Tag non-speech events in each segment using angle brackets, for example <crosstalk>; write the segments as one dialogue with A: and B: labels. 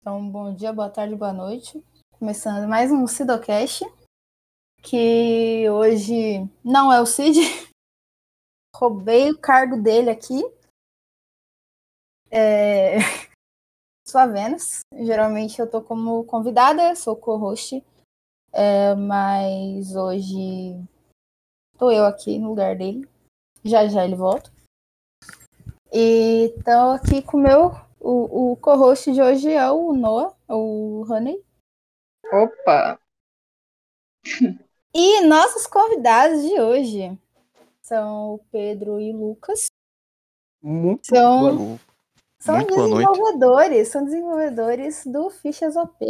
A: Então, bom dia, boa tarde, boa noite. Começando mais um Sidocast, que hoje não é o Cid. <laughs> Roubei o cargo dele aqui. É... <laughs> Sou a Vênus. Geralmente eu tô como convidada, sou co-host. É, mas hoje tô eu aqui no lugar dele. Já já ele volta. E tô aqui com o meu. O, o co-host de hoje é o Noah, o Honey.
B: Opa!
A: E nossos convidados de hoje são o Pedro e o Lucas.
C: Muito
A: São-
C: bom.
A: São
C: Muito boa noite.
A: desenvolvedores, são desenvolvedores do Fichas OP.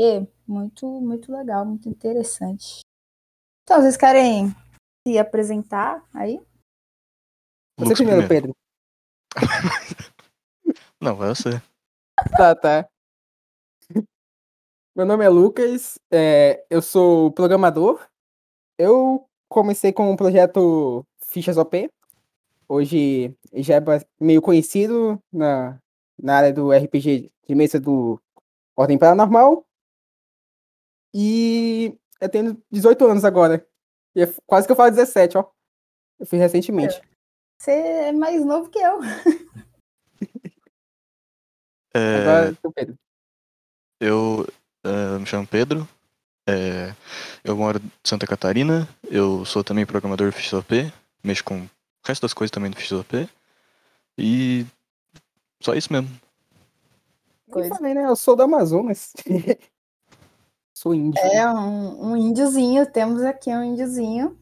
A: Muito, muito legal, muito interessante. Então, vocês querem se apresentar aí?
C: Lucas
B: Você primeiro, Pedro.
C: Não, vai você.
B: Tá, tá. <laughs> Meu nome é Lucas, é, eu sou programador. Eu comecei com o projeto Fichas OP. Hoje já é ba- meio conhecido na, na área do RPG de mesa do Ordem Paranormal. E eu tenho 18 anos agora. E é f- quase que eu falo 17, ó. Eu fiz recentemente.
A: Você é mais novo que eu.
C: É,
B: Agora, seu Pedro.
C: eu é, me chamo Pedro. é, eu moro em Santa Catarina. Eu sou também programador do FXOP. Mexo com o resto das coisas também do FXOP. E só isso mesmo.
B: Eu
A: Coisa.
B: falei, né? Eu sou do Amazonas. <laughs> sou índio.
A: <laughs> É um, um índiozinho, temos aqui um índiozinho.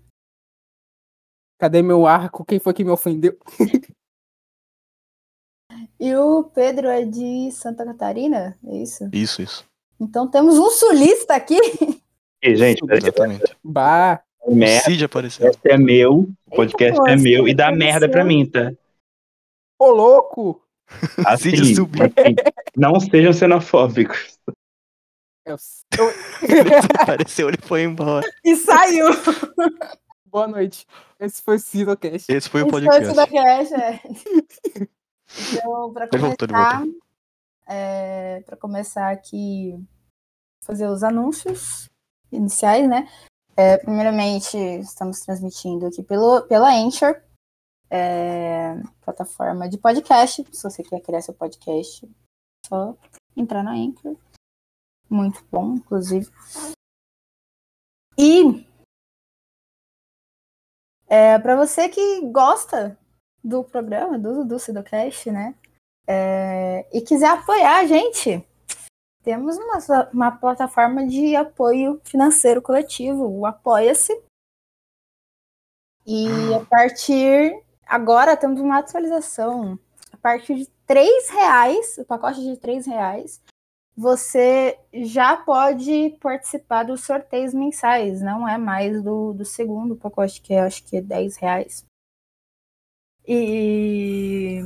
B: Cadê meu arco? Quem foi que me ofendeu?
A: E o Pedro é de Santa Catarina, é isso?
C: Isso, isso.
A: Então temos um sulista aqui. <laughs>
D: E, gente,
E: é,
D: peraí,
C: Exatamente.
B: é, Bah,
C: O
D: merda,
C: Cid apareceu. <laughs>
D: esse é meu, o podcast
A: Eita, pô,
D: é meu e
A: esse
D: dá
A: podcast é
D: merda pra
A: seu.
D: mim, tá?
B: ô louco!
D: Assim,
C: Cid subiu.
D: assim, não sejam xenofóbicos.
B: Eu- eu-
C: apareceu, ele foi embora.
A: E saiu.
B: <laughs> Boa noite. Esse foi o Sidocast.
C: Esse foi o
A: Esse
C: podcast.
A: foi o Sudacast, é. Então, para
C: Ele voltou, ele
A: começar, é, para começar aqui, fazer os anúncios iniciais, né? É, primeiramente, estamos transmitindo aqui pelo, pela Anchor, é, plataforma de podcast. Se você quer criar seu podcast, é só entrar na Anchor. Muito bom, inclusive. E é, para você que gosta do programa, do, do Sidocast, né? é, e quiser apoiar a gente, temos uma, so- uma plataforma de apoio financeiro coletivo, o Apoia-se. E a partir. Agora temos uma atualização. A partir de três reais, o pacote de três reais, você já pode participar dos sorteios mensais, não é mais do, do segundo pacote, que é, acho que é 10 reais. E.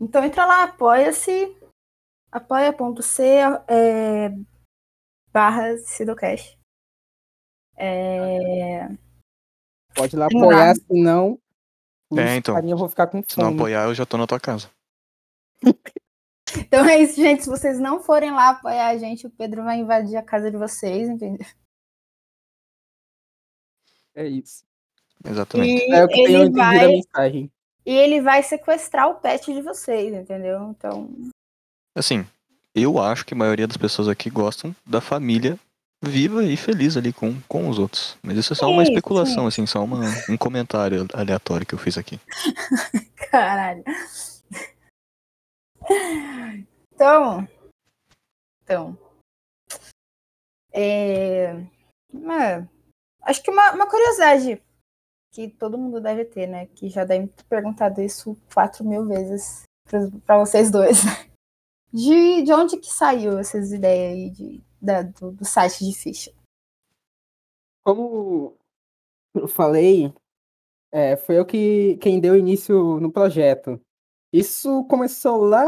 A: Então entra lá, apoia-se, apoia.c é, barra Sidocast. É,
B: Pode ir lá
A: Tem
B: apoiar, senão.
C: É, então.
B: carinha, Eu vou ficar com
C: Se não
B: fome.
C: apoiar, eu já tô na tua casa.
A: então é isso, gente. Se vocês não forem lá apoiar a gente, o Pedro vai invadir a casa de vocês, entendeu?
B: É isso.
C: Exatamente.
B: É o que eu entendi da mensagem.
A: E ele vai sequestrar o pet de vocês, entendeu? Então,
C: Assim, eu acho que a maioria das pessoas aqui gostam da família viva e feliz ali com, com os outros. Mas isso é só uma
A: Sim,
C: especulação, assim, só uma, um comentário aleatório que eu fiz aqui.
A: caralho. Então. Então. É, uma- acho que uma, uma curiosidade que todo mundo deve ter, né? Que já devem ter perguntado isso quatro mil vezes pros- pra vocês dois. De, de onde que saiu essas ideias aí de, da- do, do site de ficha?
B: Como eu falei, é, foi eu que quem deu início no projeto. Isso começou lá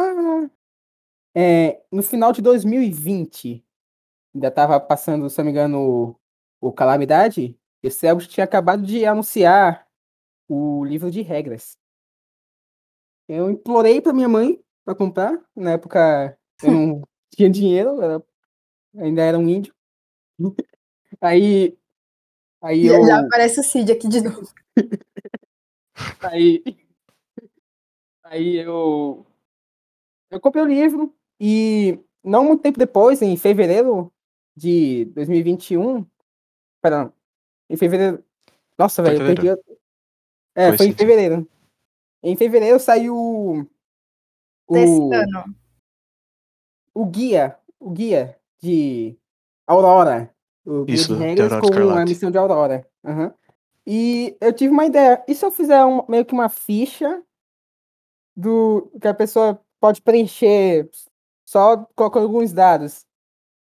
B: é, no final de 2020. Ainda estava passando, se não me engano, o, o Calamidade. E o Selbst tinha acabado de anunciar o livro de regras. Eu implorei para minha mãe para comprar. Na época Eu não tinha dinheiro, era- ainda era um índio. <laughs> Aí, aí
A: Já-
B: eu,
A: Já aparece o Cid aqui de novo.
B: aí, aí eu, eu comprei o livro e não muito tempo depois, em fevereiro de 2021, pera, um, em fevereiro, nossa,
C: Foi
B: velho, eu
C: em
B: perdi. a- É,
C: Foi
B: foi em
C: sim, sim.
B: fevereiro. Em fevereiro saiu o,
A: Desse
B: o-
A: ano.
B: o guia, o guia de Aurora. O guia
C: Isso,
B: de
C: de
B: regras
C: Aurora
B: com a
C: Escarlate.
B: missão de Aurora. Aham. E eu tive uma ideia. E se eu fizer um- meio que uma ficha do que a pessoa pode preencher só colocando alguns dados?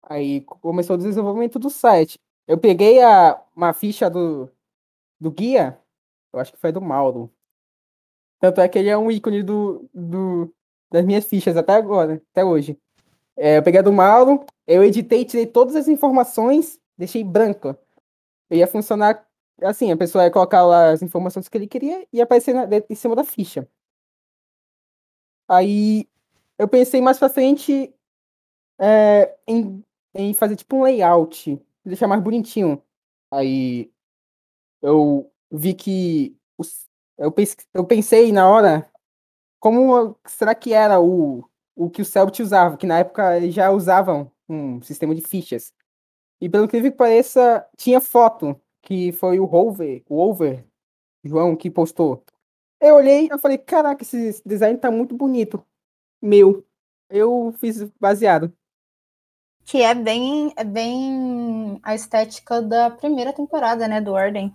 B: Aí começou o desenvolvimento do site. Eu peguei a, uma ficha do, do guia, eu acho que foi do Mauro. Tanto é que ele é um ícone do, do, das minhas fichas até agora, até hoje. É, eu peguei a do Mauro, eu editei, tirei todas as informações, deixei branca. Eu ia funcionar assim, a pessoa ia colocar lá as informações que ele queria e ia aparecer na- em cima da ficha. Aí eu pensei mais pra frente é, em, em fazer tipo um layout, deixar mais bonitinho. Aí eu vi que os- eu, pes- eu pensei na hora como será que era o o que o Celt usava, que na época eles já usavam um sistema de fichas. E pelo incrível que pareça, tinha foto, que foi o Rover, o Over, João, que postou. Eu olhei eu falei, caraca, esse esse design tá muito bonito. Meu. Eu fiz baseado.
A: Que é bem, é bem a estética da primeira temporada, né? Do Ordem.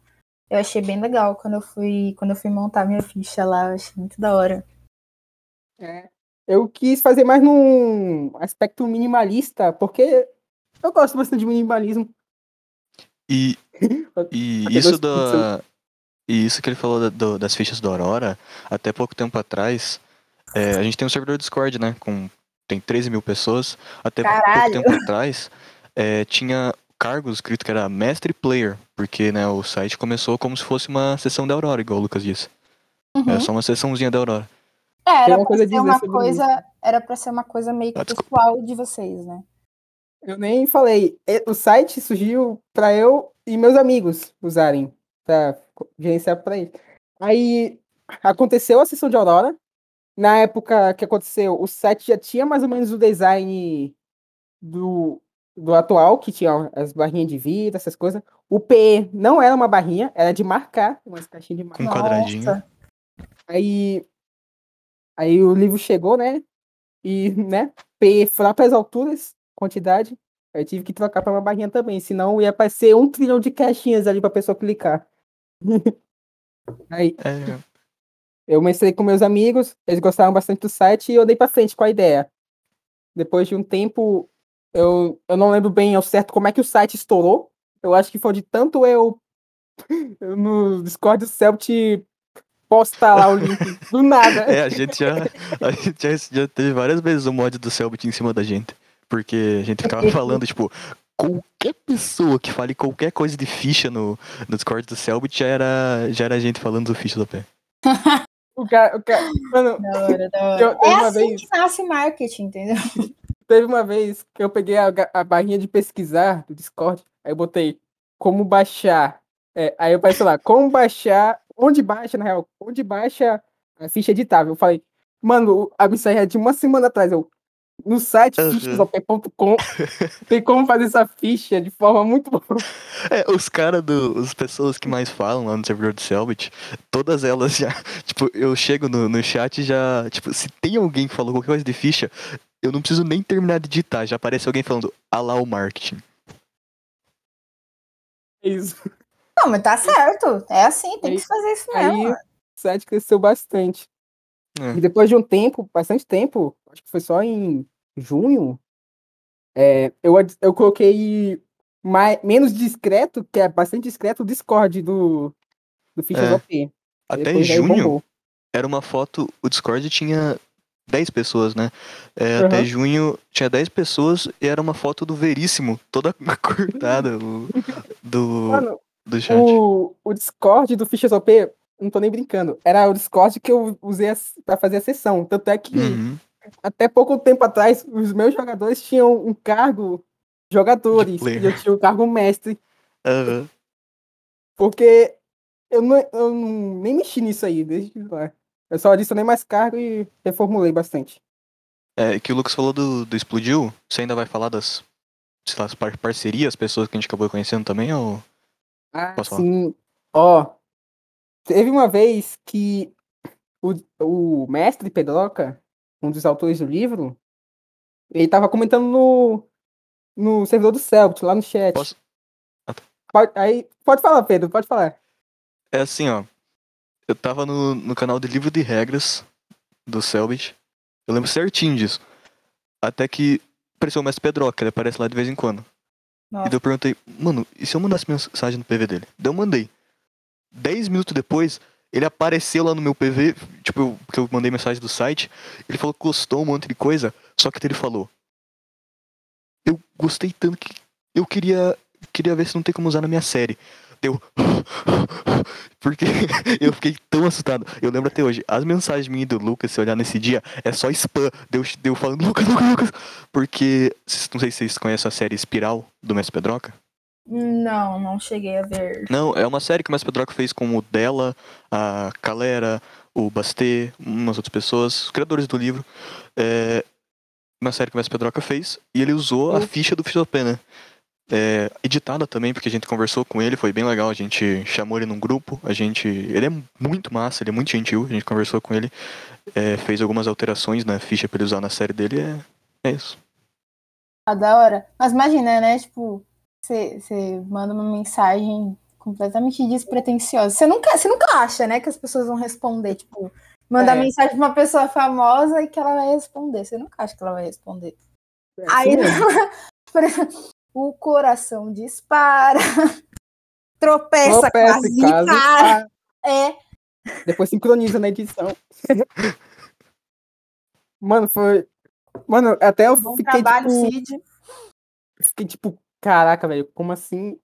A: Eu achei bem legal quando eu fui, quando eu fui montar minha ficha lá. Eu achei muito da hora.
B: É, eu quis fazer mais num aspecto minimalista, porque eu gosto bastante de minimalismo.
C: E, e
B: Até
C: isso
B: dois
C: da. E isso que ele falou da- do- das fichas do Aurora, até pouco tempo atrás, é, a gente tem um servidor Discord, né? Com, tem 13 mil pessoas. Até pou-
A: Caralho!
C: pouco tempo atrás, é, tinha cargo escrito que era mestre player, porque né, o site começou como se fosse uma sessão da Aurora, igual o Lucas disse.
A: Uhum.
C: Era É só uma sessãozinha da Aurora.
A: É,
B: Tem
A: era
B: uma
A: pra
B: coisa a
A: ser
B: dizer
A: uma
B: sobre
A: coisa, era para ser uma coisa meio que
C: Ah, desculpa.
A: pessoal de vocês, né?
B: Eu nem falei. E- O site surgiu para eu e meus amigos usarem, para gerenciar para eles. Aí aconteceu a sessão de Aurora. Na época que aconteceu, o site já tinha mais ou menos o design do, do atual, que tinha as barrinhas de vida, essas coisas. O PE não era uma barrinha, era de marcar, umas caixinhas de marcar.
C: Um quadradinho.
A: Nossa.
B: Aí, aí o livro chegou, né? E, né? P foi lá para as alturas, quantidade. Aí eu tive que trocar para uma barrinha também, senão ia aparecer um trilhão de caixinhas ali para pessoa clicar. <laughs> aí
C: É,
B: eu mestrei com meus amigos, eles gostaram bastante do site e eu dei para frente com a ideia. Depois de um tempo, eu, eu não lembro bem ao certo como é que o site estourou. Eu acho que foi de tanto eu, <laughs> eu no Discord do Celt postar lá o link do nada.
C: É, a gente já, a gente já, já teve várias vezes o mod do Selbit em cima da gente. Porque a gente
B: <laughs>
C: ficava falando, tipo, qualquer pessoa que fale qualquer coisa de ficha no, no Discord do Selbit já era, já era a gente falando do ficha do pé.
B: O cara, o cara, mano,
A: Da hora, da hora.
B: Eu- teve
A: é
B: uma
A: assim
B: vez-
A: que nasce marketing, entendeu? <laughs>
B: teve uma vez que eu peguei a, ga- a barrinha de pesquisar do Discord, aí eu botei como baixar. É, aí eu pensei lá, como baixar, onde baixa, na real, onde baixa a ficha editável. Eu falei, mano, a missão é de uma semana atrás, eu, no site
C: Aham.
B: fichasop.com tem como fazer essa ficha de forma muito boa.
C: É, os caras do. As pessoas que mais falam lá no servidor do Selbit, todas elas já. <laughs> Tipo, eu chego no, no chat e já. Tipo, se tem alguém que falou qualquer coisa de ficha, eu não preciso nem terminar de digitar. Já aparece alguém falando, alá o marketing.
B: É isso.
A: Não, mas tá certo. É assim, tem
B: Aí-
A: que fazer isso
B: Aí
A: mesmo.
B: o site cresceu bastante.
C: É.
B: E depois de um tempo, bastante tempo, acho que foi só em junho, é, eu, ad- eu coloquei mais, menos discreto, que é bastante discreto, o Discord do, do Fichas
C: É.
B: OP.
C: Até em
B: Depois aí
C: junho,
B: bombou.
C: era uma foto, o Discord tinha 10 pessoas, né? É, Até
B: Aham.
C: junho tinha 10 pessoas e era uma foto do Veríssimo, toda <laughs> cortada o- do,
B: Mano,
C: do chat.
B: o, o Discord do Fichas OP, não tô nem brincando, era o Discord que eu usei as- pra fazer a sessão. Tanto é que
C: Uhum.
B: até pouco tempo atrás, os meus jogadores tinham um cargo jogadores
C: De player.
B: e eu tinha o cargo mestre,
C: Aham.
B: porque eu, não, eu não- nem mexi nisso aí desde lá. Eu só adicionei mais cargo e reformulei bastante.
C: É, que o Lucas falou do, do explodiu, você ainda vai falar das, sei lá, as par- parcerias, as pessoas que a gente acabou conhecendo também, ou...
B: Ah,
C: Posso falar?
B: sim. Ó, teve uma vez que o, o mestre Pedroca, um dos autores do livro, ele tava comentando no, no servidor do Celtic, lá no chat.
C: Posso? Ah, tá.
B: Pode, aí, pode falar, Pedro, pode falar.
C: É assim, ó. Eu tava no, no canal de livro de regras do Selbit. Eu lembro certinho disso. Até que apareceu o mestre Pedroca, ele aparece lá de vez em quando. E daí
A: Nossa.
C: eu perguntei, mano, e se eu mandasse mensagem no PV dele? Daí eu mandei. Dez minutos depois, ele apareceu lá no meu PV, tipo, eu, porque eu mandei mensagem do site. Ele falou que gostou um monte de coisa, só que ele falou. Eu gostei tanto que eu queria, queria ver se não tem como usar na minha série. Deu. Porque <laughs> eu fiquei tão assustado. Eu lembro até hoje, as mensagens minhas e do Lucas, se olhar nesse dia, é só spam. Deu, deu falando, Lucas, Lucas, Lucas. Porque, vocês- não sei se vocês conhecem a série Espiral do Mestre Pedroca.
A: Não, não cheguei a ver.
C: Não, é uma série que o Mestre Pedroca fez com o Della, a Calera, o Basté, umas outras pessoas, os criadores do livro. É uma série que o Mestre Pedroca fez e ele usou a
B: Sim.
C: ficha do Fisiopena. né? É, editada também, porque a gente conversou com ele, foi bem legal. A gente chamou ele num grupo, a gente. Ele é muito massa, ele é muito gentil, a gente conversou com ele, é, fez algumas alterações na ficha pra ele usar na série dele. É, é isso.
A: Ah, da hora. Mas imagina, né? Tipo, você você manda uma mensagem completamente despretensiosa. Você nunca, você nunca acha, né, que as pessoas vão responder. Tipo, mandar
B: É.
A: mensagem pra uma pessoa famosa e que ela vai responder. Você nunca acha que ela vai responder.
B: É
A: Aí
B: assim mesmo.
A: <laughs> o coração dispara, <laughs> tropeça,
B: Tropeça,
A: quase
B: casa,
A: cara.
B: ah,
A: É,
B: Depois sincroniza na edição. Mano, foi. Mano, até eu
A: bom
B: fiquei
A: um trabalho,
B: tipo,
A: Cid.
B: fiquei tipo, caraca, velho, como assim?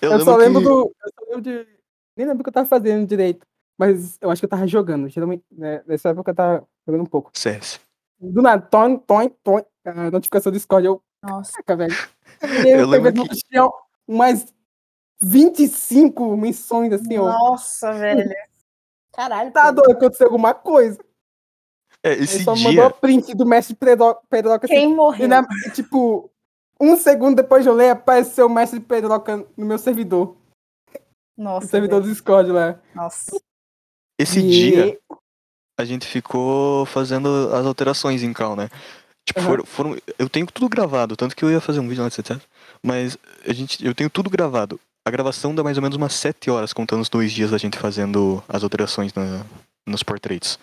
C: Eu,
B: Eu, só lembro
C: que-
B: do. Eu só lembro de. Nem lembro o que eu tava fazendo direito. Mas eu acho que eu tava jogando. Geralmente, né, nessa época eu tava jogando um pouco.
C: CS.
B: Do nada, toin, toin, toin. A notificação do Discord. Eu,
A: Nossa.
B: caraca, velho. Eu,
C: lembro
B: lembro que
C: que-
B: tinha umas 25 menções assim, ó.
A: Nossa, velho.
B: <laughs>
A: Caralho,
B: Tá
A: Pedro.
B: doido, aconteceu alguma coisa.
C: É,
B: Ele
C: esse
B: só
C: dia.
B: mandou a print do mestre Pedro- Pedroca assim.
A: Quem
B: E
A: morreu?
B: na- tipo, um segundo depois de eu ler, apareceu o mestre Pedroca no meu servidor. No
A: Nossa,
B: servidor
A: velho.
B: do Discord lá.
A: Nossa.
C: Esse
B: E-
C: dia. a gente ficou fazendo as alterações em Cal, né? Tipo,
B: Aham.
C: foram, foram- Eu tenho tudo gravado, tanto que eu ia fazer um vídeo antes, etc. Mas a gente, eu tenho tudo gravado. A gravação dá mais ou menos umas 7 horas, contando os dois dias da gente fazendo as alterações na- nos portraits.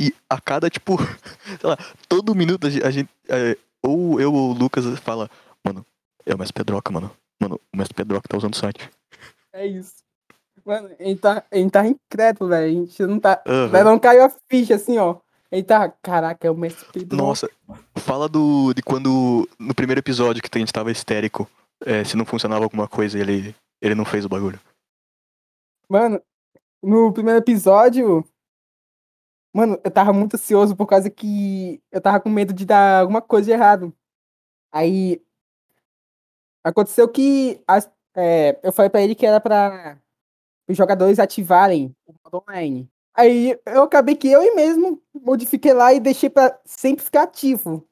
C: E a cada, tipo, <laughs> sei lá, todo minuto a gente. a gente- é, ou eu ou o Lucas fala, mano, é o Mestre Pedroca, mano. Mano, o Mestre Pedroca tá usando o site.
B: É isso. Mano, ele tá, ele tá incrédulo, velho. A gente não tá.
C: Aham.
B: velho, Não caiu a ficha assim, ó. Ele tá. Caraca, é o mestre Pedro.
C: Nossa, fala do de quando no primeiro episódio que a gente tava histérico, é, se não funcionava alguma coisa, ele ele não fez o bagulho.
B: Mano, no primeiro episódio. Mano, eu tava muito ansioso por causa que eu tava com medo de dar alguma coisa de errado. Aí. Aconteceu que as- é, eu falei pra ele que era pra os jogadores ativarem o modo online. Aí eu acabei que eu mesmo modifiquei lá e deixei pra sempre ficar ativo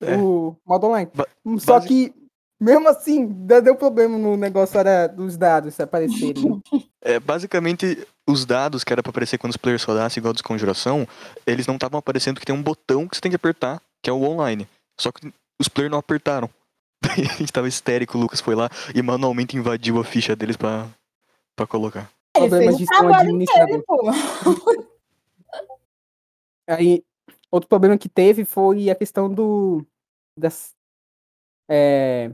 C: É.
B: o modo online.
C: Ba-
B: Só
C: basic-
B: que, mesmo assim, ainda deu problema no negócio era dos dados aparecerem. né?
C: É, basicamente os dados que era pra aparecer quando os players rodassem igual a desconjuração, eles não estavam aparecendo que tem um botão que você tem que apertar, que é o online. Só que os players não apertaram. <laughs> Daí a gente tava histérico, o Lucas foi lá e manualmente invadiu a ficha deles pra para colocar.
A: Ele fez
B: problemas de
A: o
B: ser um
A: trabalho
B: administrador.
A: dele, pô.
B: Aí, outro problema que teve foi a questão do. Das, é,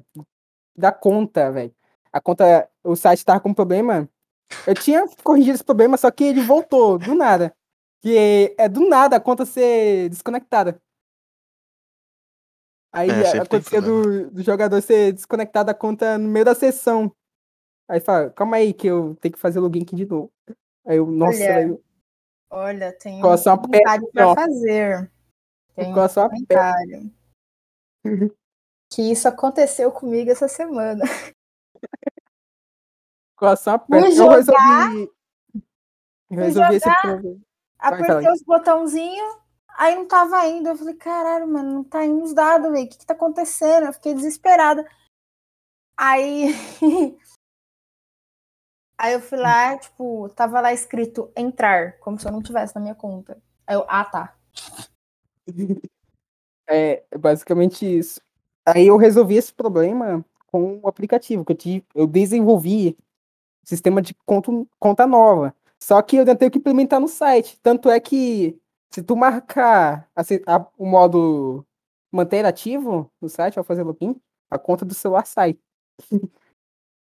B: da conta, velho. A conta. O site tava com um problema. Eu tinha corrigido esse problema, só que ele voltou, do nada. Que é do nada a conta ser desconectada. Aí
C: É, sempre tem
B: aconteceu do, do jogador ser desconectado da conta no meio da sessão. Aí fala, calma aí, que eu tenho que fazer o login aqui de novo. Aí eu, nossa,
A: Olha.
B: velho,
A: Olha, tem um
B: Coça uma
A: comentário pra
B: ó.
A: fazer. Tem um
B: Ficou só a perna. Uhum.
A: comentário. que isso aconteceu comigo essa semana.
B: Ficou só a perna. Eu
A: jogar.
B: resolvi. Eu resolvi esse
A: jogar.
B: problema. Vai, fala
A: Apertei
B: aí.
A: os botãozinhos, aí não tava indo. Eu falei, caralho, mano, não tá indo os dados, velho. O que, que tá acontecendo? Eu fiquei desesperada. Aí. <laughs> aí eu fui lá, tipo, tava lá escrito entrar, como se eu não tivesse na minha conta. Aí eu, ah, tá.
B: É é basicamente isso. Aí eu resolvi esse problema com um aplicativo que eu tive, eu desenvolvi sistema de conto, conta nova. Só que eu ainda tenho que implementar no site. Tanto é que se tu marcar assim, a- o modo manter ativo no site ao fazer login, a conta do celular sai. <laughs>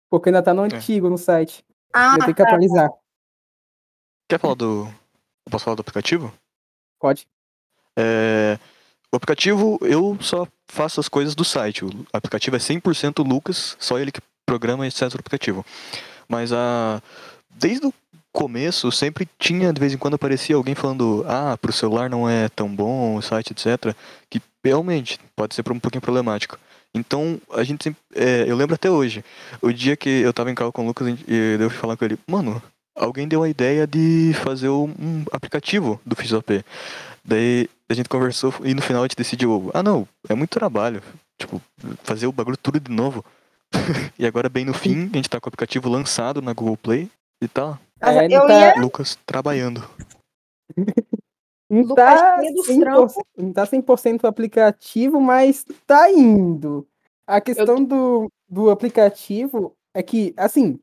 B: Porque ainda tá no
C: É.
B: antigo no site.
A: Ah,
B: Ainda tem que
A: tá.
B: atualizar.
C: Quer falar do. eu Posso falar do aplicativo?
B: Pode.
C: É, o aplicativo, eu só faço as coisas do site. O aplicativo é 100% Lucas, só ele que programa e etc. o aplicativo. Mas a, desde o começo, sempre tinha, de vez em quando aparecia alguém falando: ah, pro celular não é tão bom o site, etc. Que realmente pode ser um pouquinho problemático. Então, a gente sempre, é, eu lembro até hoje, o dia que eu tava em carro com o Lucas e eu fui falar com ele: mano, alguém deu a ideia de fazer um- um aplicativo do Fisiop. Daí a gente conversou e no final a gente decidiu, ah não, é muito trabalho. Tipo, fazer o bagulho tudo de novo. <laughs> e agora bem no fim, a gente tá com o aplicativo lançado na Google Play e tá,
A: Nossa,
B: É,
A: eu
B: não tá-
A: ia
C: Lucas trabalhando.
B: Não
A: Lucas
B: tá,
A: cheio dos
B: 100%, não tá 100% o aplicativo, mas tá indo. A questão do, do aplicativo é que, assim,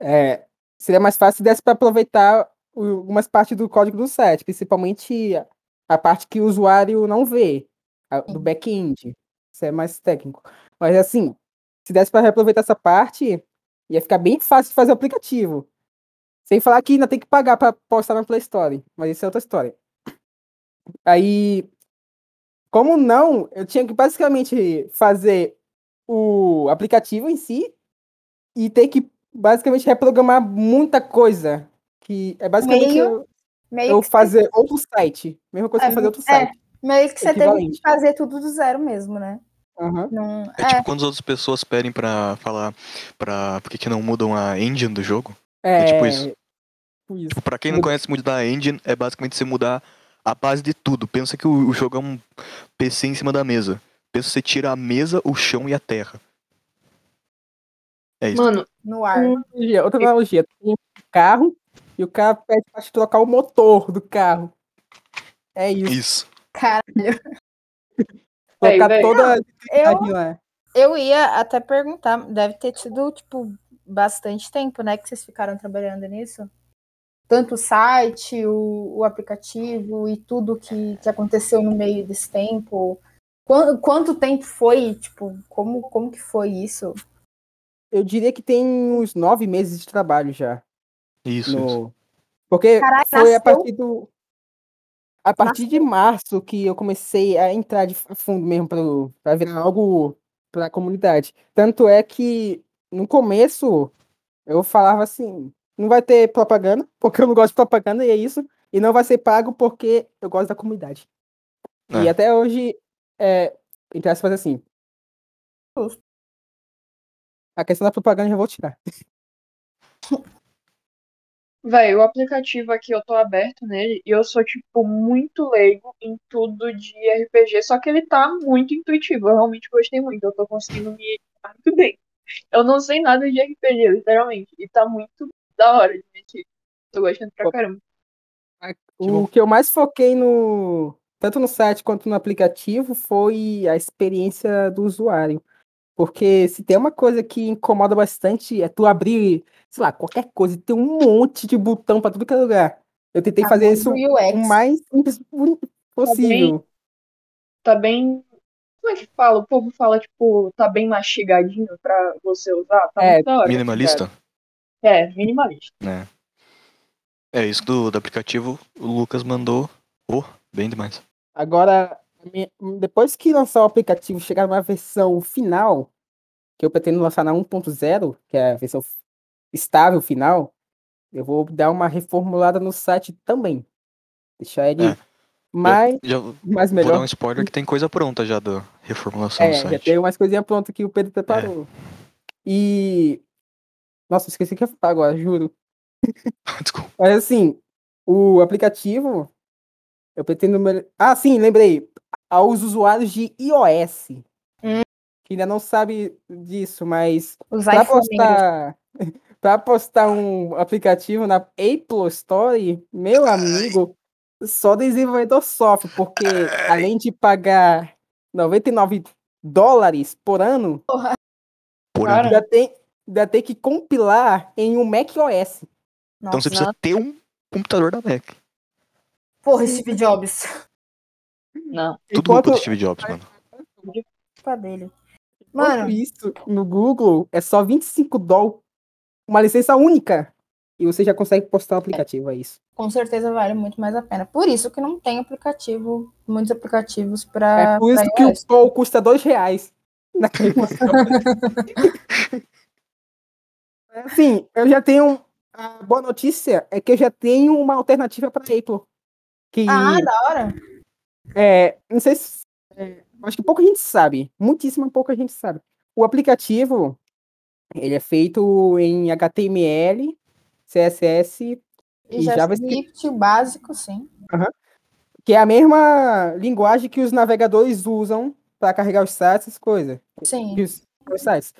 B: é, seria mais fácil se desse para aproveitar o- algumas partes do código do site, principalmente a, a parte que o usuário não vê, a- do
A: Sim.
B: back-end. Isso é mais técnico. Mas, assim, se desse para reaproveitar essa parte, ia ficar bem fácil de fazer o aplicativo. Sem falar que ainda tem que pagar para postar na Play Store, mas isso é outra história. Aí, como não, eu tinha que basicamente fazer o aplicativo em si e ter que basicamente reprogramar muita coisa. Que é basicamente
A: Meio
B: eu,
A: meio
B: eu
A: que-
B: fazer outro site. Mesma coisa que
A: É,
B: fazer outro
A: é,
B: site.
A: meio que você teve que
B: equivalente.
A: fazer tudo do zero mesmo, né?
B: Aham.
A: Não,
C: É, tipo quando as outras pessoas pedem pra falar pra por que, que não mudam a engine do jogo.
B: É,
C: tipo isso.
B: tipo isso.
C: Tipo, pra quem não
B: Muda.
C: conhece mudar a engine, é basicamente você mudar a base de tudo. Pensa que o, o jogo é um PC em cima da mesa. Pensa que você tira a mesa, o chão e a terra. É isso.
F: Mano,
A: no ar.
B: Analogia, Outra analogia. Tem um carro e o cara pede pra te trocar o motor do carro. É isso.
C: Isso.
A: Caralho.
F: Véi,
B: Trocar
F: véi.
B: toda
A: Eu,
B: a lá.
A: eu ia até perguntar, deve ter sido, tipo, bastante tempo, né, que vocês ficaram trabalhando nisso? Tanto o site, o, o aplicativo e tudo que, que aconteceu no meio desse tempo. Quanto, quanto tempo foi, tipo, como, como que foi isso?
B: Eu diria que tem uns nove meses de trabalho já.
C: Isso, isso.
B: no... Porque
A: Caralho,
B: foi a
A: nasceu.
B: partir do. A partir de março que eu comecei a entrar de a fundo mesmo pro- pra virar algo pra comunidade. Tanto é que no começo eu falava assim: não vai ter propaganda, <laughs> porque eu não gosto de propaganda, e é isso. E não vai ser pago porque eu gosto da comunidade. E
C: É.
B: até hoje, é, entre aspas, assim.
A: Justo.
B: A questão da propaganda eu já vou tirar.
F: Véi, o aplicativo aqui eu tô aberto nele e eu sou, tipo, muito leigo em tudo de RPG, só que ele tá muito intuitivo. Eu realmente gostei muito, eu tô conseguindo me dar muito bem. Eu não sei nada de RPG, literalmente, e tá muito da hora de mexer. Tô gostando pra caramba.
C: Que bom.
B: O que eu mais foquei no tanto no site quanto no aplicativo foi a experiência do usuário. Porque se tem uma coisa que incomoda bastante é tu abrir, sei lá, qualquer coisa e ter um monte de botão pra tudo que é lugar. Eu tentei fazer
A: Ah,
B: isso
A: do UX.
B: o mais simples possível.
F: Tá bem. Como é que fala? O povo fala, tipo, tá bem mastigadinho pra você usar, tá
B: É,
F: muito da hora.
C: Minimalista?
F: É, minimalista.
C: É, isso do, do aplicativo, o Lucas mandou. Oh, bem demais.
B: Agora, a minha- depois que lançar o aplicativo, e chegar numa versão final, que eu pretendo lançar na 1.0, que é a versão f- estável final, eu vou dar uma reformulada no site também. Deixar ele
C: É.
B: Mas,
C: Já vou
B: mas
C: vou dar
B: melhor.
C: um spoiler que tem coisa pronta já da reformulação
B: É,
C: do
B: já
C: site. É.
B: tem umas coisinhas prontas que o Pedro preparou. E. Nossa, esqueci o que eu ia falar agora, juro.
C: <laughs> Desculpa.
B: Mas assim, o aplicativo, eu pretendo. mel- Ah, sim, lembrei. Aos usuários de iOS.
A: Hum.
B: Que ainda não sabe disso, mas
A: Os
B: para
A: iPhones.
B: postar, <laughs> pra postar um aplicativo na Apple Store, meu amigo, só desenvolvedor sofre, porque além de pagar 99 dólares por ano,
C: Por
F: Cara,
C: ano.
B: ainda tem, ainda tem que compilar em um macOS.
C: Então
A: Nossa,
C: você precisa ter um computador da Mac.
A: Porra, é Steve Jobs.
F: Não.
C: Tudo né? culpa do
B: Enquanto-
C: Steve Jobs, mano.
A: Culpa dele.
B: Mano,
A: Mano,
B: isso no Google é só 25 doll, uma licença única, e você já consegue postar o aplicativo, é isso.
A: com certeza vale muito mais a pena. Por isso que não tem aplicativo, muitos aplicativos
B: É
A: pra.
B: por isso
A: pra
B: que o
A: iOS.
B: Paul custa dois reais. Naquele assim, eu já tenho. A boa notícia é que eu já tenho uma alternativa para Apple. Que
A: Ah, da hora.
B: é, não sei se. é, acho que pouca gente sabe. Muitíssima pouca gente sabe. O aplicativo ele é feito em HTML, CSS,
A: E
B: E
A: JavaScript básico, sim.
B: que é a mesma linguagem que os navegadores usam para carregar os sites, essas coisas.
A: Sim.
B: que os os sites.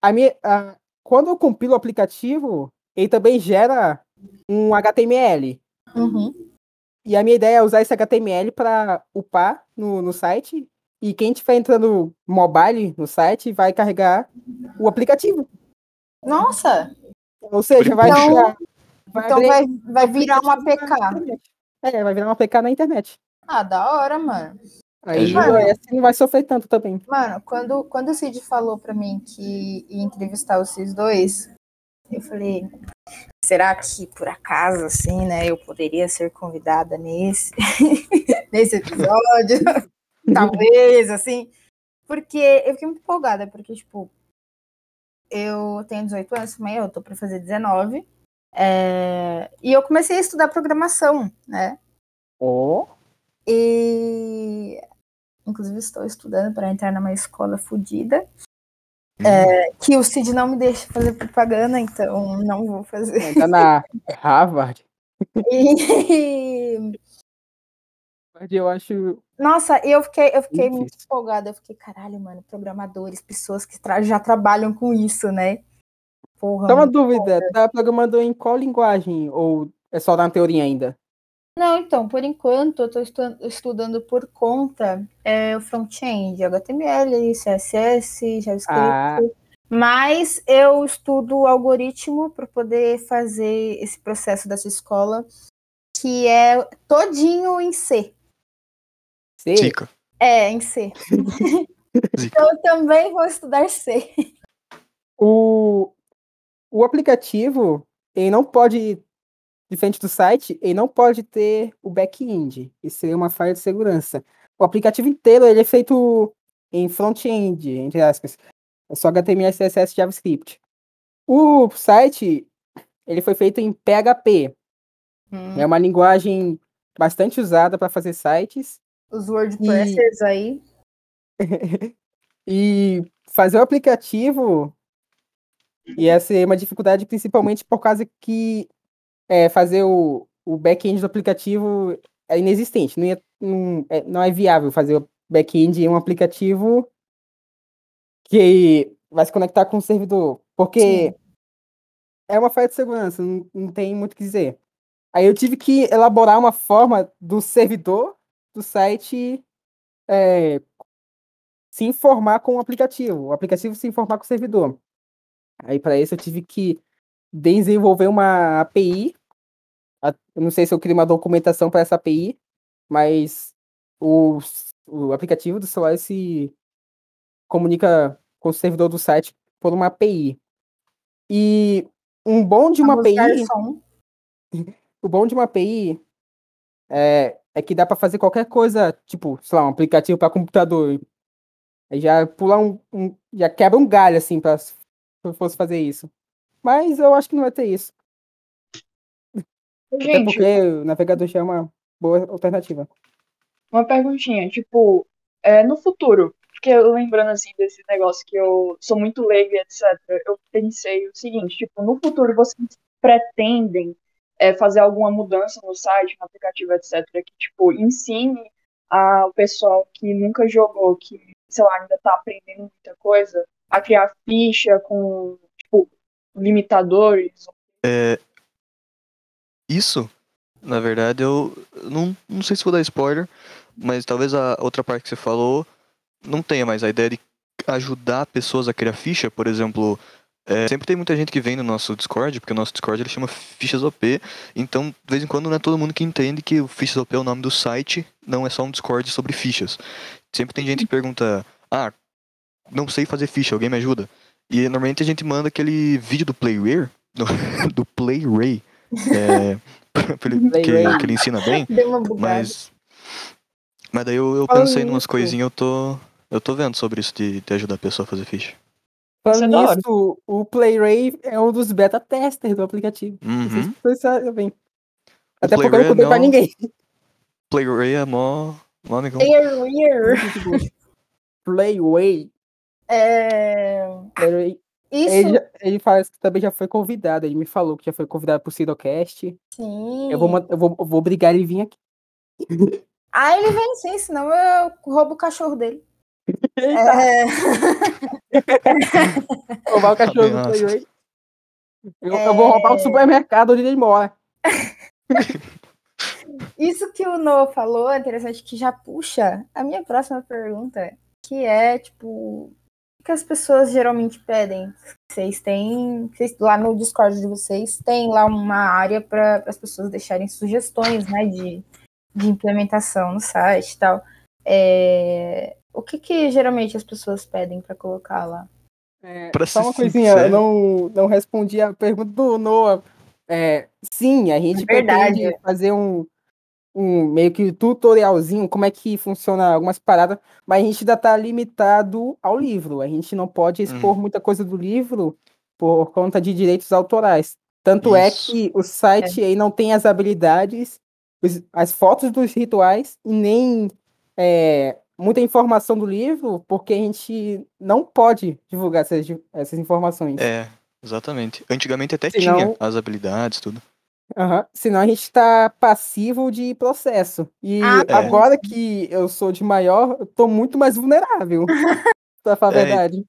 B: A minha, a- quando eu compilo o aplicativo, ele também gera um HTML.
A: Uhum.
B: E a minha ideia é usar esse HTML para upar no, no site. E quem estiver entrando mobile no site vai carregar o aplicativo.
A: Nossa,
B: Ou seja, vai
A: Então-
B: virar. Vai
A: então
B: abrir-
A: vai, vai virar um
B: na
A: APK.
B: internet. É, vai virar um APK na internet.
A: Ah, da hora, mano.
B: Aí
C: justo.
B: o iOS não vai sofrer tanto também.
A: Mano, quando, quando o Cid falou pra mim que ia entrevistar vocês dois, eu falei, será que por acaso, assim, né, eu poderia ser convidada nesse, <laughs> nesse episódio? Talvez, assim. Porque eu fiquei muito empolgada, porque, tipo, eu tenho 18 anos, mas eu tô pra fazer 19. é, e eu comecei a estudar programação, né?
B: Ó,
A: E inclusive estou estudando para entrar numa escola fodida,
B: É,
A: que o Cid não me deixa fazer propaganda, então não vou fazer. <laughs>
B: ainda na Harvard.
A: E,
B: Harvard, Eu acho.
A: Nossa, eu fiquei, eu fiquei muito
B: Difícil.
A: empolgada, eu fiquei, caralho, mano, programadores, pessoas que tra- já trabalham com isso, né? Porra,
B: Dá uma
A: mano.
B: dúvida, tá programando em qual linguagem? Ou é só na teoria ainda?
A: Não, então, por enquanto, eu estou estudando por conta é, o front-end, HTML, CSS, JavaScript.
B: Ah.
A: Mas eu estudo o algoritmo para poder fazer esse processo da sua escola, que é todinho em C.
B: C?
C: Zica.
A: É, em C.
C: Zica.
A: Então eu também vou estudar C.
B: O, o aplicativo, ele não pode, diferente do site, ele não pode ter o back-end. Isso seria uma falha de segurança. O aplicativo inteiro, ele é feito em front-end, entre aspas. É só HTML, CSS e JavaScript. O site, ele foi feito em PHP. É uma linguagem bastante usada para fazer sites.
A: Os WordPressers aí.
B: E fazer o aplicativo ia ser é uma dificuldade, principalmente por causa que é, fazer o, o back-end do aplicativo é inexistente, não, ia- não, é, não é viável fazer o back-end em um aplicativo que vai se conectar com o servidor, porque é uma falha de segurança, não, não tem muito o que dizer. Aí eu tive que elaborar uma forma do servidor do site é, se informar com o aplicativo, o aplicativo se informar com o servidor. Aí para isso eu tive que desenvolver uma API. A- Eu não sei se eu criei uma documentação para essa API, mas o, s- o aplicativo do celular se comunica com o servidor do site por uma API. E um bom de uma
A: Vamos
B: API,
A: dar som.
B: o bom de uma API é, é que dá para fazer qualquer coisa, tipo, sei lá, um aplicativo para computador. Aí já pula um, um- Já quebra um galho, assim, pra, se eu fosse fazer isso. Mas eu acho que não vai ter isso. Até
F: Gente,
B: porque o navegador já é uma boa alternativa.
F: Uma perguntinha, tipo, é, no futuro, porque eu lembrando assim desse negócio que eu sou muito leiga, etc., eu pensei o seguinte, tipo, no futuro vocês pretendem é, fazer alguma mudança no site, no aplicativo, etc., que, tipo, ensine ao pessoal que nunca jogou, que, sei lá, ainda tá aprendendo muita coisa, a criar ficha com, tipo, limitadores.
C: É, isso, na verdade, eu não, não sei se vou dar spoiler, mas talvez a outra parte que você falou não tenha mais a ideia de ajudar pessoas a criar ficha, por exemplo. é, sempre tem muita gente que vem no nosso Discord, porque o nosso Discord ele chama Fichas OP, então de vez em quando não é todo mundo que entende que o Fichas OP é o nome do site, não é só um Discord sobre fichas. Sempre tem gente que pergunta: Ah, não sei fazer ficha, alguém me ajuda? E normalmente a gente manda aquele vídeo do Playware, do, <laughs> do Playray, é, <laughs> pra ele- que,
B: Playway.
C: que ele ensina bem,
A: Deu uma bugada.
C: mas. Mas daí eu, eu
A: Falando
C: pensei em umas
A: nisso.
C: coisinhas, eu tô. Eu tô vendo sobre isso de, de ajudar a pessoa a fazer ficha.
F: Isso é da
B: Falando
F: hora.
B: nisso, o PlayRay é um dos beta testers do aplicativo. Não sei se
C: Uhum.
B: vocês sabem. Até porque eu
C: PlayRay
B: não contei pra
C: não-
B: ninguém.
C: Playway é mó. mó amigão.
F: É.
A: Player Weir.
C: <laughs>
B: Playway.
A: É...
B: Playway.
A: Isso,
B: Ele, já- ele fala que também já foi convidado. Ele me falou que já foi convidado pro Sidocast.
A: sim.
B: Eu vou, man- eu, vou, eu vou obrigar ele a vir aqui.
A: Ah, ele vem sim, senão eu roubo o cachorro
B: <laughs>
A: dele.
B: Eita,
A: É...
B: roubar o cachorro do
C: Ameaça.
B: Playway. Eu, eu
A: É.
B: vou roubar o supermercado onde ele mora.
A: Isso que o Noah falou é interessante, que já puxa a minha próxima pergunta, que é, tipo, o que as pessoas geralmente pedem? Vocês têm, vocês, lá no Discord de vocês, tem lá uma área para as pessoas deixarem sugestões, né, de, de implementação no site e tal. É, o que que geralmente as pessoas pedem para colocar lá?
B: É,
C: Pra
B: só
C: ser
B: uma coisinha, eu
C: sincero.
B: não, não respondi a pergunta do Noah. É, sim, a gente
A: É verdade.
B: pretende fazer um, um meio que tutorialzinho, como é que funciona algumas paradas, mas a gente ainda está limitado ao livro. A gente não pode
C: Hum.
B: expor muita coisa do livro por conta de direitos autorais. Tanto é
C: Isso.
B: que o site
A: É.
B: aí não tem as habilidades, os- as fotos dos rituais e nem é, muita informação do livro, porque a gente não pode divulgar essas, di- essas informações.
C: É, exatamente. Antigamente até
B: Senão-
C: tinha as habilidades, tudo.
B: Aham, Senão a gente está passivo de processo. E
A: Ah,
C: É.
B: agora que eu sou de maior, eu tô muito mais vulnerável. <laughs> pra falar a
C: É, e-
B: verdade.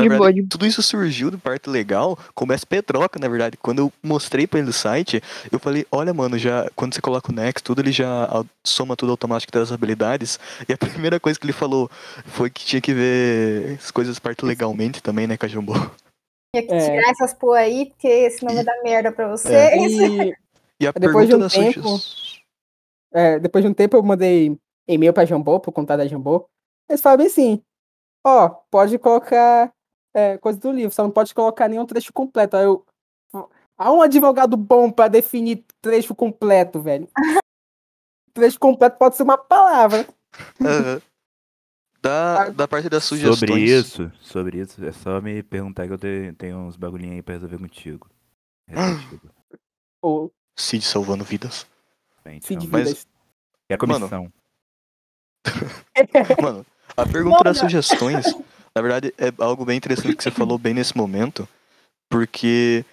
C: Na
F: De
C: verdade,
F: boa, de boa.
C: tudo isso surgiu do parte legal, começa Petroca, na verdade. Quando eu mostrei pra ele o site, eu falei, olha, mano, já quando você coloca o Next, tudo ele já au- soma tudo automático das habilidades. E a <laughs> primeira coisa que ele falou foi que tinha que ver as coisas parte legalmente também, né, Cajumbo?
A: Tinha que
B: É.
A: tirar essas porra aí, porque senão vai dar merda pra vocês.
B: E
C: E a
B: Depois de
C: pergunta
B: um
C: da
B: tempo-
C: sushi-
B: é, depois de um tempo eu mandei e-mail pra Jambô, pro contato da Jambô. Eles falaram assim: ó, pode colocar é, coisa do livro, só não pode colocar nenhum trecho completo. Aí eu. Há um advogado bom pra definir trecho completo, velho. <laughs> trecho completo pode ser uma palavra.
C: Aham. é,
B: <laughs> Ah.
C: da, da parte das sugestões.
E: Sobre isso, sobre isso, é só me perguntar que eu te- tenho uns bagulhinhos aí pra resolver contigo. Resolver contigo.
B: Ou
C: Cid salvando vidas.
E: Bem,
B: se
E: então,
B: divida.
E: E a
C: Mano,
E: comissão?
C: Mano, a pergunta das
A: Mano.
C: sugestões, na verdade, é algo bem interessante que você falou bem nesse momento, porque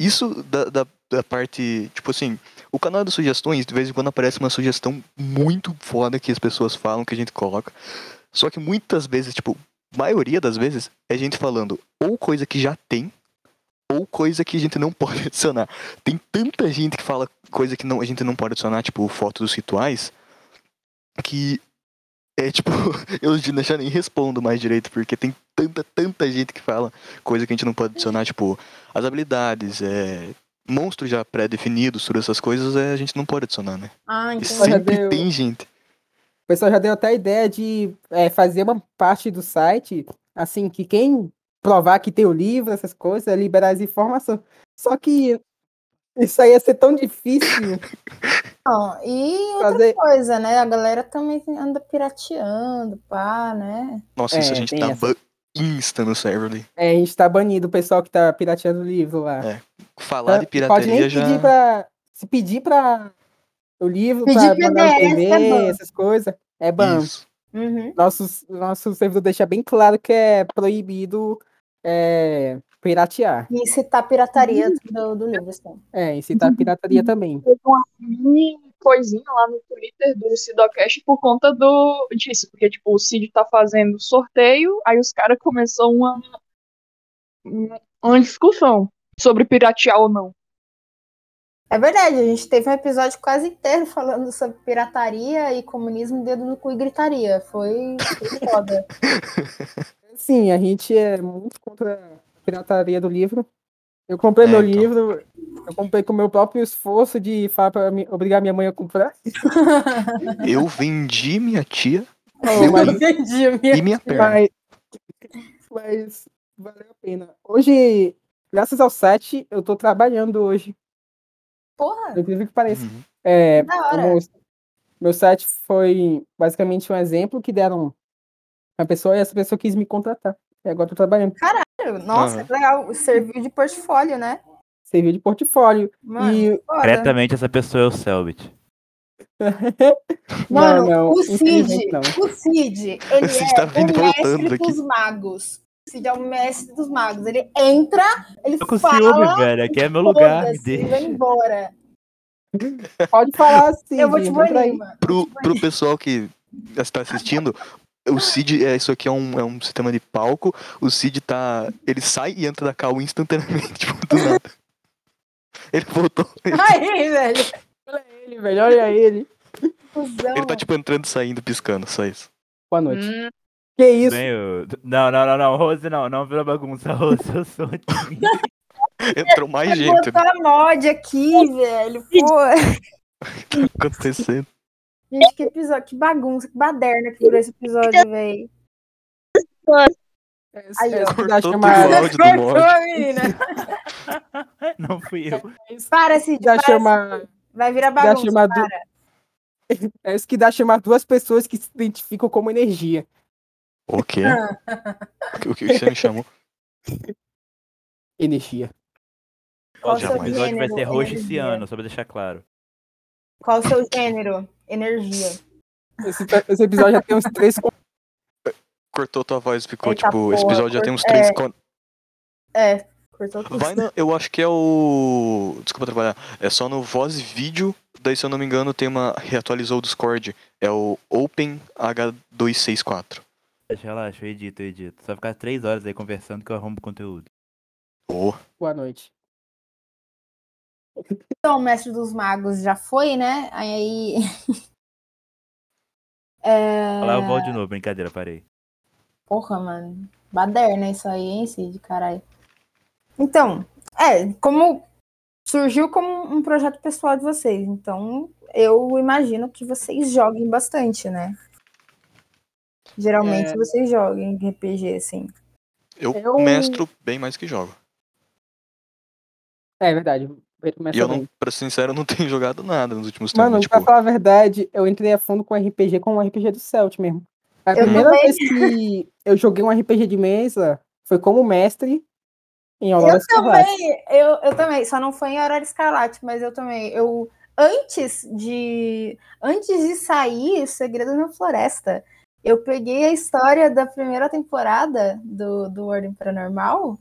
C: isso da, da, da parte, tipo assim, o canal das sugestões, de vez em quando aparece uma sugestão muito foda que as pessoas falam, que a gente coloca, só que muitas vezes, tipo, maioria das vezes, é gente falando ou coisa que já tem, ou coisa que a gente não <laughs> pode adicionar. Tem tanta gente que fala coisa que não, a gente não pode adicionar, tipo, foto dos rituais, que é tipo, <laughs> eu já nem respondo mais direito, porque tem tanta, tanta gente que fala coisa que a gente não pode adicionar, tipo, as habilidades, é. Monstro já pré-definido sobre essas coisas, é, a gente não pode adicionar, né?
A: Ah,
C: E
A: então.
B: sim. já
C: sempre
B: deu.
C: tem gente.
B: O pessoal já deu até a ideia de é, fazer uma parte do site, assim, que quem provar que tem o livro, essas coisas, liberar as informações. Só que isso aí ia ser tão difícil
A: Não, e outra
B: fazer.
A: coisa, né? A galera também anda pirateando, pá, né?
C: Nossa,
B: É,
C: isso a gente
B: tem
C: tá
B: essa.
C: ba- insta no server né? ali.
B: É, a gente tá banido, o pessoal que tá pirateando o livro lá.
C: É, Falar de
B: Tá- Pode nem
C: pirataria já.
B: pedir pra. Se pedir pra o livro
A: Pedir
B: pra mandar no
A: PDF
B: TV,
A: é ban.
B: essas coisas. É ban.
C: Isso.
A: Uhum.
B: Nosso, nosso servidor deixa bem claro que é proibido é, piratear.
A: E incitar a
B: Uhum.
A: pirataria do, do livro, assim.
B: É, incitar a pirataria também.
F: teve uma mini coisinha lá no Twitter do Sidocast por conta do disso, porque tipo, o Cid tá fazendo sorteio, aí os caras começaram uma, uma discussão sobre piratear ou não.
A: É verdade, a gente teve um episódio quase inteiro falando sobre pirataria e comunismo, dedo no cu e gritaria. Foi, foi foda.
B: Sim, a gente é muito contra a pirataria do livro. Eu comprei
C: É,
B: meu
C: então.
B: livro, eu comprei com meu próprio esforço de falar pra mi- obrigar minha mãe a
C: <laughs>
B: comprar.
C: Eu vendi minha tia
B: Oh, <laughs> mas-
A: entendi,
B: <laughs>
C: e minha perna.
B: Mas, mas valeu a pena. Hoje, graças ao site, eu tô trabalhando hoje.
A: Porra,
B: Eu tive que parecer.
C: Uhum.
B: É,
A: da hora.
B: meu, meu site foi basicamente um exemplo que deram a pessoa e essa pessoa quis me contratar. E agora eu tô trabalhando.
A: Nossa,
B: Ah.
C: Aham.
A: que legal. Serviu de portfólio, né?
B: Serviu de portfólio.
A: Mano,
B: E.
A: foda.
E: Diretamente essa pessoa é o Selbit.
A: Mano,
B: não, não,
A: o Cid,
B: infelizmente não.
A: o Cid, ele
C: Você
A: é
C: está Tá vindo e
A: o mestre
C: voltando aqui.
A: dos magos. O Cid é o mestre dos magos. Ele entra, ele
E: Tô com
A: fala,
E: ciúme, velho. Aqui é meu lugar. Me
A: foda-se, vai
E: deixa.
A: embora.
B: Pode falar assim.
A: Eu vou te banir, mano.
C: Pro, pro pessoal que está assistindo, o Cid, é, isso aqui é um, é um sistema de palco. O Cid tá. Ele sai e entra da cal instantaneamente. <laughs> Tipo, do nada. Ele voltou. Ele,
A: Aí, velho.
B: Olha ele, velho. Olha ele.
A: Cusão.
C: ele tá tipo entrando, saindo, piscando, só isso.
B: Boa noite.
F: Hum,
B: Que isso?
E: Bem, eu- Não, não, não, não. Rose, não. Não vira bagunça, Rose. Eu sou tímido.
A: É,
C: Entrou mais
A: Vai
C: gente. Né?
A: botar mod aqui, velho. Pô,
C: Acontecendo.
A: gente, que episódio, que bagunça, que baderna que virou esse episódio,
C: <laughs>
A: velho.
B: É,
A: Aí,
B: é,
A: ó.
B: se dá
C: Cortou
B: chamar-
C: tudo, ó. Ah, Áudio do mod.
A: Cortou, menina.
E: <laughs> Não fui eu.
A: Para, Cid,
B: dá
A: para,
B: chamar-
A: Cid. Vai virar
B: dá
A: bagunça,
B: chamar du-
A: para.
B: <laughs> É isso que dá chamar duas pessoas que se identificam como energia.
A: <laughs>
C: O quê? O que você me chamou?
B: Energia.
A: Qual
E: Gente,
C: seu
E: o episódio vai
A: gênero,
E: ser roxo esse
A: energia?
E: ano, só pra deixar claro.
A: Qual o seu gênero? Energia.
B: Esse, esse episódio já tem uns três. con-
C: Cortou tua voz, ficou
A: Eita
C: tipo. esse
A: porra,
C: episódio já tem uns
A: cor-
C: três.
A: é.
C: con-
A: É, cortou tudo.
C: Vai na, eu acho que é o. Desculpa trabalhar. É só no voz e vídeo. Daí, se eu não me engano, tem uma. Reatualizou o Discord. É o Open H264.
E: Relaxa, Relaxa, eu edito, eu edito. Só ficar três horas aí conversando que eu arrumo conteúdo.
C: Oh,
B: Boa noite.
A: Então, o mestre dos magos já foi, né? Aí. <laughs> é...
E: Falar, eu volto de novo. Brincadeira, parei.
A: Porra, mano. Baderna isso aí, hein, Cid? Caralho. Então, é, como. Surgiu como um projeto pessoal de vocês. Então, eu imagino que vocês joguem bastante, né? Geralmente
B: É.
A: vocês jogam RPG, assim.
C: eu,
B: Eu-
C: mestro bem mais que jogo.
B: É verdade. o Pedro começa
C: E eu,
B: bem.
C: não, pra ser sincero, não <laughs> tenho jogado nada nos últimos tempos.
B: Mano, pra
C: tipo,
B: falar a verdade, eu entrei a fundo com RPG, com um RPG do Celt mesmo. A
A: Eu
B: primeira
A: também.
B: vez que eu joguei um RPG de mesa foi como mestre em
A: Eu
B: Aurora Escarlate.
A: também, eu, eu também, só não foi em horário escarlate, mas eu também. Eu antes de antes de sair Segredo na Floresta, eu peguei a história da primeira temporada do, do Ordem Paranormal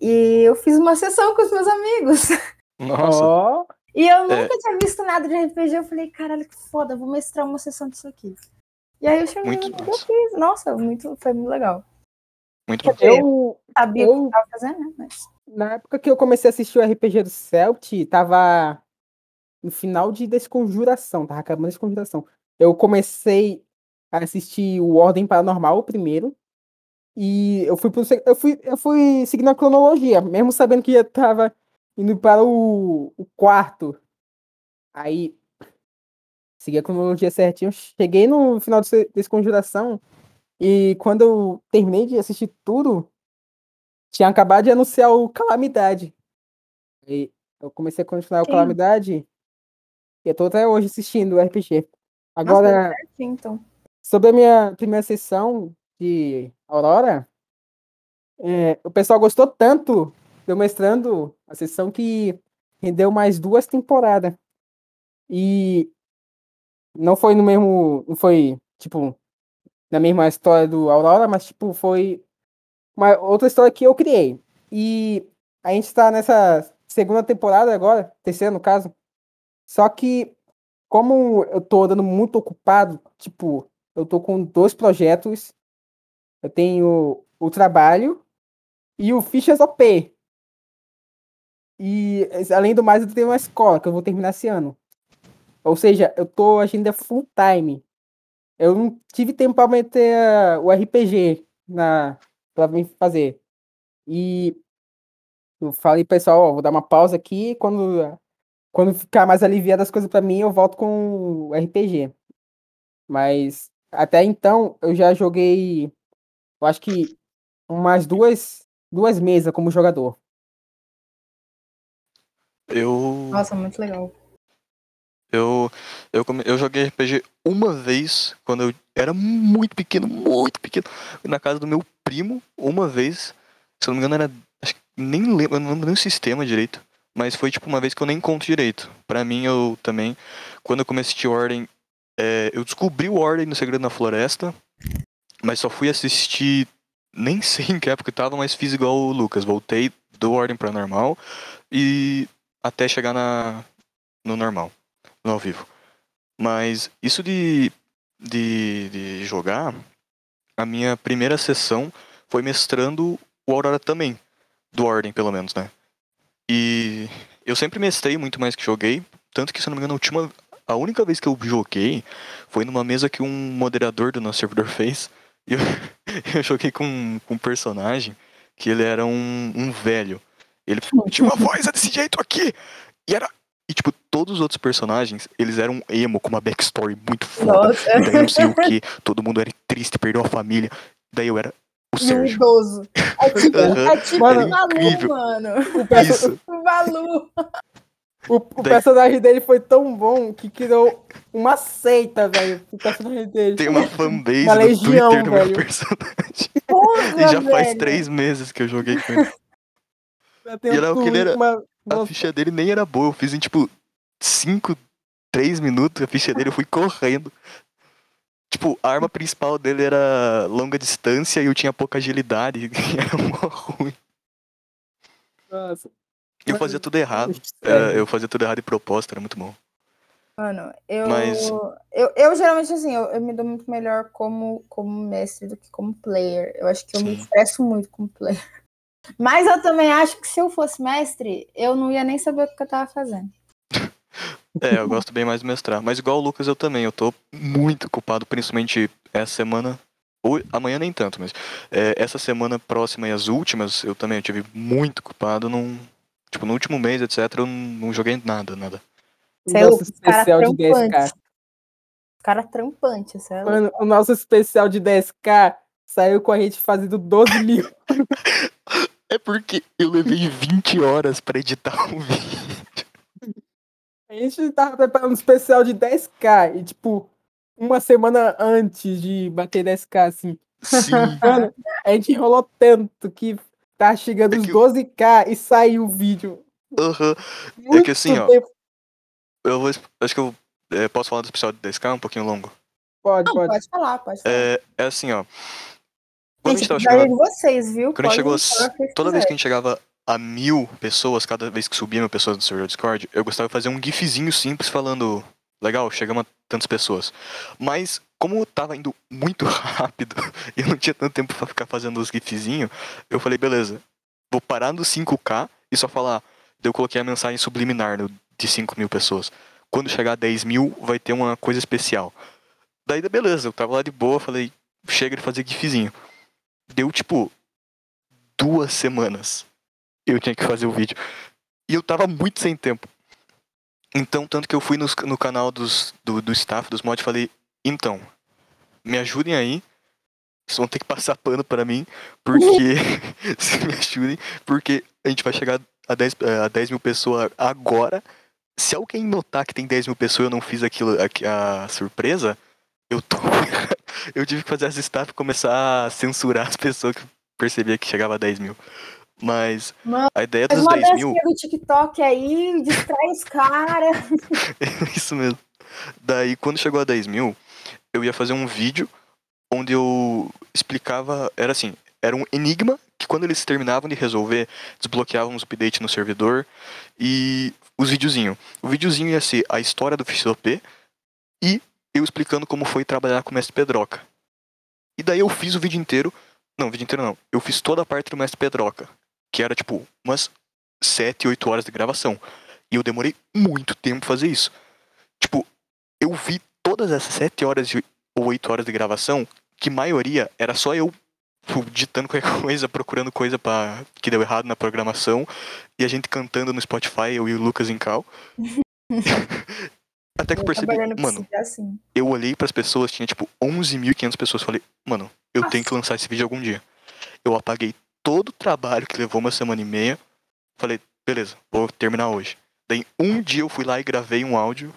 A: e eu fiz uma sessão com os meus amigos. <laughs>
C: nossa.
B: Ó,
A: E
C: É.
A: eu nunca tinha visto nada de RPG, eu falei, caralho, que foda, vou mestrar uma sessão disso aqui. E aí eu chamei
C: Muito
A: meu amigo, eu
C: massa.
A: fiz. Nossa, muito, foi muito legal.
C: Muito bom.
B: eu,
A: Sabia o que
B: eu,
A: estava fazendo, né? Mas...
B: na época que eu comecei a assistir o RPG do Celt, tava no final de Desconjuração, tava acabando a Desconjuração. Eu comecei a assistir o Ordem Paranormal primeiro. E eu fui pro, se- eu fui, eu fui seguindo a cronologia, mesmo sabendo que eu tava indo para o, o quarto. Aí segui a cronologia certinho, cheguei no final de se- Desconjuração e quando eu terminei de assistir tudo, tinha acabado de anunciar o Calamidade. E eu comecei a continuar o
A: Sim.
B: Calamidade e eu tô até hoje assistindo o RPG.
A: Nossa,
B: Agora,
A: certinho, então.
B: Sobre a minha primeira sessão de Aurora, é, o pessoal gostou tanto de eu mestrando a sessão que rendeu mais duas temporadas. E Não foi no mesmo. Não foi, tipo, na mesma história do Aurora, mas, tipo, foi uma outra história que eu criei. E a gente tá nessa segunda temporada agora, terceira no caso. Só que, como eu tô andando muito ocupado, tipo, eu tô com dois projetos. Eu tenho o trabalho e o Fichas OP. E, além do mais, eu tenho uma escola que eu vou terminar esse ano. Ou seja, eu tô agenda full time. Eu não tive tempo para meter ah, o RPG na para mim fazer. E eu falei, pessoal, ó, vou dar uma pausa aqui, quando quando ficar mais aliviado as coisas para mim, eu volto com o RPG. Mas até então eu já joguei eu acho que umas duas duas mesas como jogador.
C: Eu.
A: Nossa, muito legal.
C: Eu, eu, come- eu joguei RPG uma vez, quando eu era muito pequeno, muito pequeno, na casa do meu primo, uma vez. Se eu não me engano, era. Acho que nem lembro, eu não lembro nem o sistema direito. Mas foi tipo uma vez que eu nem conto direito. Pra mim, eu também. Quando eu comecei a assistir Ordem, é, eu descobri o Ordem no Segredo na Floresta, mas só fui assistir. Nem <laughs> sei em que época eu tava, mas fiz igual o Lucas. Voltei do Ordem pra normal e até chegar na, no normal no ao vivo. Mas isso de, de, de jogar, a minha primeira sessão foi mestrando o Aurora também, do Ordem, pelo menos, né? E eu sempre mestrei muito mais que joguei, tanto que, se eu não me engano, a, última, a única vez que eu joguei foi numa mesa que um moderador do nosso servidor fez, e eu, <laughs> eu joguei com, com um personagem que ele era um, um velho. Ele tinha uma voz desse jeito aqui! E era e, tipo, todos os outros personagens, eles eram emo, com uma backstory muito foda.
A: Nossa.
C: E daí não
B: <laughs>
C: sei o que, todo mundo era triste, perdeu a família. Daí eu era o
A: E um
C: Sérgio.
A: idoso.
C: <laughs>
A: É tipo, é tipo
B: Mano,
A: o Balu,
C: incrível.
A: mano.
C: É Isso.
A: O Balu.
B: O, o
C: Daí-
B: personagem dele foi tão bom que criou uma seita, velho. O personagem dele.
C: Tem um- uma fanbase
B: Uma
C: no
B: legião,
C: Twitter do meu
B: velho.
C: personagem.
A: Porra,
C: E já faz
A: velho.
C: três meses que eu joguei com ele.
B: Já tem um
C: e era o que ele
B: tweet,
C: era-
B: uma-
C: A
B: uma-
C: ficha dele nem era boa. Eu fiz em, tipo, cinco, três minutos a ficha dele. Eu fui correndo. Tipo, a arma principal dele era longa distância e eu tinha pouca agilidade. <laughs> E era mó ruim.
B: Nossa.
C: Eu fazia tudo errado. Ah, Era-
B: Sério.
C: eu fazia tudo errado e proposta, era muito bom.
A: Mano, eu,
C: Mas-
A: eu, eu geralmente, assim, eu, eu me dou muito melhor como, como mestre do que como player. Eu acho que eu me
C: Sim.
A: expresso muito como player. Mas eu também acho que se eu fosse mestre, eu não ia nem saber o que eu tava fazendo.
C: É, eu gosto bem mais de mestrar. Mas igual o Lucas, eu também. Eu tô muito ocupado, principalmente essa semana. Ou amanhã nem tanto, mas é, essa semana próxima e as últimas, eu também eu tive muito ocupado. Num, tipo, no último mês, etc., eu não joguei nada, nada.
A: Cê é
B: nosso
A: louco, os cara
B: especial de
A: trampante.
B: 10k.
A: Cara trampante, é sabe?
B: Mano, o nosso especial de 10k saiu com a gente fazendo 12 mil. <laughs>
C: É porque eu levei 20 horas pra editar o vídeo.
B: A gente tava preparando um especial de 10k. E, tipo, uma semana antes de bater 10k, assim.
C: Sim.
B: Mano, a gente enrolou tanto que tá chegando
C: É
B: os
C: que o-
B: 12k e saiu o vídeo.
C: aham.
B: Muito
C: assim, ó,
B: tempo.
C: Eu vou. exp- Acho que eu é, posso falar do especial de 10K, é um pouquinho longo.
B: Pode,
A: Não,
B: pode.
A: pode falar, pode falar.
C: É, é assim, ó. Quando a
A: gente,
C: gente tava
A: vai
C: chegando.
A: de vocês, viu?
C: Quando a gente
A: Podem
C: chegou
A: falar o que vocês
C: Toda vez que
A: quiserem.
C: a gente chegava a mil pessoas, cada vez que subia mil pessoas no servidor Discord, eu gostava de fazer um gifzinho simples falando, legal, chegamos a tantas pessoas. Mas, como eu tava indo muito <laughs> rápido e eu não tinha tanto tempo pra ficar fazendo os gifzinhos, eu falei, beleza, vou parar no 5K e só falar. Daí eu coloquei a mensagem subliminar no- de 5 mil pessoas. Quando chegar a 10 mil, vai ter uma coisa especial. Daí, beleza, eu tava lá de boa, falei, chega de fazer gifzinho. Deu, tipo, duas semanas eu tinha que fazer o vídeo. E eu tava muito sem tempo. Então, tanto que eu fui nos- no canal dos, do, do staff, dos mods, e falei: então, me ajudem aí. Vocês vão ter que passar pano pra mim, <laughs> porque. se me ajudem, porque a gente vai chegar a 10, eh, a 10 mil pessoas agora. Se alguém notar que tem 10 mil pessoas e eu não fiz aquilo, aqui- a, surpresa, eu tô. <laughs> eu tive que fazer as staff começar a censurar as pessoas que percebia que chegava a 10 mil. Mas
A: Mano,
C: a ideia
A: Faz
C: dos
A: uma
C: 10 mil.
A: dancinha do TikTok aí, distrai os caras.
C: <laughs> Isso mesmo. Daí, quando chegou a 10 mil, eu ia fazer um vídeo onde eu explicava. Era assim: era um enigma que, quando eles terminavam de resolver, desbloqueavam os updates no servidor e os videozinhos. O videozinho ia ser a história do FXOP e eu explicando como foi trabalhar com o Mestre Pedroca. E daí eu fiz o vídeo inteiro. Não, o vídeo inteiro não. Eu fiz toda a parte do Mestre Pedroca, que era tipo umas 7, 8 horas de gravação. E eu demorei muito tempo pra fazer isso. Tipo, eu vi todas essas 7 horas de- ou 8 horas de gravação, que maioria era só eu tipo, digitando qualquer <laughs> coisa, procurando coisa pra, que deu errado na programação, e a gente cantando no Spotify, eu e o Lucas em cal. Até que eu percebi,
A: Trabalhando pra
C: mano,
A: si, é assim.
C: eu olhei pras pessoas, tinha tipo 11.500 pessoas. Falei, mano, eu
A: Nossa.
C: tenho que lançar esse vídeo algum dia. Eu apaguei todo o trabalho que levou uma semana e meia. Falei, beleza, vou terminar hoje. Daí um dia eu fui lá e gravei um áudio,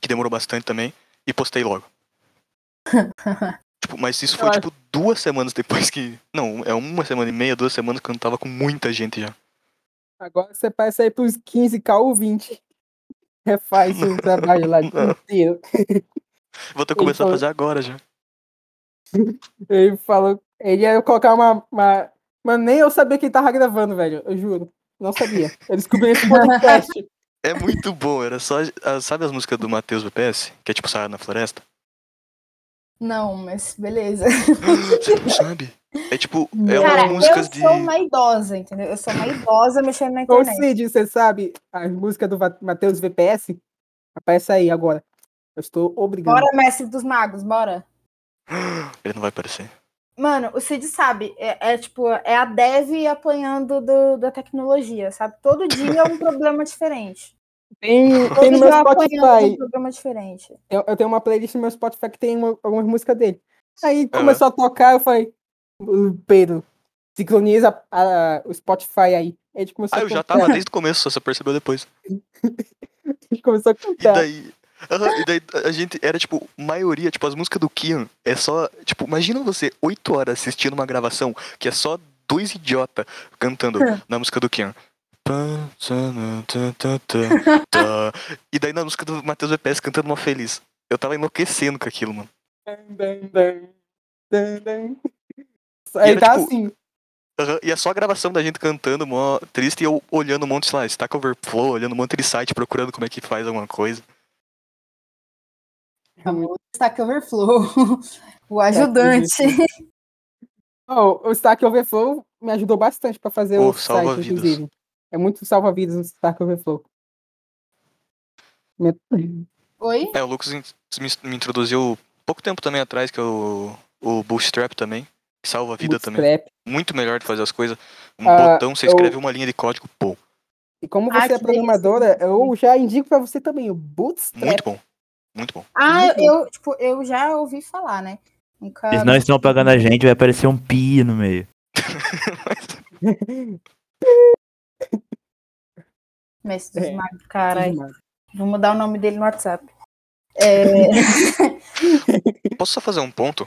C: que demorou bastante também, e
A: <laughs>
C: postei logo. Tipo, mas isso foi
A: Eu
C: tipo duas semanas depois que. Não, é uma semana e meia, duas semanas que eu não tava com muita gente já.
B: Agora você passa aí pros 15k ou 20. Refaz
C: <laughs>
B: o trabalho lá inteiro.
C: Vou ter que começar a
B: Então-
C: fazer
A: <laughs>
C: agora já.
B: Ele falou. Ele ia colocar uma, uma. Mano, nem eu sabia que ele tava gravando, velho. Eu juro. Não sabia. Eu descobri
A: <laughs>
B: nesse podcast.
C: É muito bom, era só. ah, Sabe as músicas do Matheus BPS? Que é tipo Sarah na Floresta?
A: Não, mas beleza.
C: Você não sabe? É tipo, é
B: Não.
A: Cara,
C: umas músicas
A: eu
C: de.
A: sou uma idosa, entendeu? Eu sou uma idosa mexendo na
B: Ô,
A: internet.
B: Cid, você sabe a música do Va- Matheus VPS? Aparece aí agora. Eu estou obrigado.
A: Bora, mestre dos magos, bora.
C: Ele não vai aparecer.
A: Mano, o Cid sabe, é, é tipo, é a dev apanhando do- da tecnologia, sabe? Todo dia é
C: <laughs>
A: um problema diferente.
B: Tem, tem
A: Todo
B: no
A: dia
B: meu
A: eu apanhando de um
B: Spotify.
A: problema diferente.
B: Eu, eu tenho uma playlist no meu Spotify que tem uma- algumas músicas dele. Aí
C: Ah.
B: começou a tocar, eu falei, "Ô, Pedro, sincroniza a- o Spotify aí. Aí A gente começou
C: Ah,
B: a
C: eu já
B: cantar,
C: tava desde o começo, só você percebeu depois.
B: <laughs> a gente começou a
C: E
A: Tá.
B: cantar.
C: daí. Aham, e daí a gente era tipo, maioria, tipo, as músicas do Kian é só. Tipo, imagina você oito horas assistindo uma gravação que é só dois idiota cantando
A: Hum.
C: na música do Kian.
A: <laughs>
C: E daí na música do Matheus VPS cantando uma feliz. Eu tava enlouquecendo com aquilo, mano.
B: Dun, dun, dun, dun.
C: era,
B: Aí tá
C: tipo,
B: assim.
C: Aham, E é só a gravação da gente cantando, mó triste, e eu olhando um monte de lá, Stack Overflow, olhando um monte de site, procurando como é que faz alguma coisa.
A: Amor, Stack Overflow, <laughs> o
C: Tá,
A: ajudante.
B: Ó, o Stack Overflow me ajudou bastante pra fazer
C: Ô,
B: o site,
C: salva-vidas.
B: inclusive. É muito salva-vidas o Stack Overflow. Me-
A: <laughs> Oi?
C: É, o Lucas in- me, me introduziu pouco tempo também atrás, que é o, o Bootstrap também, que salva a vida também.
B: Bootstrap.
C: Muito melhor de fazer as coisas. Um
B: Ah,
C: botão, você
B: eu-
C: escreve uma linha de código, pô,
B: E como
A: Ah,
B: você é
A: que delícia.
B: programadora, eu já indico pra você também o Bootstrap.
A: É.
C: muito bom. É Muito bom.
A: Ah,
B: Uhum.
A: eu, tipo, eu já ouvi falar, né? Nunca.
E: Eles não estão pagando a gente, vai aparecer um pi no meio.
A: Mestre
B: É.
A: dos magos, caralho.
B: Demais.
A: Vou mudar o nome dele no WhatsApp. É,
C: Posso só fazer um ponto?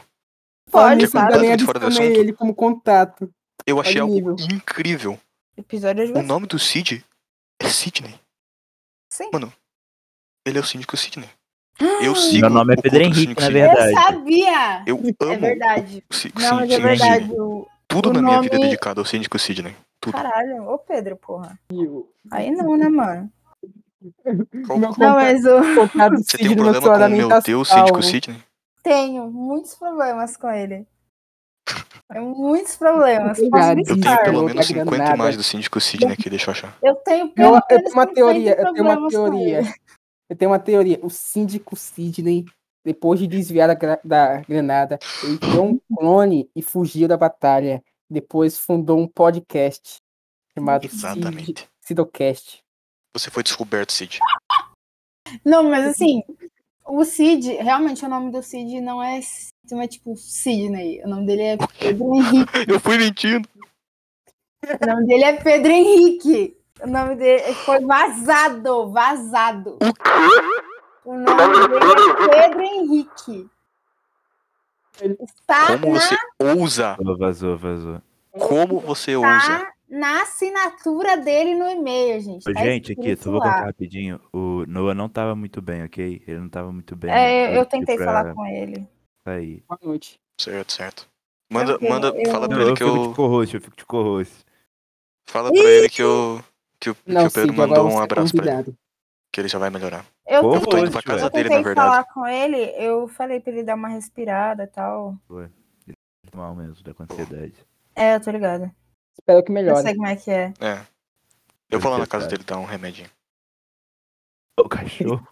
B: Falando
A: pode,
B: isso,
A: sabe?
B: também
C: Completamente fora do
B: adicionei
C: assunto.
B: é ele como contato. É
C: Eu achei algo
B: Nível.
C: incrível.
A: Episódio de
C: O nome do Cid é Sidney.
A: Sim.
C: Ele é o síndico Sidney.
A: Ah!
C: Eu sigo
E: Meu nome é
C: o culto
E: Pedro
C: do
E: Henrique,
C: síndico
E: na
C: Sidney.
A: Eu
E: verdade.
A: sabia!
C: Eu
A: É
C: amo
A: verdade.
C: o síndico
A: Não, mas é
C: Sidney.
A: verdade. o-
C: Tudo
A: O
C: na minha vida é
A: nome-
C: dedicado ao síndico Sidney. Tudo.
A: Caralho, ô Pedro, porra.
B: E o
A: Aí não, né, mano?
B: meu
C: Qual-
A: Não, é
B: contato,
A: mas eu
B: contato
C: Você tem
B: Sidney
C: um
B: no
C: problema
B: seu
C: com o
B: horário
C: meu
B: tá
C: Deus,
B: salvo.
C: síndico Sidney?
A: tenho muitos problemas com ele. Tenho Muitos problemas.
B: Eu
A: Posso
B: tenho
A: me
C: Eu tenho
A: citar.
B: Claro,
C: pelo
B: não
C: menos
B: tá
C: 50
B: ganhando nada.
C: imagens do síndico Sidney aqui, deixa eu achar.
A: Eu tenho
B: Eu,
A: pelo
B: eu
A: menos
B: tenho uma
A: 50
B: teoria, eu tenho uma
A: problemas com
B: teoria.
A: ele.
B: Eu tenho uma teoria. O síndico Sidney, depois de desviar da, gra- da granada, ele criou
A: Uhum.
B: um clone e fugiu da batalha. Depois fundou um podcast chamado Sid,
C: Exatamente.
B: Sidocast.
C: Você foi descoberto, Cid.
A: Não,
E: Uhum.
A: mas assim, o Cid, realmente o nome do Cid não é, Cid, não é tipo Sidney. O nome dele é Pedro Henrique.
C: <laughs> Eu fui mentindo.
A: O nome dele é Pedro Henrique. O nome dele é, foi vazado, vazado. O nome dele é Pedro Henrique. Está
C: Como
A: na,
B: Ah,
E: é
C: você ousa?
B: tá.
E: Vazou, vazou.
C: Como você ousa?
A: está tá na assinatura dele no e-mail, gente.
E: Ô,
A: Tá
E: Gente, aqui,
A: escrito
E: tu vou
A: lá.
E: contar rapidinho. O Noah não tava muito bem, ok? Ele não tava muito bem.
A: É, eu- eu
E: Ele
A: tentei
E: pra
A: falar com ele.
E: Sair.
B: Boa noite.
C: Certo, certo. Manda,
A: Tranquilo,
C: manda,
A: eu-
C: fala
E: Não, é
C: pra
E: eu
C: ele que
E: fico
C: eu.
E: de corroxo, eu fico de corroxo.
C: Fala pra ele que eu. Que o, que
B: Não,
C: o Pedro
B: Cid, agora
C: mandou
B: você
C: um
B: é
C: abraço pra ele,
B: convidado.
C: que ele já vai melhorar.
A: Eu
E: Pô,
C: Eu tô
A: tentei,
C: indo pra
E: Poxa,
C: casa
A: eu
C: dele, na
A: tentei falar
C: verdade.
A: com ele, eu falei pra ele dar uma respirada e tal.
E: Mal mesmo, da com
A: <laughs>
E: ansiedade.
A: É, eu tô ligada.
B: Espero que
A: Eu
B: melhore.
A: sei como é que é.
C: É. Eu vou lá na casa
E: Ansiedade.
C: dele dar um remedinho.
E: O cachorro.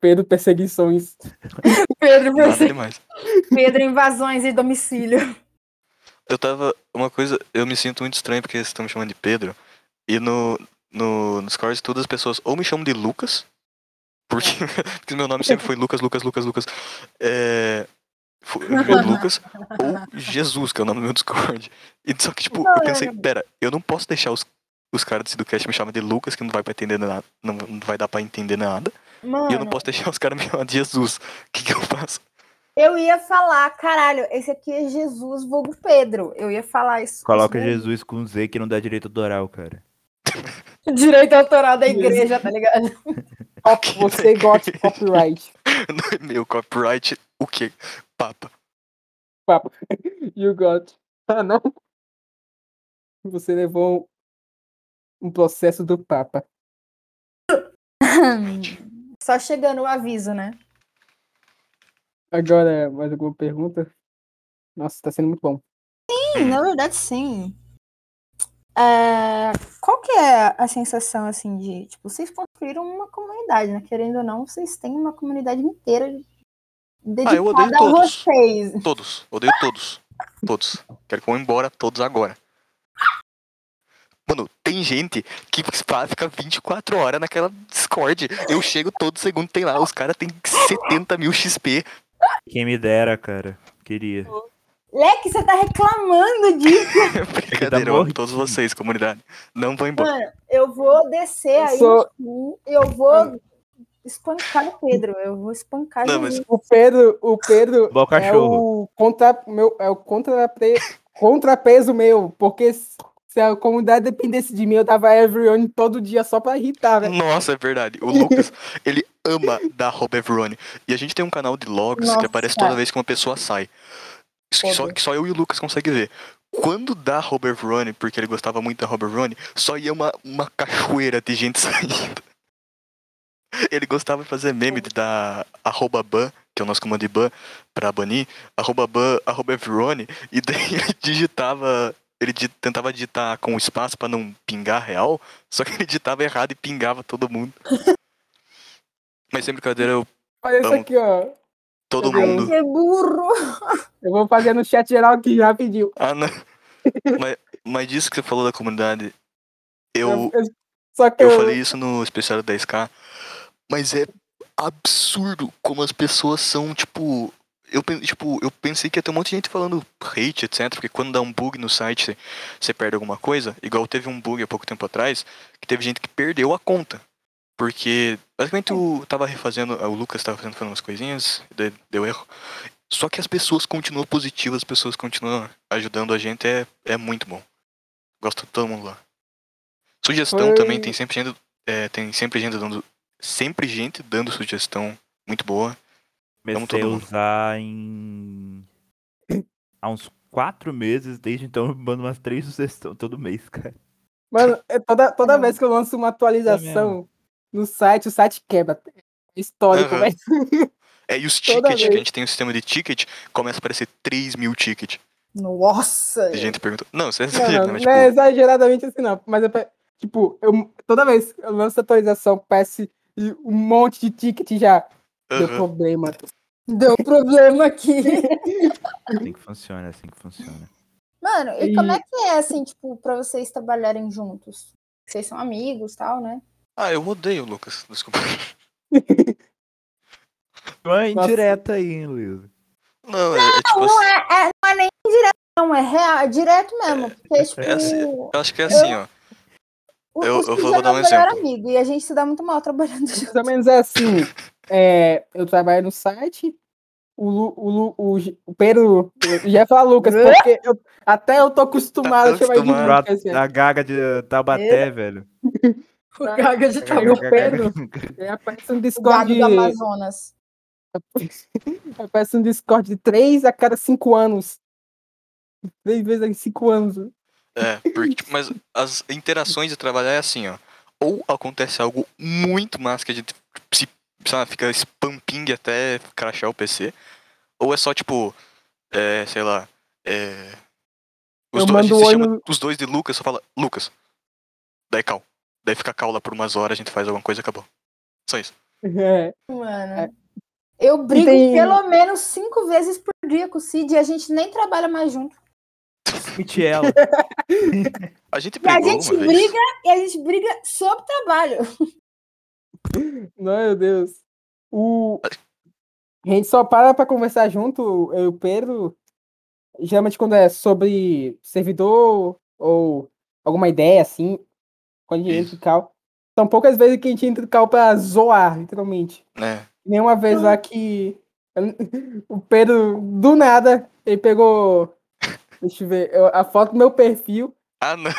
B: Pedro, perseguições.
A: Pedro,
C: Nada demais.
A: Pedro, invasões e domicílio.
C: Eu tava. Uma coisa, eu me sinto muito estranho porque vocês estão me chamando de Pedro. E no, no, no Discord todas as pessoas ou me chamam de Lucas, porque, <laughs> porque meu nome sempre foi Lucas, Lucas, Lucas, Lucas. É. foi- eu chamei de Lucas ou Jesus, que é o nome do meu Discord. E só que, tipo, eu pensei, pera, eu não posso deixar os, os caras desse do cast me chamar de Lucas, que não vai pra entender nada. Não, não vai dar pra entender nada. E eu não
A: <laughs> Mano,
C: posso deixar os caras me chamar de Jesus. O que, que eu faço?
A: eu ia falar, caralho, esse aqui é Jesus vulgo Pedro. Eu ia falar isso.
E: Coloca
A: isso
E: Jesus com Z que não dá direito autoral, cara.
A: Direito autoral da igreja, tá ligado?
B: Cop,
C: <laughs>
B: você got copyright.
C: No e-mail, copyright, o quê? Papa.
B: Papo. You got. <laughs> Ah, não. Você levou um processo do Papa.
A: Só chegando o aviso, né?
B: Agora, mais alguma pergunta? Nossa, tá sendo muito bom.
A: Sim, na verdade, sim. É, Qual que é a sensação, assim, de... Tipo, vocês construíram uma comunidade, né? Querendo ou não, vocês têm uma comunidade inteira dedicada
C: Ah, eu odeio
A: a
C: todos.
A: vocês.
C: Todos. Odeio todos. Todos. Quero que vão embora todos agora. Mano, tem gente que fa- fica 24 horas naquela Discord. Eu chego todo segundo, tem lá. Os caras têm 70 mil <laughs> XP.
E: Quem me dera, cara. Queria.
A: Leque, você tá reclamando disso,
C: Brincadeira, eu amo todos vocês, comunidade. Não vão embora.
A: mano. Eu Ah. vou descer
B: Eu
A: aí,
B: sou-
A: no cu, eu vou espancar o Pedro, eu vou espancar
C: Não,
A: o Jesus.
B: O Pedro, o Pedro
E: Bom
B: é
E: cachorro.
B: o contra meu, é o contrape, contrapeso meu, porque se se a comunidade dependesse de mim, eu dava everyone todo dia só pra irritar, velho.
C: Nossa, é verdade. O Lucas, ele ama dar Rob Everone. E a gente tem um canal de logs que
A: Nossa.
C: aparece toda vez que uma pessoa sai. Isso Que só,
A: Foda.
C: que só eu e o Lucas conseguem ver. Quando dá Robert Run, porque ele gostava muito da Robert Run, só ia uma, uma cachoeira de gente <laughs> saindo. Ele gostava de fazer meme de dar arroba ban, que é o nosso comando de ban, pra banir, arroba ban, arroba everone, e daí <laughs> ele digitava, ele di- tentava digitar com espaço pra não pingar real, só que ele digitava errado e pingava todo
B: <laughs>
C: mundo. Mas sem brincadeira, eu-
B: Olha isso
C: Vamos.
B: aqui, ó.
C: todo
B: Meu Deus.
C: mundo
A: Que burro!
B: Eu vou fazer no chat geral aqui rapidinho.
C: Ah, não. <laughs> mas, mas disso que você falou da comunidade, eu,
B: só que
C: eu falei isso no especial do 10K, mas é absurdo como as pessoas são, tipo. Eu, pen- tipo, eu pensei que ia ter um monte de gente falando hate, etc. Porque quando dá um bug no site, você- você perde alguma coisa. Igual teve um bug há pouco tempo atrás, que teve gente que perdeu a conta. Porque, basicamente, eu tava refazendo, o Lucas tava fazendo umas coisinhas, daí deu erro. Só que as pessoas continuam positivas, as pessoas continuam ajudando a gente, é, é muito bom. Gosto de todo mundo lá. Sugestão
B: Foi-
C: também, tem sempre gente, é, tem sempre gente dando sempre gente dando sugestão muito boa. Amo todo
E: Comecei a
C: mundo.
E: usar em. Há uns quatro meses, desde então eu mando umas três sugestões todo mês,
B: <laughs>
E: cara.
B: Mano, é toda, toda
A: É.
B: vez que eu lanço uma atualização no site, o site quebra. É histórico,
C: Aham. <laughs>
B: velho.
C: É, e os
B: Toda
C: tickets, que a
B: vez.
C: gente tem um sistema de ticket, começa a aparecer 3 mil tickets.
A: Nossa!
C: A gente pergunta. Não, você é
B: Não,
C: <laughs> exagero,
B: não,
C: mas,
B: não é
C: tipo,
B: exageradamente assim, não. Mas, é pra- tipo, eu, toda vez que eu lanço atualização, parece e um monte de ticket já. Deu
C: aham.
B: problema.
A: Deu problema aqui. <laughs>
E: Assim que funciona, assim que funciona.
A: Mano, e,
B: E-
A: como é que é, assim, tipo, pra vocês trabalharem juntos? Vocês são amigos tal, né?
C: Ah, eu odeio o Lucas, desculpa. <laughs>
B: Nossa.
E: Uma indireta é aí, hein, Luiz.
C: Não, é, é tipo
A: Não
C: assim.
A: é, é- não é nem direto, não, é real, é direto mesmo. Porque, tipo,
C: é assim, Eu acho que é
A: Eu-
C: assim, ó.
A: o,
C: eu-
A: o
C: eu vou-
A: Cid
C: vou
A: é
C: dar um
A: meu melhor
C: exemplo.
A: amigo e a gente se dá muito mal trabalhando <laughs>
B: Mais
A: junto.
B: ou menos é assim. é, eu trabalho no site, o o, Lu- o, Lu- o, G- o Pedro eu ia
A: <laughs>
B: falar Lucas, porque eu- até eu tô acostumado a chamar ele de
C: Tá acostumado.
B: Lucas. velho.
E: A gaga de Taubaté, velho.
A: O Gaga de
B: E o
A: Taubaté.
B: Pedro
E: <laughs>
B: é, aparece no
A: O Gago
B: Discord.
A: do Amazonas.
B: Aparece no um Discord de 3 a cada 5 anos. 3 vezes a 5 anos. <laughs>
C: É, porque, tipo, mas as interações de trabalhar é assim, ó. Ou acontece algo muito massa que a gente tipo, se, sabe, fica spamping até crashar o PC. Ou é só, tipo, é, sei lá, é, Os
B: Eu
C: dois, a gente
B: mando
C: se chama
B: olho-
C: os dois de Lucas, só fala, Lucas, daí cal. Daí fica cal lá por umas horas, a gente faz alguma coisa e acabou. Só isso.
B: É.
A: Mano.
B: É.
A: Eu brigo
B: tem-
A: pelo menos cinco vezes por dia com o Cid e a gente nem trabalha mais junto.
E: Pitiela.
C: A gente
A: E a
C: brigou
A: gente
C: uma vez.
A: briga e a gente briga sobre
B: <laughs>
A: trabalho.
B: Não, meu Deus. O... A gente só para pra conversar junto, eu e o Pedro, geralmente quando é sobre servidor ou alguma ideia assim, quando a gente entra em cal. São poucas vezes que a gente entra em cal pra zoar, literalmente.
C: né?
B: Nenhuma vez lá que o Pedro, do nada, ele pegou. Deixa eu ver, eu- a foto do meu perfil
C: Ah, não.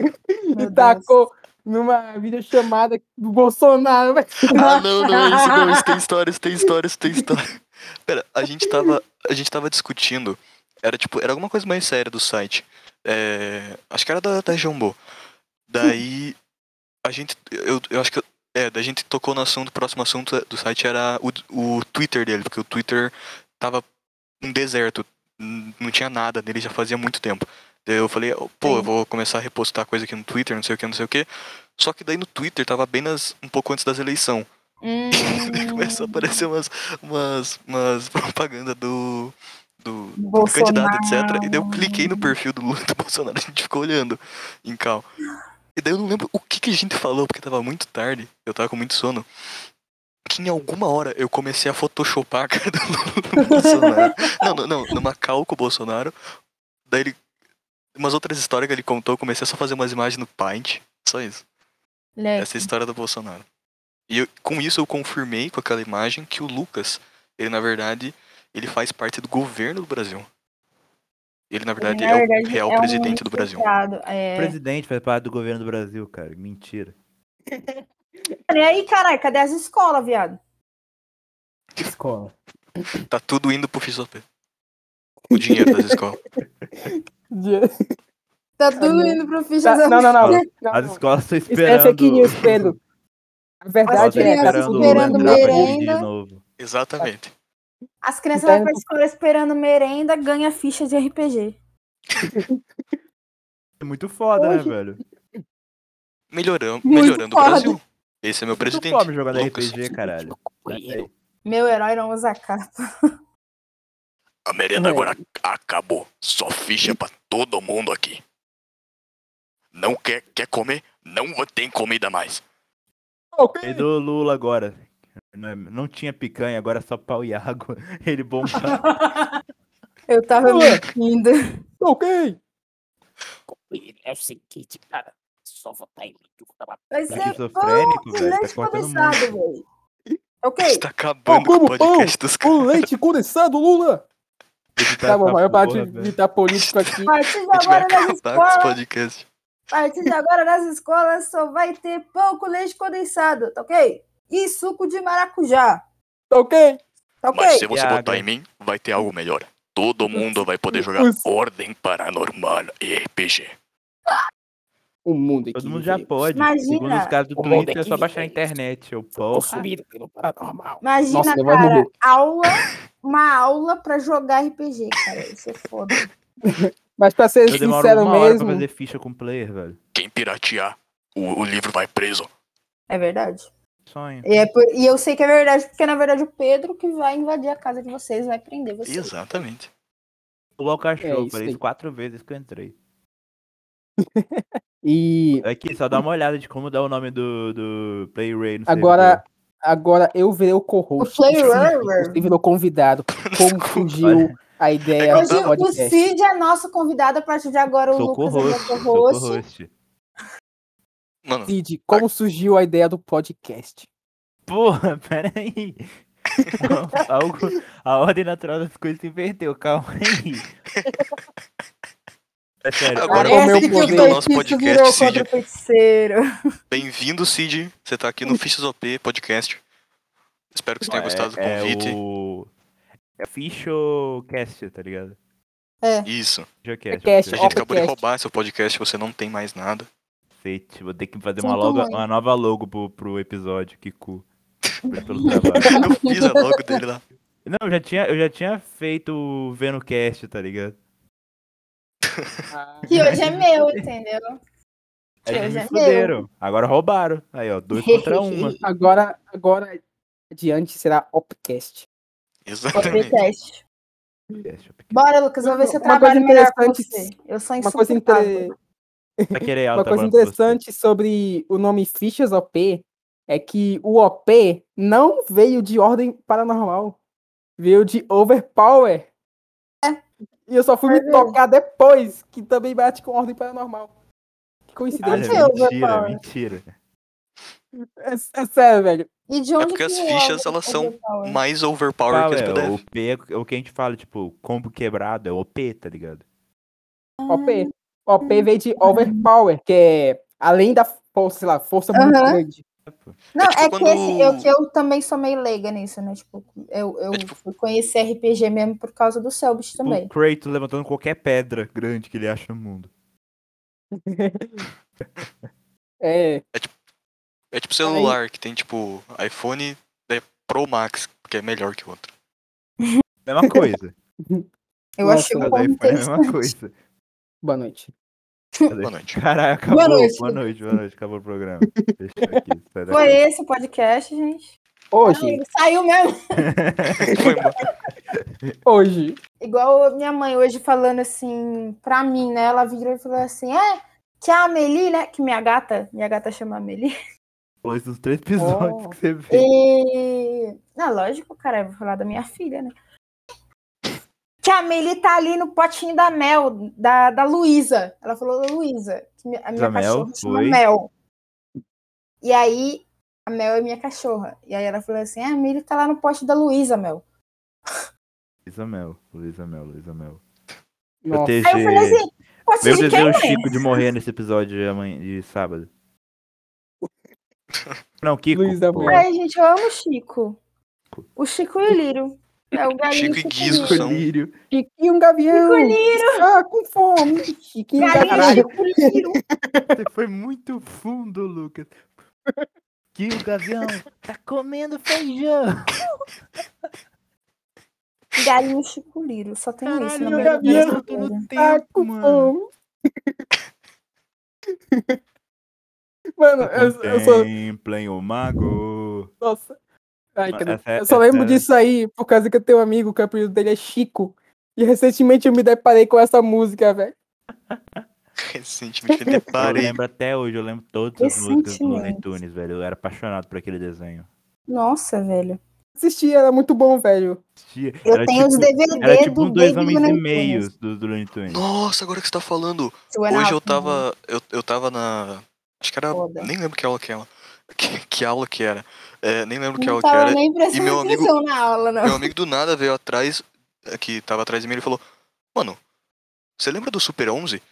A: Meu
B: e
A: Deus.
B: tacou numa videochamada do Bolsonaro. velho.
C: Ah, não, não é isso, não. Isso tem história, isso tem história, isso tem história. Pera, a gente tava, a gente tava discutindo. Era tipo, era alguma coisa mais séria do site. É, acho que era da, da Jumbo. Daí, a gente, eu, eu acho que, é, da gente tocou no assunto, o próximo assunto do site era o, o Twitter dele, porque o Twitter tava um deserto, n- não tinha nada nele já fazia muito tempo. Daí eu falei, pô, eu vou começar a repostar coisa aqui no Twitter, não sei o que, não sei o que. Só que daí no Twitter tava bem nas, um pouco antes das eleições.
A: Hum.
C: Daí <laughs> <laughs> começou a aparecer umas, umas, umas <laughs> propaganda do, do, do
A: Bolsonaro.
C: candidato, etc. E daí eu cliquei no perfil do Lula e do <laughs> Bolsonaro, a gente ficou olhando em cal. E daí eu não lembro o que, que a gente falou, porque tava muito tarde, eu tava com muito sono. Que em alguma hora eu comecei a photoshopar a cara do <laughs> Lula do Bolsonaro. não, não, não, numa cal com o Bolsonaro. Daí ele. Umas outras histórias que ele contou, eu comecei a só fazer umas imagens no Paint. Só isso.
A: Leque.
C: Essa é a história do Bolsonaro. E eu- com isso eu confirmei com aquela imagem que o Lucas, ele na verdade, ele faz parte do governo do Brasil. Ele na verdade
A: Na
C: é
A: verdade,
C: o real
A: é um
C: presidente do Brasil.
A: infiltrado, é.
E: Presidente faz parte do governo do Brasil, cara. Mentira.
A: E aí, caralho, cadê as escolas, viado?
B: Escola.
C: Tá tudo indo pro Fisop. O dinheiro
A: <laughs>
C: das escolas.
A: Tá tudo indo pro ficha.
B: Tá, não, não, não. não,
E: As
B: não.
E: escolas estão
B: Isso é
E: esperando.
B: fake news, Pedro. A
A: As
B: verdade é
A: crianças
B: essa.
A: esperando
B: tudo bem.
A: esperando merenda.
E: De novo.
C: Exatamente.
A: As crianças vão pra
B: Interno-
A: escola esperando merenda, ganha ficha de RPG.
E: É muito foda,
B: Hoje-
E: né, velho?
C: Melhorando,
A: Muito
C: melhorando o
A: foda.
C: Brasil. Esse é meu
E: Muito
C: presidente.
E: pobre jogando
C: Lucas.
E: RPG, caralho. é
A: Meu herói não usa capa.
C: A merenda
B: É.
C: agora acabou. Só ficha pra todo mundo aqui. Não quer, quer comer? Não tem comida mais.
E: E do Lula agora. Não, é- não tinha picanha, agora é só pau e água. <laughs> Ele bomba.
A: Eu tava me
B: Ué.
A: rindo.
B: Ok.
G: É o seguinte, cara. Só votar em mim que eu vou dar uma
A: Vai ser
E: Esquizofrênico,
A: bom,
E: velho, tá
A: leite é
E: cortando
A: condensado, velho. Ok,
C: Está acabando
B: como
C: com o podcast dos caras.
B: O leite condensado, Lula. Tá bom, vai parar de
E: velho.
B: gritar político aqui.
A: a partir de
C: A gente vai
A: agora nas
C: acabar com esse tá
A: escolas,
C: podcast.
A: a partir de agora nas escolas só vai ter pão com leite condensado, tá ok? E suco de maracujá,
B: Tá ok?
A: tá ok?
C: Mas se você
E: Iago.
C: botar em mim, vai ter algo melhor. Todo mundo vai poder jogar
B: Os-
C: Ordem Paranormal e RPG.
B: O mundo aqui.
E: Todo mundo já
B: velho.
E: pode.
A: Imagina.
E: Segundo os caras do
G: O mundo
E: Twitter, é
G: aqui
E: só baixar a
G: vive.
E: internet. Eu porra.
G: consumida pelo paranormal.
A: Imagina,
B: Nossa, ele vai
A: cara,
B: morrer.
A: aula, uma aula pra jogar RPG, cara. Isso é foda.
B: Mas pra ser
E: Eu demoro
B: sincero
E: uma hora pra
B: mesmo,
E: fazer ficha com o player, velho.
C: Quem piratear, o, o livro vai preso.
A: É verdade.
E: Sonho.
A: E, é por- e eu sei que é verdade, porque na verdade o Pedro que vai invadir a casa de vocês, vai prender vocês.
C: Exatamente.
E: O Local Show,
B: é isso
E: falei
B: aí.
E: isso quatro vezes que eu entrei. É
B: e
E: Aqui, só dá uma olhada de como dá o nome do, do Play Ray no
B: agora,
E: servidor.
B: agora eu virei o co-host.
A: O player
B: Você virou
E: <laughs>
B: convidado. Como fugiu a ideia
A: Hoje
B: do
A: o
B: podcast?
A: Cid é nosso convidado, a partir de agora o
E: Sou
A: Lucas
E: co-host.
A: é meu
E: Sou
A: co-host.
E: co-host.
A: <laughs>
C: Mano,
B: Cid, como surgiu a ideia do podcast?
E: <laughs>
C: <laughs>
E: Porra, peraí. Algo, a ordem natural das coisas se inverteu, calma aí. É sério,
C: Agora
A: Parece
B: comeu
A: assim que
B: o poder.
A: o
C: Nosso
A: feitiço
C: podcast,
A: virou
C: Cid.
A: contra o feiticeiro.
C: Bem-vindo, Cid. Você tá aqui no FixOP Podcast. Espero que você tenha gostado do
E: é,
C: convite.
E: É o... É Ficho Cast, tá ligado?
C: Isso.
E: Fichocast.
B: É Cast,
C: A gente
B: Podcast.
C: acabou de roubar seu podcast, você não tem mais nada.
E: Cacete, vou ter que fazer uma,
A: Sinto
E: logo,
B: é?
A: muito.
E: uma nova logo pro, pro episódio, que cu. Obrigado
B: <laughs>
E: Pelo trabalho.
C: Eu fiz a logo dele lá.
E: Não, eu já tinha, eu já tinha feito o Veno Cast, tá ligado?
G: Ah,
A: Que hoje é meu, entendeu? Eu
E: Aí eles me
A: já
E: fuderam. Agora roubaram. Aí, ó, dois
B: <laughs>
E: contra uma.
B: Agora, agora adiante será Opcast.
A: <laughs>
C: Exatamente.
A: Podcast.
E: Cast,
A: Bora, Lucas, vamos ver se eu
B: Uma coisa
A: trabalho melhor com você.
B: interessante-
A: Eu sou
B: Uma coisa,
A: insuportável.
B: inter-
E: Vai querer
B: uma
E: alta
B: coisa
E: tá agora pra você.
B: interessante sobre o nome Fichas OP é que o OP não veio de ordem paranormal. Veio de overpower. E eu só fui
A: Foi
B: me
A: mesmo.
B: tocar depois, que também bate com ordem paranormal. Que
E: Olha,
B: coincidência.
A: Deus,
E: Ah, mentira,
A: Paulo.
E: mentira.
B: É, é sério, velho.
A: E de onde
C: É porque
A: que
C: as
A: o
C: fichas,
A: Albert
C: elas
A: é
C: são
A: overpower?
C: Mais overpower
E: Qual
C: que as
E: é?
C: PDF.
E: O P é o que a gente fala, tipo, combo quebrado, é OP, tá ligado?
B: OP. OP veio de overpower, que é além da força, sei lá, força muito
A: Aham.
B: grande.
A: Não,
C: tipo
A: é,
C: quando-
A: que esse, eu, que eu também sou meio leiga nisso, né? Tipo, eu, eu
C: É tipo-
A: fui conhecer RPG mesmo por causa do Selbit
E: Tipo,
A: também.
E: O Kratos levantando qualquer pedra grande que ele acha no mundo.
B: É,
C: É tipo celular, que tem tipo iPhone é Pro Max, que é melhor que o outro.
A: <laughs>
E: Mesma coisa.
A: Eu
B: Nossa,
A: achei
B: mas
A: um ponto
E: Mas aí foi a
A: interessante.
E: mesma coisa.
B: boa noite.
C: Boa noite. <laughs>
E: Caralho, acabou.
A: Boa noite.
E: Boa noite, boa noite, Acabou o programa. Deixa eu aqui. sai daqui.
A: Foi esse o podcast, gente. Ah,
B: Hoje,
A: ele saiu mesmo.
C: Foi embora.
B: hoje,
A: Igual a minha mãe hoje falando assim, pra mim, né? Ela virou e falou assim: é, que a Amelie, né? Que minha gata, minha gata chama Amelie.
E: Foi os três episódios
B: Oh.
E: que você vê.
A: E. Ah, lógico, cara, eu vou falar da minha filha, né? Que a Amelie tá ali no potinho da Mel, da, da Luísa. Ela falou da Luísa. que mi- A minha
E: Da Mel,
A: cachorra chama
E: foi.
A: Mel. E aí, a Mel é minha cachorra. E aí ela falou assim: a Amelie tá lá no pote da Luísa, Mel.
E: Luísa Mel, Luísa Mel, Luísa Mel.
B: nossa,
A: Aí eu falei assim: pote
E: Meu
A: de quem,
E: desejo
A: mãe?
E: Chico de morrer nesse episódio de, amanhã,
A: <laughs>
E: de sábado. Não, Kiko.
B: Luísa
E: pô.
B: Mel.
A: Ai, gente, eu amo o Chico. O Chico e o Lírio. É o galinho
C: Chico e
A: e
C: Guizo
A: Lírio.
C: são
E: Lírio.
B: Chiquinho Gavião. Ah, com fome. Chiquinho
A: Galinho,
B: Gavião.
A: Chico e Lírio.
E: Você foi muito fundo, Lucas. Que o Gavião tá comendo feijão.
A: Galinho Chico e Lírio. Só tem isso. na
E: Caralho, é o
A: minha
E: Gavião
A: cabeça.
E: voltou no
A: Ah,
B: Tá
E: tempo,
B: com fome.
E: mano.
B: <laughs> Mano, eu, eu sou.
E: Contemplem o mago.
B: Nossa. Ai, cara,
E: Essa-
B: eu só lembro
E: essa-
B: disso aí por causa que eu tenho um amigo que o apelido dele é Chico. E recentemente eu me deparei com essa música, velho.
C: Recentemente me
E: Eu
C: deparei.
E: lembro até hoje, eu lembro todas as músicas do Looney
A: Recentemente.
E: Tunes, velho. Eu era apaixonado por aquele desenho.
A: Nossa, velho.
B: Assisti, era muito bom, velho.
E: Tinha-
A: Eu
E: era
A: tenho os
E: tipo-
A: DVD
E: Era tipo
A: do
E: uns dois
A: David
E: homens e
A: Nunes.
E: meios do, do Looney Tunes.
C: Nossa, agora que você tá falando.
A: Two and a
C: Hoje eu
A: half men.
C: tava. Eu, eu tava na. Acho que era.
A: Foda.
C: Nem lembro que aula que era. Que, que aula que era. É, nem lembro que
A: Não
C: aula que
A: tava
C: era.
A: nem
C: E meu
A: prestando
C: amigo-
A: atenção na aula, não.
C: Meu amigo do nada veio atrás, eh, que tava atrás de mim, ele falou: Mano, você lembra do Super 11?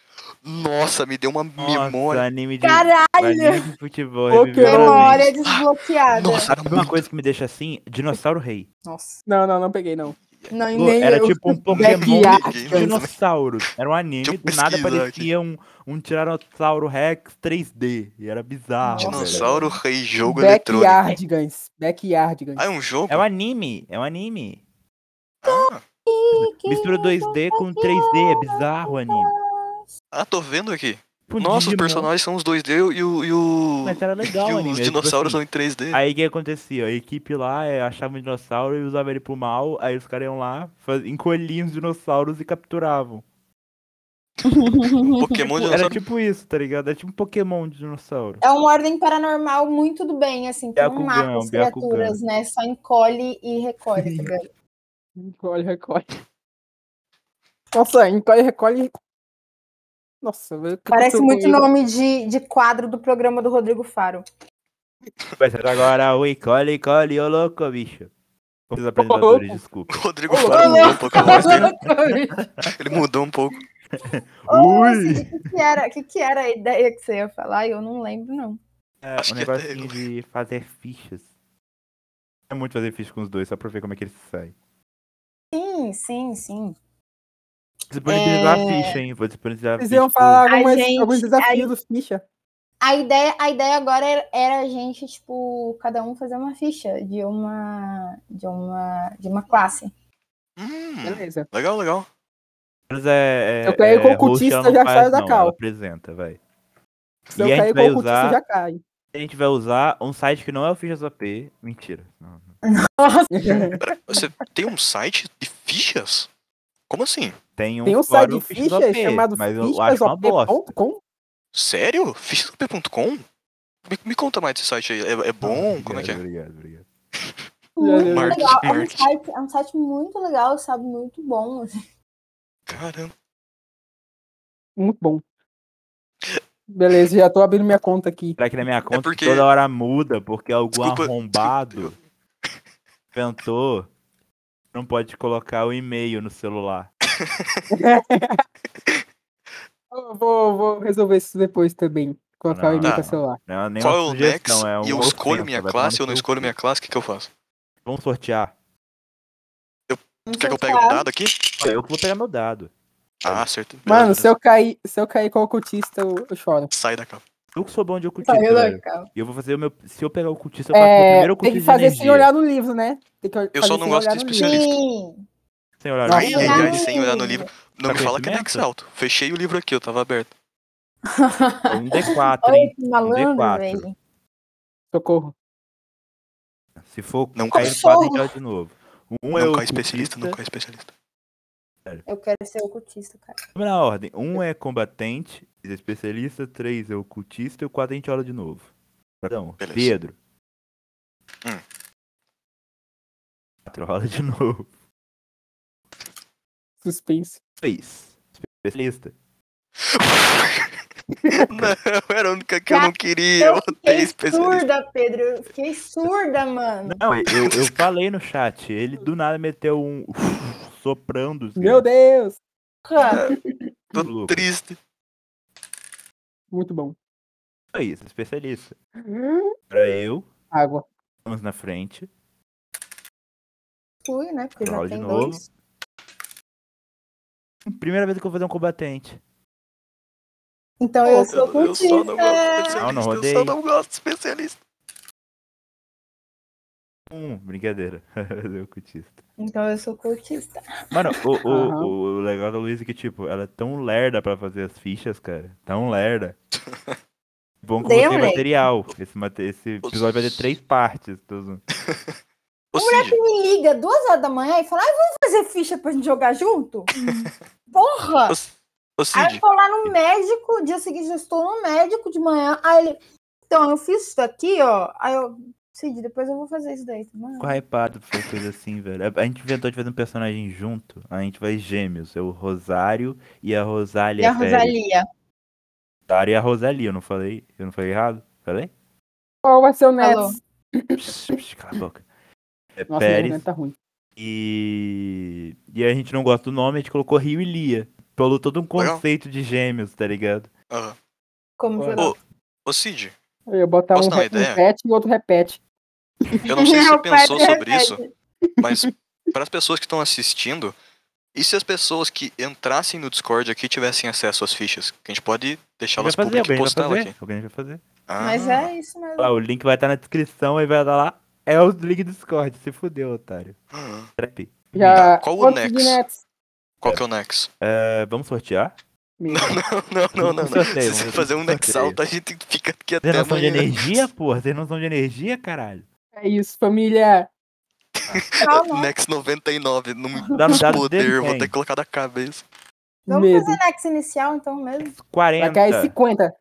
C: Nossa, me deu uma
E: Nossa, é
C: memória.
E: anime de,
A: Caralho! é
E: anime de futebol.
B: Ô,
E: reviveu pra mim.
A: Memória desbloqueada.
C: Nossa, era
E: Sabe uma
C: muito.
E: coisa que me deixa assim? Dinossauro Rei.
A: Nossa.
B: Não, não, não peguei, não.
A: Não, e
E: Pô,
A: nem
E: era
A: eu.
E: tipo um Pokémon
B: Black
C: Ninguém
B: Ark.
E: de
C: lembra.
E: dinossauros. um Era um anime,
C: Deixa eu
E: do nada
C: pesquisar
E: parecia um, um Tiranossauro Rex 3D. E era bizarro. velho.
C: um Dinossauro Rei Jogo Eletrônico.
B: Backyardigans. Backyardigans.
C: Ah, é um jogo?
E: É um anime, é um anime.
C: Ah,
E: Mistura 2D com 3D, é bizarro o anime.
C: ah, tô vendo aqui.
E: Tipo um
C: Nossa, os
E: Digimon.
C: personagens são os 2D e o. E o...
E: Mas era legal
C: e
E: o
C: os
E: anime. tipo
C: dinossauros
E: assim,
C: são em
E: <laughs>
C: 3D.
E: Aí o que acontecia? A equipe lá é, achava um dinossauro e usava ele pro mal, aí os caras iam lá, faz... encolhiam os dinossauros e capturavam.
C: Pokémon
E: Tipo, era
C: Um dinossauro.
E: tipo isso, tá ligado? Era tipo um Pokémon de dinossauro.
A: É uma ordem paranormal muito do bem, assim, que não
E: Byakugan,
A: mata as
E: Byakugan.
A: criaturas, né? Só encolhe e recolhe, tá ligado?
B: Encolhe, recolhe. Nossa, encolhe, recolhe. Nossa, velho, o que
A: Parece
B: aconteceu
A: muito
B: comigo?
A: nome de, de quadro do programa do Rodrigo Faro.
E: Vai ser agora o encolhe, encolhe, ô louco, bicho. Como os apresentadores, desculpa.
C: O Rodrigo Faro mudou um pouco a voz dele. Ele mudou um pouco.
A: Ô,
E: Ui!
A: Cid, O que, que era, o que, que era a ideia que você ia falar? Eu não lembro, não.
E: É,
C: Acho
E: o
C: que até
E: negócio
C: eu-
E: de fazer fichas. É muito fazer ficha com os dois, só pra ver como é que eles saem.
A: Sim, sim, sim.
E: Disponibilizar
A: É.
E: a ficha, hein? Vou disponibilizar a
B: <laughs> Vocês
E: ficha.
B: iam
E: tipo,
B: falar
A: A
B: algumas-
A: gente-
B: alguns desafios
A: a-
B: do ficha.
A: A ideia, a ideia agora era, era a gente, tipo, cada um fazer uma ficha de uma, de uma, de uma classe.
C: Hum,
B: Beleza.
C: legal, legal.
E: Mas é, é,
B: Eu caí
E: é,
B: com o
E: host
B: cultista,
E: ela não
B: já
E: faz,
B: saiu da
E: não,
B: cal.
E: ela apresenta, vai.
B: Se eu
E: E a
B: cair
E: gente
B: com
E: vai
B: o cultista,
E: usar-
B: já cai.
E: A gente vai usar um site que não é o Fichas OP. Mentira. Não, não.
B: <laughs>
C: Você tem um site de fichas? Como assim?
E: Tem um,
B: Tem um site
E: fórum
B: de
E: Fichas
B: ficha
E: OP,
B: chamado
E: mas eu acho uma bosta.
B: fichasop.com.
C: Sério? Fichasop.com? Me, me conta mais desse site aí. É, é bom? Como é que é?
E: Obrigado, obrigado.
A: Muito
B: Marketing,
A: legal. É um,
C: marketing.
A: site, é um site muito legal, sabe? Muito bom.
C: Caramba.
B: Muito bom. Beleza, já tô abrindo minha conta aqui.
E: Será que na minha conta
C: É porque-
E: toda hora muda porque algum
C: Desculpa,
E: arrombado inventou não pode colocar o e-mail no celular?
B: Eu vou, vou resolver isso depois também. Colocar
E: Não, tá
B: o e-mail
C: não.
B: pra celular.
E: Não é nem
C: Qual
E: uma
C: é o Nex?
E: sugestão, é
C: e eu
E: uma
C: escolho
E: ofensa,
C: minha
E: vai tomar
C: classe
E: no
C: ou não
E: seu
C: escolho
E: cu.
C: minha classe? O que, que eu faço?
E: Vamos sortear.
C: Quer que eu pegue um dado aqui?
E: Olha, Eu que vou pegar meu dado.
C: Ah, certo. Beleza,
B: Mano,
C: beleza.
B: se eu cair, se eu cair com o cultista, eu, eu choro.
C: Sai da capa.
E: Eu que sou bom de ocultista,
A: Saiu da
C: Tá
E: velho.
A: capa.
E: E eu vou fazer o meu... Se eu pegar o ocultista, eu faço
B: Tá,
E: meu
B: É,
E: primeiro
B: tem que
E: ocultista de
B: fazer sem
E: energia.
B: olhar no livro, né? Tem que
C: Eu
B: fazer
C: só não
B: sem
C: gosto
B: olhar
C: de
B: no livro.
C: especialista.
A: Sim.
E: Sem olhar
B: Nossa,
C: Ai, ai, ai,
B: Caralho.
C: sem olhar no livro. Não
E: Tá
C: me fala que é
E: conhecimento?
C: Nex alto. Fechei o livro aqui, eu tava aberto.
E: Um D4,
A: Olha
E: hein?
A: que malandro,
E: D4.
A: velho.
B: Socorro.
E: Se for
C: Não
E: cair
A: cai.
E: 4, a gente olha de novo. Um é
C: não
E: o
C: cai especialista, não
E: ocultista.
C: cai especialista. <laughs>
A: Eu quero ser ocultista, cara.
E: Vamos na ordem. Um é combatente, dois é especialista, três é ocultista e o quatro a gente olha de novo. Então,
C: Beleza.
E: Pedro.
C: Hum.
E: Quatro rola de novo.
B: Suspense.
E: Seis. Especialista.
C: não, era a única que eu não queria. Eu
A: Eu
C: odeio
A: fiquei
C: especialista.
A: surda, Pedro. Eu fiquei surda, mano.
E: Não, eu, eu falei no chat. Ele do nada meteu um <laughs> soprando. assim,
B: Meu Deus!
C: <laughs>
A: Cara,
C: Tô
E: louco.
C: triste.
B: Muito bom.
E: É isso, especialista. Pra eu,
B: Água.
E: vamos na frente.
A: fui, né? Porque já
E: Rola de
A: tem
E: novo.
A: dois.
E: Primeira vez que eu vou fazer um combatente.
A: Então eu sou
C: Eu, eu só não gosto de
A: ocultista.
E: Não, não
C: especialista. Eu
E: rodei.
C: só não gosto de especialista.
E: Um, brincadeira. <laughs> Eu ocultista.
A: Então eu sou ocultista.
E: Mano, o, o,
B: Aham.
E: o- o legal da Luísa é que, tipo, ela é tão lerda pra fazer as fichas, cara. Tão lerda. Bom que eu
A: Deu,
E: botei
A: né?
E: material. Esse, mate- esse episódio vai ter três partes. tô zoando.
C: Ô,
A: Moleque
C: Cid,
A: me liga duas horas da manhã e fala, ah, vamos fazer ficha pra gente jogar junto? Porra!
C: ô,
A: Aí
C: ô,
A: eu
C: Cid,
A: vou lá no médico, dia seguinte eu estou no médico de manhã. Aí ele, então eu fiz isso daqui, ó. Aí eu, Cid, depois eu vou fazer isso daí. tá bom?"
E: Qual é reparo pra fazer coisa assim, velho? A- A gente inventou de fazer um personagem junto. A gente vai gêmeos. É o Rosário e a Rosália.
A: E
C: é
A: a
E: Pérez.
A: Rosalia.
E: Rosário e a Rosalia. Eu não falei, eu não falei errado? Falei?
B: Qual vai ser o Nets?
A: Falou.
E: Psh, psh, Cala a boca. É
B: Nossa, meu
E: Pérez.
B: argumento tá ruim.
E: E... e a gente não gosta do nome, a gente colocou Rio e Lia. Pelo todo um
C: Legal.
E: conceito de gêmeos, tá ligado?
C: ah,
A: Como
B: Ô,
A: jogar?
C: ô, Cid,
B: Eu ia botar
C: Posso
B: um,
C: dar uma
B: re- um
C: ideia?
B: repete e outro repete.
C: eu não sei se você
A: Meu pai é
C: pensou
A: me
C: sobre
A: repete.
C: isso, mas para as pessoas que estão assistindo, e se as pessoas que entrassem no Discord aqui tivessem acesso às fichas? Que a gente pode
E: Alguém
C: deixá-las
E: vai fazer,
C: públicas e
E: alguém vai
C: postá-las
E: fazer.
C: aqui.
E: Alguém vai fazer.
C: Ah,
A: Mas é isso mesmo.
E: Lá, o link vai estar na descrição, aí vai dar lá. É o link do Discord, se fudeu, otário.
C: ah.
E: Trap.
B: Já...
C: Tá, qual o
B: Quantos de
C: Nets?
B: Nets?
C: Qual que é o Nex?
E: É, vamos sortear?
B: Meu
C: Não, não, não, não, não.
E: Um
C: Se
E: sorteio, vamos
C: você
E: fazer
C: fazer
E: um
C: um Nex
E: sorteio.
C: alto, a gente fica aqui até
E: Vocês não são de
C: amanhã.
E: energia, porra? Vocês não são de energia, caralho?
B: É isso, família.
A: Tchau, né?
C: Nex 99, não me
E: Dá no dado
C: poder,
E: dele,
C: vou ter
E: quem?
C: que colocar da cabeça.
A: Vamos
B: Medo.
A: fazer Nex inicial então mesmo?
B: Vai cair
E: 40,
B: 50.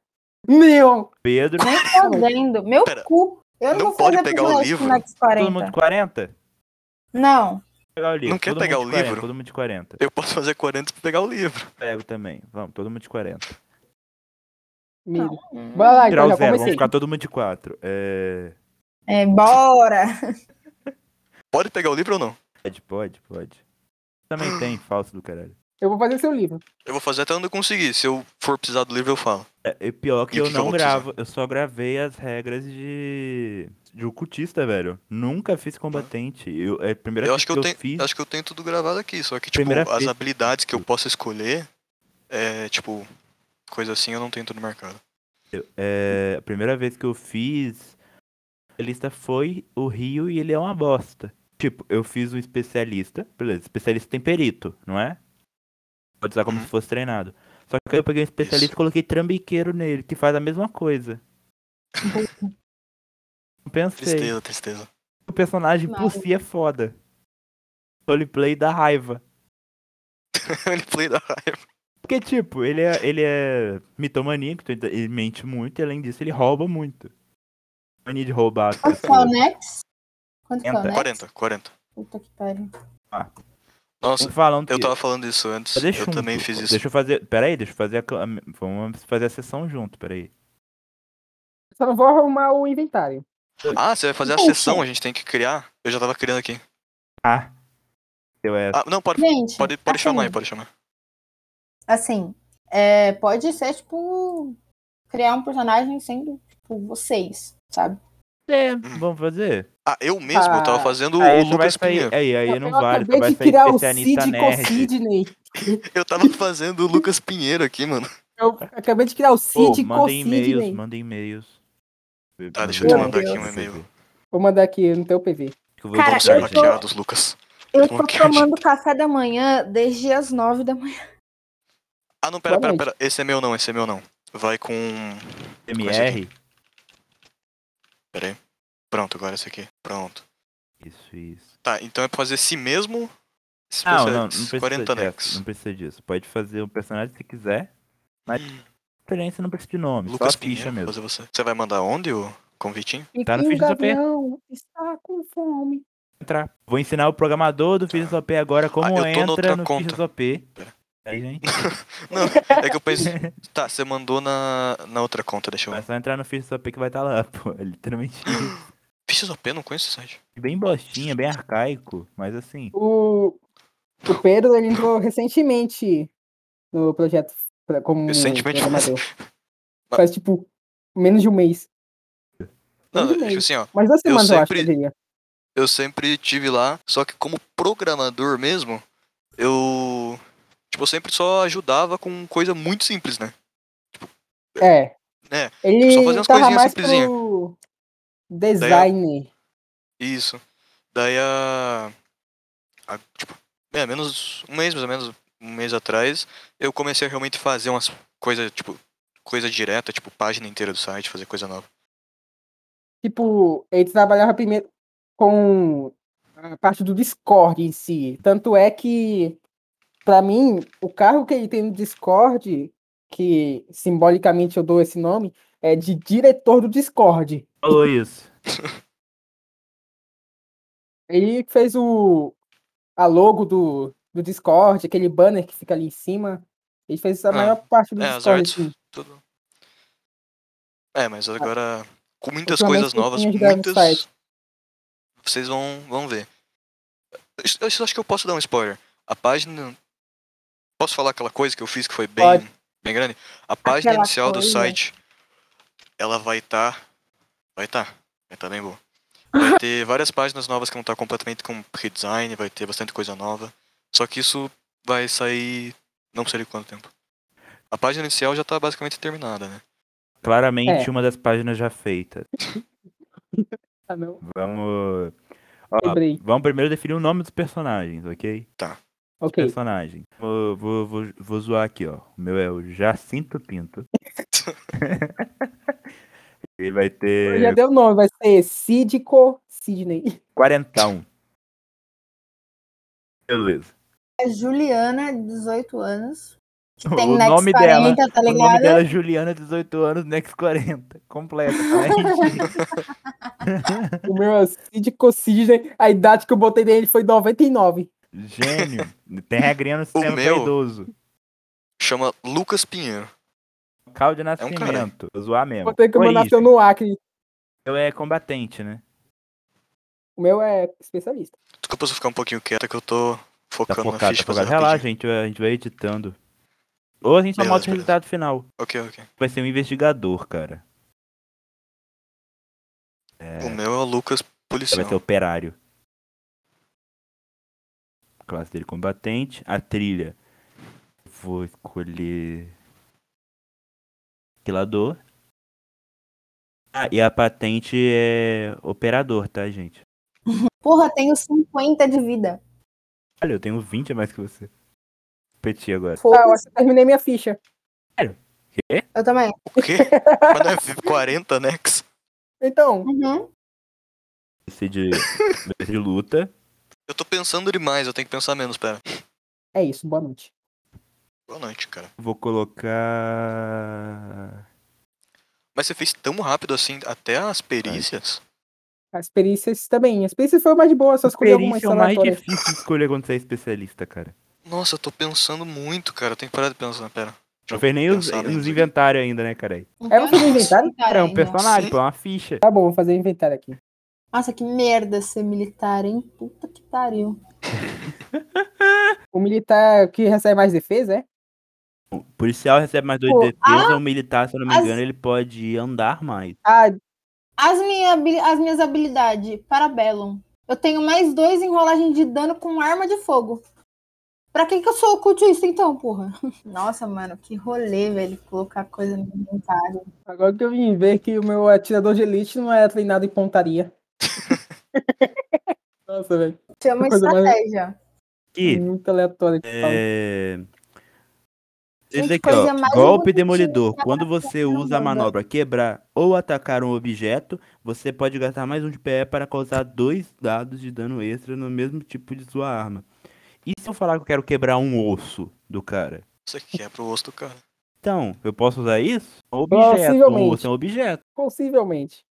B: Meu!
E: Pedro.
A: Nem fodendo. Meu
C: Pera,
A: cu. Eu não,
C: não
A: vou
C: pode
A: fazer
C: pegar o
A: privilégio
C: livro?
A: com Nex
E: Todo
A: 40.
E: mundo de 40?
A: Não.
E: Pegar o livro.
C: quer
E: todo
C: pegar
E: mundo
C: o
E: de 40,
C: livro?
E: Todo mundo de 40.
C: Eu posso fazer 40 pra pegar o livro.
E: Pego também. Vamos, todo mundo de 40.
B: Meu. Bora lá,
E: Tirar
B: então,
E: o
B: já
E: zero, vamos
B: comecei.
A: <laughs>
E: É, ficar todo mundo de 4. É...
A: É, bora.
C: Pode pegar o livro ou não?
E: Pode, pode, pode.
C: <gasps>
E: Também tem, falso do caralho.
B: Eu vou fazer seu livro.
C: Eu vou fazer até onde eu conseguir. Se eu for precisar do livro, eu falo.
E: É, e pior que
C: E o
E: eu
C: que que eu
E: não
C: vou precisar?
E: gravo, eu só gravei as regras de. de ocultista, velho. Nunca fiz combatente. Eu, é a primeira
C: Eu
E: vez
C: acho que eu, tenho,
E: fiz.
C: acho que eu tenho tudo gravado aqui, só que, tipo,
E: Primeira
C: as
E: vez.
C: habilidades que eu posso escolher, é, tipo, coisa assim, eu não tenho tudo marcado.
E: É, a primeira vez que eu fiz, a lista foi o Rio e ele é uma bosta. Tipo, eu fiz um especialista, beleza, especialista tem perito, não é? Pode usar como
C: Uhum.
E: se fosse treinado. Só que aí eu peguei um especialista
C: Isso.
E: e coloquei trambiqueiro nele, que faz a mesma coisa. Não Pensei,
C: Tristeza, tristeza. <laughs>
E: o personagem por
A: Maluco.
E: si é foda. Roleplay da raiva.
C: Ele play da raiva.
E: Porque, tipo, ele é, ele é mitomaníaco, então ele ele mente muito e além disso ele rouba muito. Mania de roubar. assim, as
A: Quanto que é o
E: pessoas.
A: Nex? Quanto que é o
E: Entra.
A: Nex?
C: 40, 40.
A: Puta que pariu.
C: Nossa,
E: falando
C: eu
E: que-
C: tava falando isso antes.
E: Então, Mas deixa
C: Eu também
E: junto.
C: fiz isso.
E: Deixa eu fazer. Pera aí, deixa eu fazer a. cam- Vamos fazer a sessão junto, pera aí.
B: Só não vou arrumar o inventário.
C: Ah, você vai fazer a
A: Poxa.
C: sessão, a gente tem que criar. Eu já tava criando aqui.
E: Ah. Eu é.
C: Ah, não, pode,
A: Gente,
C: pode, pode
A: assim,
C: chamar aí, pode chamar.
A: Assim, é, pode ser, tipo, criar um personagem sendo, tipo, vocês, sabe?
E: É, vamos fazer.
C: Ah, eu mesmo, eu tava
B: Ah,
C: fazendo
E: aí
C: Ah, hum. o
E: já vai
C: Lucas
E: sair. é.
C: Pinheiro.
E: Aí, aí não
B: eu
E: vale. só
B: acabei
E: vai
B: de
E: sair
B: criar o
E: especialista
B: Cid com
E: nerd.
B: Sidney.
C: Eu tava fazendo o Lucas Pinheiro aqui, mano.
B: Eu acabei de criar o
E: Pô,
B: Cid com
E: mandem e-mails,
B: Sidney.
E: mandem e-mails.
C: Tá, deixa eu te
A: Meu
C: mandar aqui
A: Deus.
C: um e-mail.
B: Vou mandar aqui no teu PV.
E: Que eu vou
A: Cara,
C: Vamos
E: editar,
C: ser
A: eu
E: gente.
A: tô-
C: hackeados, Lucas.
A: Eu
C: Como
A: tô
C: que é, gente?
A: tomando café da manhã desde as nove da manhã.
C: Ah, não, pera,
B: Boa
C: pera, pera. Esse é meu não, esse é meu não. Vai com. um-
E: MR.
C: Pera aí. Pronto, agora esse aqui. Pronto.
E: Isso, isso.
C: Tá, então é pra fazer si mesmo.
E: Ah, Não, não, não
C: especiais,
E: precisa
C: 40
E: disso.
C: nex.
E: Não precisa disso. Pode fazer o personagem se quiser. Mas experiência não precisa de nome.
C: Hum, Lucas
E: só a
C: Pinheiro,
E: ficha
C: vou
E: mesmo.
C: fazer você. Você vai mandar onde, o convitinho?
E: Tá no
B: E o
E: feed do AP.
B: Gavião está com fome.
E: entrar. Vou ensinar o programador do FizzOP agora como
C: Ah, eu tô na outra
E: entra no
C: conta.
E: FizzOP.
C: Pera.
E: Aí, gente.
C: Não, é que eu pensei. Tá, você mandou na, na outra conta, deixa eu
E: É
C: ver.
E: só entrar no FizzOP que vai estar lá, <laughs> pô. É literalmente isso.
C: PXOP, não conheço esse site.
E: bem bostinha, bem arcaico, mas assim.
B: O, o Pedro ele entrou recentemente no projeto pra- como
C: Recentemente, mas-
B: programador. Faz tipo menos de um mês.
C: Não,
B: Menos de um
C: tipo
B: mês.
C: assim, ó.
B: Mas duas
C: eu
B: semanas, eu, acho,
C: sempre-
B: eu diria.
C: Eu sempre tive lá, só que como programador mesmo, eu. Tipo, eu sempre só ajudava com coisa muito simples, né?
B: É.
C: É,
B: Ele
C: só fazer umas
B: tava
C: coisinhas
B: mais
C: simplesinha.
B: pro design.
C: Isso. Daí a. a- tipo, é, menos um mês, mais ou menos um mês atrás, eu comecei a realmente fazer umas coisas, tipo, coisa direta, tipo, página inteira do site, fazer coisa nova.
B: Tipo, ele trabalhava primeiro com a parte do Discord em si. Tanto é que, pra mim, o carro que ele tem no Discord, que simbolicamente eu dou esse nome, é de diretor do Discord.
E: Falou isso.
B: Ele que fez o a logo do, do Discord, aquele banner que fica ali em cima. Ele fez a
C: Ah,
B: maior parte do
C: é, as
B: Discord.
C: artes
B: assim.
C: Tudo. É, mas agora, com muitas
B: Ah, Ultimamente
C: coisas
B: eu
C: novas,
B: tinha ajudado no
C: muitas.
B: site.
C: Vocês vão, vão ver. Eu eu acho que eu posso dar um spoiler. A página. Posso falar aquela coisa que eu fiz que foi bem,
B: Pode.
C: bem grande? A página
A: Aquela
C: inicial do
A: coisa.
C: site, ela vai estar. vai estar. vai estar bem boa. Vai
A: <laughs>
C: ter várias páginas novas que vão estar completamente com redesign, vai ter bastante coisa nova. Só que isso vai sair. não sei de quanto tempo. A página inicial já tá basicamente terminada, né?
E: Claramente
B: É.
E: uma das páginas já feitas.
B: Ah, não,
E: Vamos. Ó,
B: lembrei.
E: vamos primeiro definir o nome dos personagens, ok?
B: Ok.
E: Personagem. Vou, vou, vou, vou zoar aqui, ó. O meu é o
C: <laughs>
E: Jacinto Pinto. Ele vai
B: Ele Já
E: ter
B: deu o nome, vai ser Sídico Sidney.
E: quarentão. Beleza.
A: É Juliana, 18 anos. Que
E: O
A: tem Nex
E: nome
A: 40, tá
E: O nome
A: ligado?
E: dela é Juliana, 18 anos, Nex 40. Completa. tá né?
B: O meu é Sídico Sidney. A idade que eu botei nele foi 99.
E: Gênio. Tem regrinha no sistema pra
C: meu?
E: idoso.
C: Chama Lucas Pinheiro.
E: Cal de
C: É um cara.
E: nascimento. Vou zoar mesmo.
B: Botei que o
E: É,
B: meu
E: Foi isso.
B: nasceu no Acre.
E: Eu é combatente, né?
B: O meu é especialista.
C: Desculpa se eu ficar um pouquinho quieto, que eu tô
E: Tá
C: focando na
E: focado,
C: ficha
E: tá
C: pra
E: focado.
C: fazer rapidinho.
E: Relaxa, gente, a gente vai editando. Ou a gente só
C: Beleza, beleza.
E: mostra o resultado final.
C: Ok, ok.
E: Vai ser um investigador, cara. É,
C: O meu é o Lucas Policial.
E: vai ser operário. Classe dele combatente. A trilha. Vou escolher. Quilador. Ah, e a patente é operador, tá, gente?
A: Porra, tenho 50 de vida.
E: Olha, eu tenho 20 a mais que você. Peti agora.
B: Ah, eu
A: Foda-se.
B: acho que eu terminei minha ficha.
E: Quê?
A: Eu também. <laughs>
C: O quê? Mas não é 40, Nex?
B: Então,
A: Uhum.
E: Esse de, esse de luta.
C: Eu tô pensando demais, eu tenho que pensar menos, pera.
B: é isso. Boa noite.
C: Boa noite, cara.
E: Vou colocar.
C: Mas você fez tão rápido assim, até as perícias?
B: As perícias também. As perícias foi mais de boa,
A: tá
B: só escolhi alguma
E: Perícia é o
B: história
E: mais
B: aleatória.
E: difícil de escolher quando você é especialista, cara.
C: Nossa, eu tô pensando muito, cara. Eu tenho que parar de pensar, pera. Deixa
E: Não
C: eu
E: fez nem os,
C: pensar
E: os
C: dentro.
E: inventários ainda, né, cara?
A: Não
B: Era um
A: tenho
B: filme inventado?
A: nada
E: Cara, é um
A: ainda.
E: personagem,
C: Sim.
E: pô, é uma ficha.
B: Tá bom, vou fazer o inventário aqui.
A: Nossa, que merda ser militar, hein? Puta que pariu.
B: O militar que recebe mais defesa, é?
E: O policial recebe mais dois
A: Pô, ah,
E: de defesa, o militar, se eu não me
A: as-
E: engano, ele pode andar mais.
B: Ah,
A: As, minha habili- as minhas habilidades, parabellum. Eu tenho mais dois enrolagens de dano com arma de fogo. Pra que que eu sou ocultista então, porra? <laughs> Nossa, mano, que rolê, velho, colocar coisa no inventário.
B: agora que eu vim ver que o meu atirador de elite não é treinado em
E: <laughs>
B: pontaria. Nossa, velho.
A: Chama
B: Coisa mais-
A: estratégia.
E: Aqui,
B: Muito aleatório. que fala.
E: é... Esse
A: Gente,
E: daqui, ó.
A: coisa mais um
E: Golpe
A: inútil
E: demolidor.
A: que
E: Quando você
A: caramba,
E: usa a
A: velho.
E: manobra quebrar ou atacar um objeto, você pode gastar mais um de PE para causar dois dados de dano extra no mesmo tipo de sua arma. E se eu falar que eu quero quebrar um osso do cara?
C: Isso aqui é pro osso do cara.
E: Então, eu posso usar isso? Um Objeto. Um
B: Possivelmente.
E: osso é um objeto.
B: Possivelmente.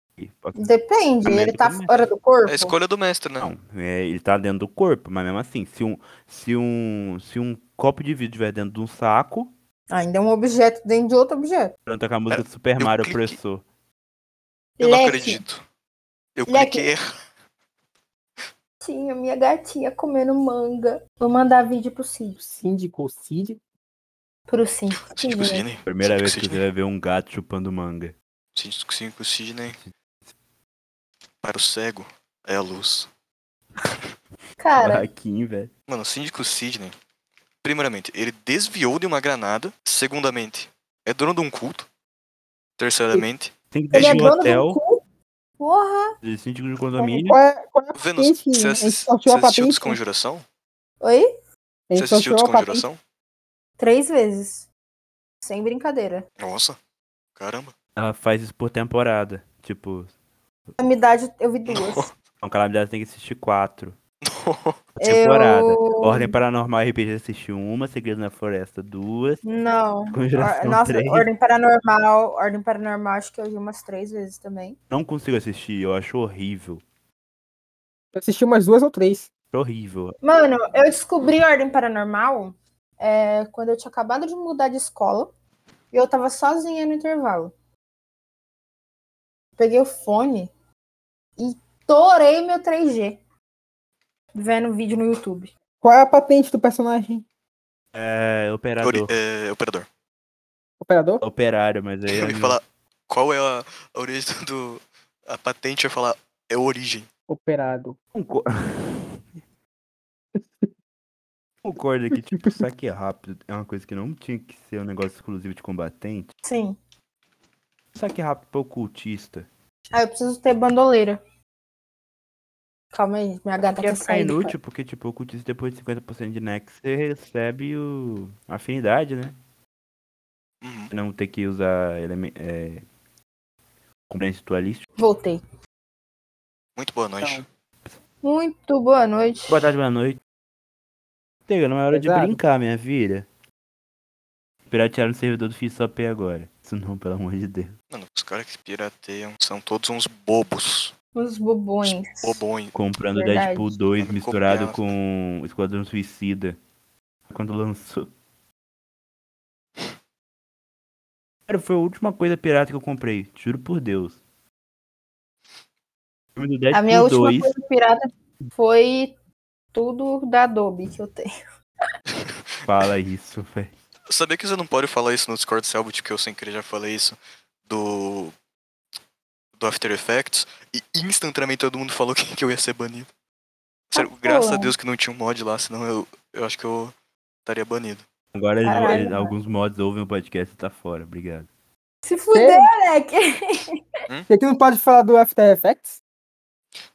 A: Depende, ele tá
E: Também.
A: fora do corpo.
C: É a escolha do mestre, né?
E: Não, é, ele tá dentro do corpo, mas mesmo assim, se um, se um, se um copo de vidro estiver dentro de um saco,
A: Ainda é um objeto dentro de outro objeto.
E: pra eu tocar a música do Super
C: eu
E: Mario
C: cliquei.
E: Opressor.
C: Eu não
A: Leque.
C: acredito. Eu
A: Leque.
C: cliquei errado.
A: Tinha minha gatinha comendo manga. Vou mandar vídeo pro Cid.
B: O síndico, o Cid.
A: Pro Cid.
C: Cinco Sidney.
E: Primeira
C: Cinco
E: vez que você
C: Sidney.
E: vai ver um gato chupando manga.
C: Cinco, cinco Sidney. Para o cego é a luz.
A: Cara,
E: Barraquinho, velho.
C: Mano, o síndico Sidney, primeiramente, ele desviou de uma granada. Segundamente, é dono de um culto. Terceiramente,
E: Tem que
A: ele
E: ter
A: é
E: um
A: dono
E: hotel,
A: do cu? Porra,
E: de síndico de condomínio.
B: Qual é, qual é a
C: Vênus,
B: patente?
C: você
B: A gente
C: assis-
B: sorteou
C: você
B: a
C: assistiu
B: patente.
C: Desconjuração?
A: oi?
B: A gente
C: Você assistiu
B: sorteou a patente.
C: Desconjuração?
A: Três vezes. Sem brincadeira.
C: Nossa, caramba.
A: é
E: Ela faz isso por temporada. Tipo,
A: Amidade, eu vi
C: <laughs>
A: duas.
E: são calamidades tem que assistir quatro. <laughs> Temporada.
A: eu...
E: Ordem Paranormal RPG assistir uma, Segredo na Floresta duas,
A: Não. Or-
E: Conjuração
A: Nossa,
E: três.
A: Ordem Paranormal. Ordem Paranormal, acho que eu vi umas três vezes também.
E: Não consigo assistir, eu acho horrível.
B: Eu assisti umas duas ou três.
E: Horrível.
A: Mano, eu descobri Ordem Paranormal é, quando eu tinha acabado de mudar de escola e eu tava sozinha no intervalo. Peguei o fone e torei meu 3G vendo vídeo no YouTube.
B: Qual é a patente do personagem?
E: É,
C: Ori-
E: operador.
C: é, operador.
B: Operador?
E: Operário, mas aí.
C: <laughs>
E: é
C: Eu ia falar qual é a, a origem <laughs> do. A patente eu ia falar é origem.
B: Operado.
E: Concordo. <laughs> Concordo que, tipo, saque rápido é uma coisa que não tinha que ser um negócio exclusivo de combatente.
A: Sim.
E: Saque rápido pra ocultista.
A: Ah, eu preciso ter bandoleira. Calma aí, minha gata
E: Que é
A: tá
E: ficar
A: saindo.
E: inútil, porque, tipo, ocultista depois de 50% de nex, você recebe o... afinidade, né?
C: Uhum.
E: Não ter que usar elemen... é... componente dualístico.
A: Voltei.
C: Muito boa noite.
B: Então,
A: Muito boa noite.
E: Boa tarde, boa noite. Tega, não é hora de
B: Pesado.
E: brincar, minha filha. Piratearam o servidor do FISOP agora. Isso não, pelo amor de Deus.
C: Mano, os caras que pirateiam são todos uns bobos.
A: Os bobões.
C: Bobões.
E: comprando
A: Verdade.
E: Deadpool 2
C: Quando
E: misturado
C: copiava.
E: com Esquadrão Suicida quando lançou. Cara, foi a última coisa pirata que eu comprei, juro por Deus. filme do
A: A minha
E: Deadpool
A: última
E: 2.
A: coisa pirata foi tudo da Adobe que eu tenho. <laughs>
E: Fala isso, velho.
C: Sabia que você não pode falar isso no Discord Selbit, que eu sem querer já falei isso, do. do After Effects, e instantaneamente todo mundo falou <laughs> que, que eu ia ser banido. Sério,
A: Ah,
C: graças a
A: pô.
C: Deus que não tinha um mod lá, senão eu, eu acho que eu estaria banido.
E: Agora eles-
A: Caralho,
E: eles- alguns mods ouvem o podcast e tá fora. Obrigado.
A: Se fuder, moleque!
B: Você aqui não pode falar do After Effects?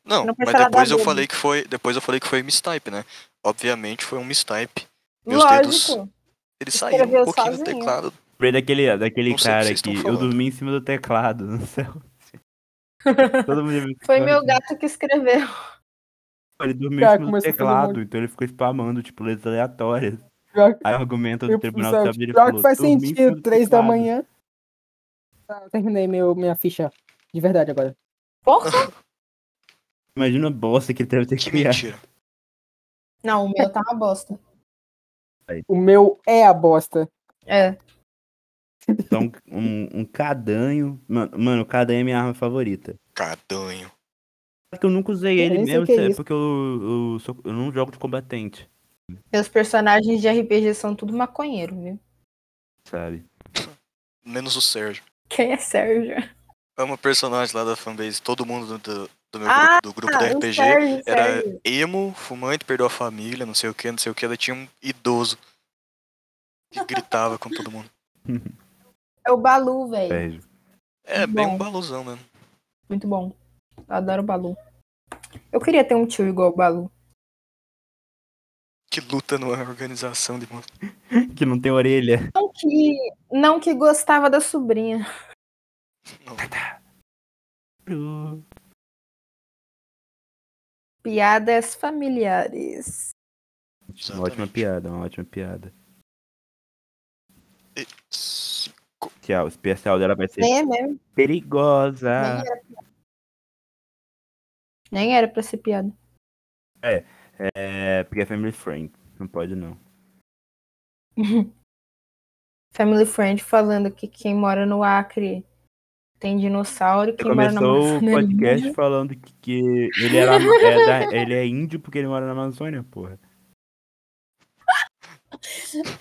C: Não,
A: Não pode
C: mas
A: falar da
C: depois eu
A: Adobe.
C: falei que foi. Depois eu falei que foi mistype, né? Obviamente foi um mistype. Meus dedos.
A: <laughs> Lógico.
C: Ele
A: Escreveu
C: saiu um pouquinho do
A: sozinho.
C: teclado.
E: Lembrei daquele, daquele
C: Não sei o que
E: cara
C: vocês
E: que
C: estão
E: eu
C: falando.
E: dormi em cima do teclado <laughs> no céu. Todo mundo ia me-
A: Foi meu gato que escreveu.
E: Ele dormiu
B: Cara,
E: em cima do
B: começou a fazer um
E: teclado, então ele ficou spamando, tipo, letras aleatórias.
B: Pior que-
E: Aí o argumento do
B: eu-
E: tribunal
B: sabe,
E: de saber ele
B: pior
E: falou,
B: que faz
E: "Dormi em cima
B: sentido,
E: do
B: três da
E: teclado."
B: manhã. Tá, eu terminei meu, minha ficha. De verdade agora.
A: Porra!
E: Imagina a bosta que ele deve ter que
C: Que
E: criar.
C: mentira.
A: Não, o meu tá uma bosta.
B: O meu é a bosta.
A: É.
E: Então, um, um cadanho. Mano, mano, o cadanho é minha arma favorita.
C: Cadanho.
E: Porque eu nunca usei
B: Eu
E: ele
B: nem sei o
E: mesmo,
B: que é
E: sabe?
B: isso.
E: porque eu, eu, sou- eu não jogo de combatente,
A: Meus personagens de RPG são tudo maconheiro, viu?
E: sabe?
C: Menos o Sérgio.
A: Quem é Sérgio?
C: É uma personagem lá da fanbase. Todo mundo do, do meu
A: Ah,
C: grupo, do grupo da
A: o
C: RPG
A: Sérgio,
C: era
A: Sérgio.
C: emo, fumante, perdeu a família, não sei o que, não sei o que. Ela tinha um idoso
A: <laughs>
C: que gritava com todo mundo.
A: É o Balu, velho.
E: Sérgio.
C: É, bem
A: Bom.
C: um baluzão mesmo.
A: Muito bom. Eu adoro o Balu. Eu queria ter um tio igual o Balu.
C: Que luta numa organização de mano.
E: <laughs> Que não tem orelha.
A: Não que, não que gostava da sobrinha. Piadas familiares.
E: Uma ótima piada, uma ótima piada. Que a- o especial dela vai ser
A: Nem é mesmo.
E: perigosa.
A: Nem era piada. Nem era pra ser piada.
E: É, porque é family friend. Não pode não.
A: Family Friend falando que quem mora no Acre tem dinossauro. Quem mora é na
E: Começou o
A: Amazônia
E: podcast falando que, que ele, era, é da- ele é índio porque ele mora na Amazônia, porra.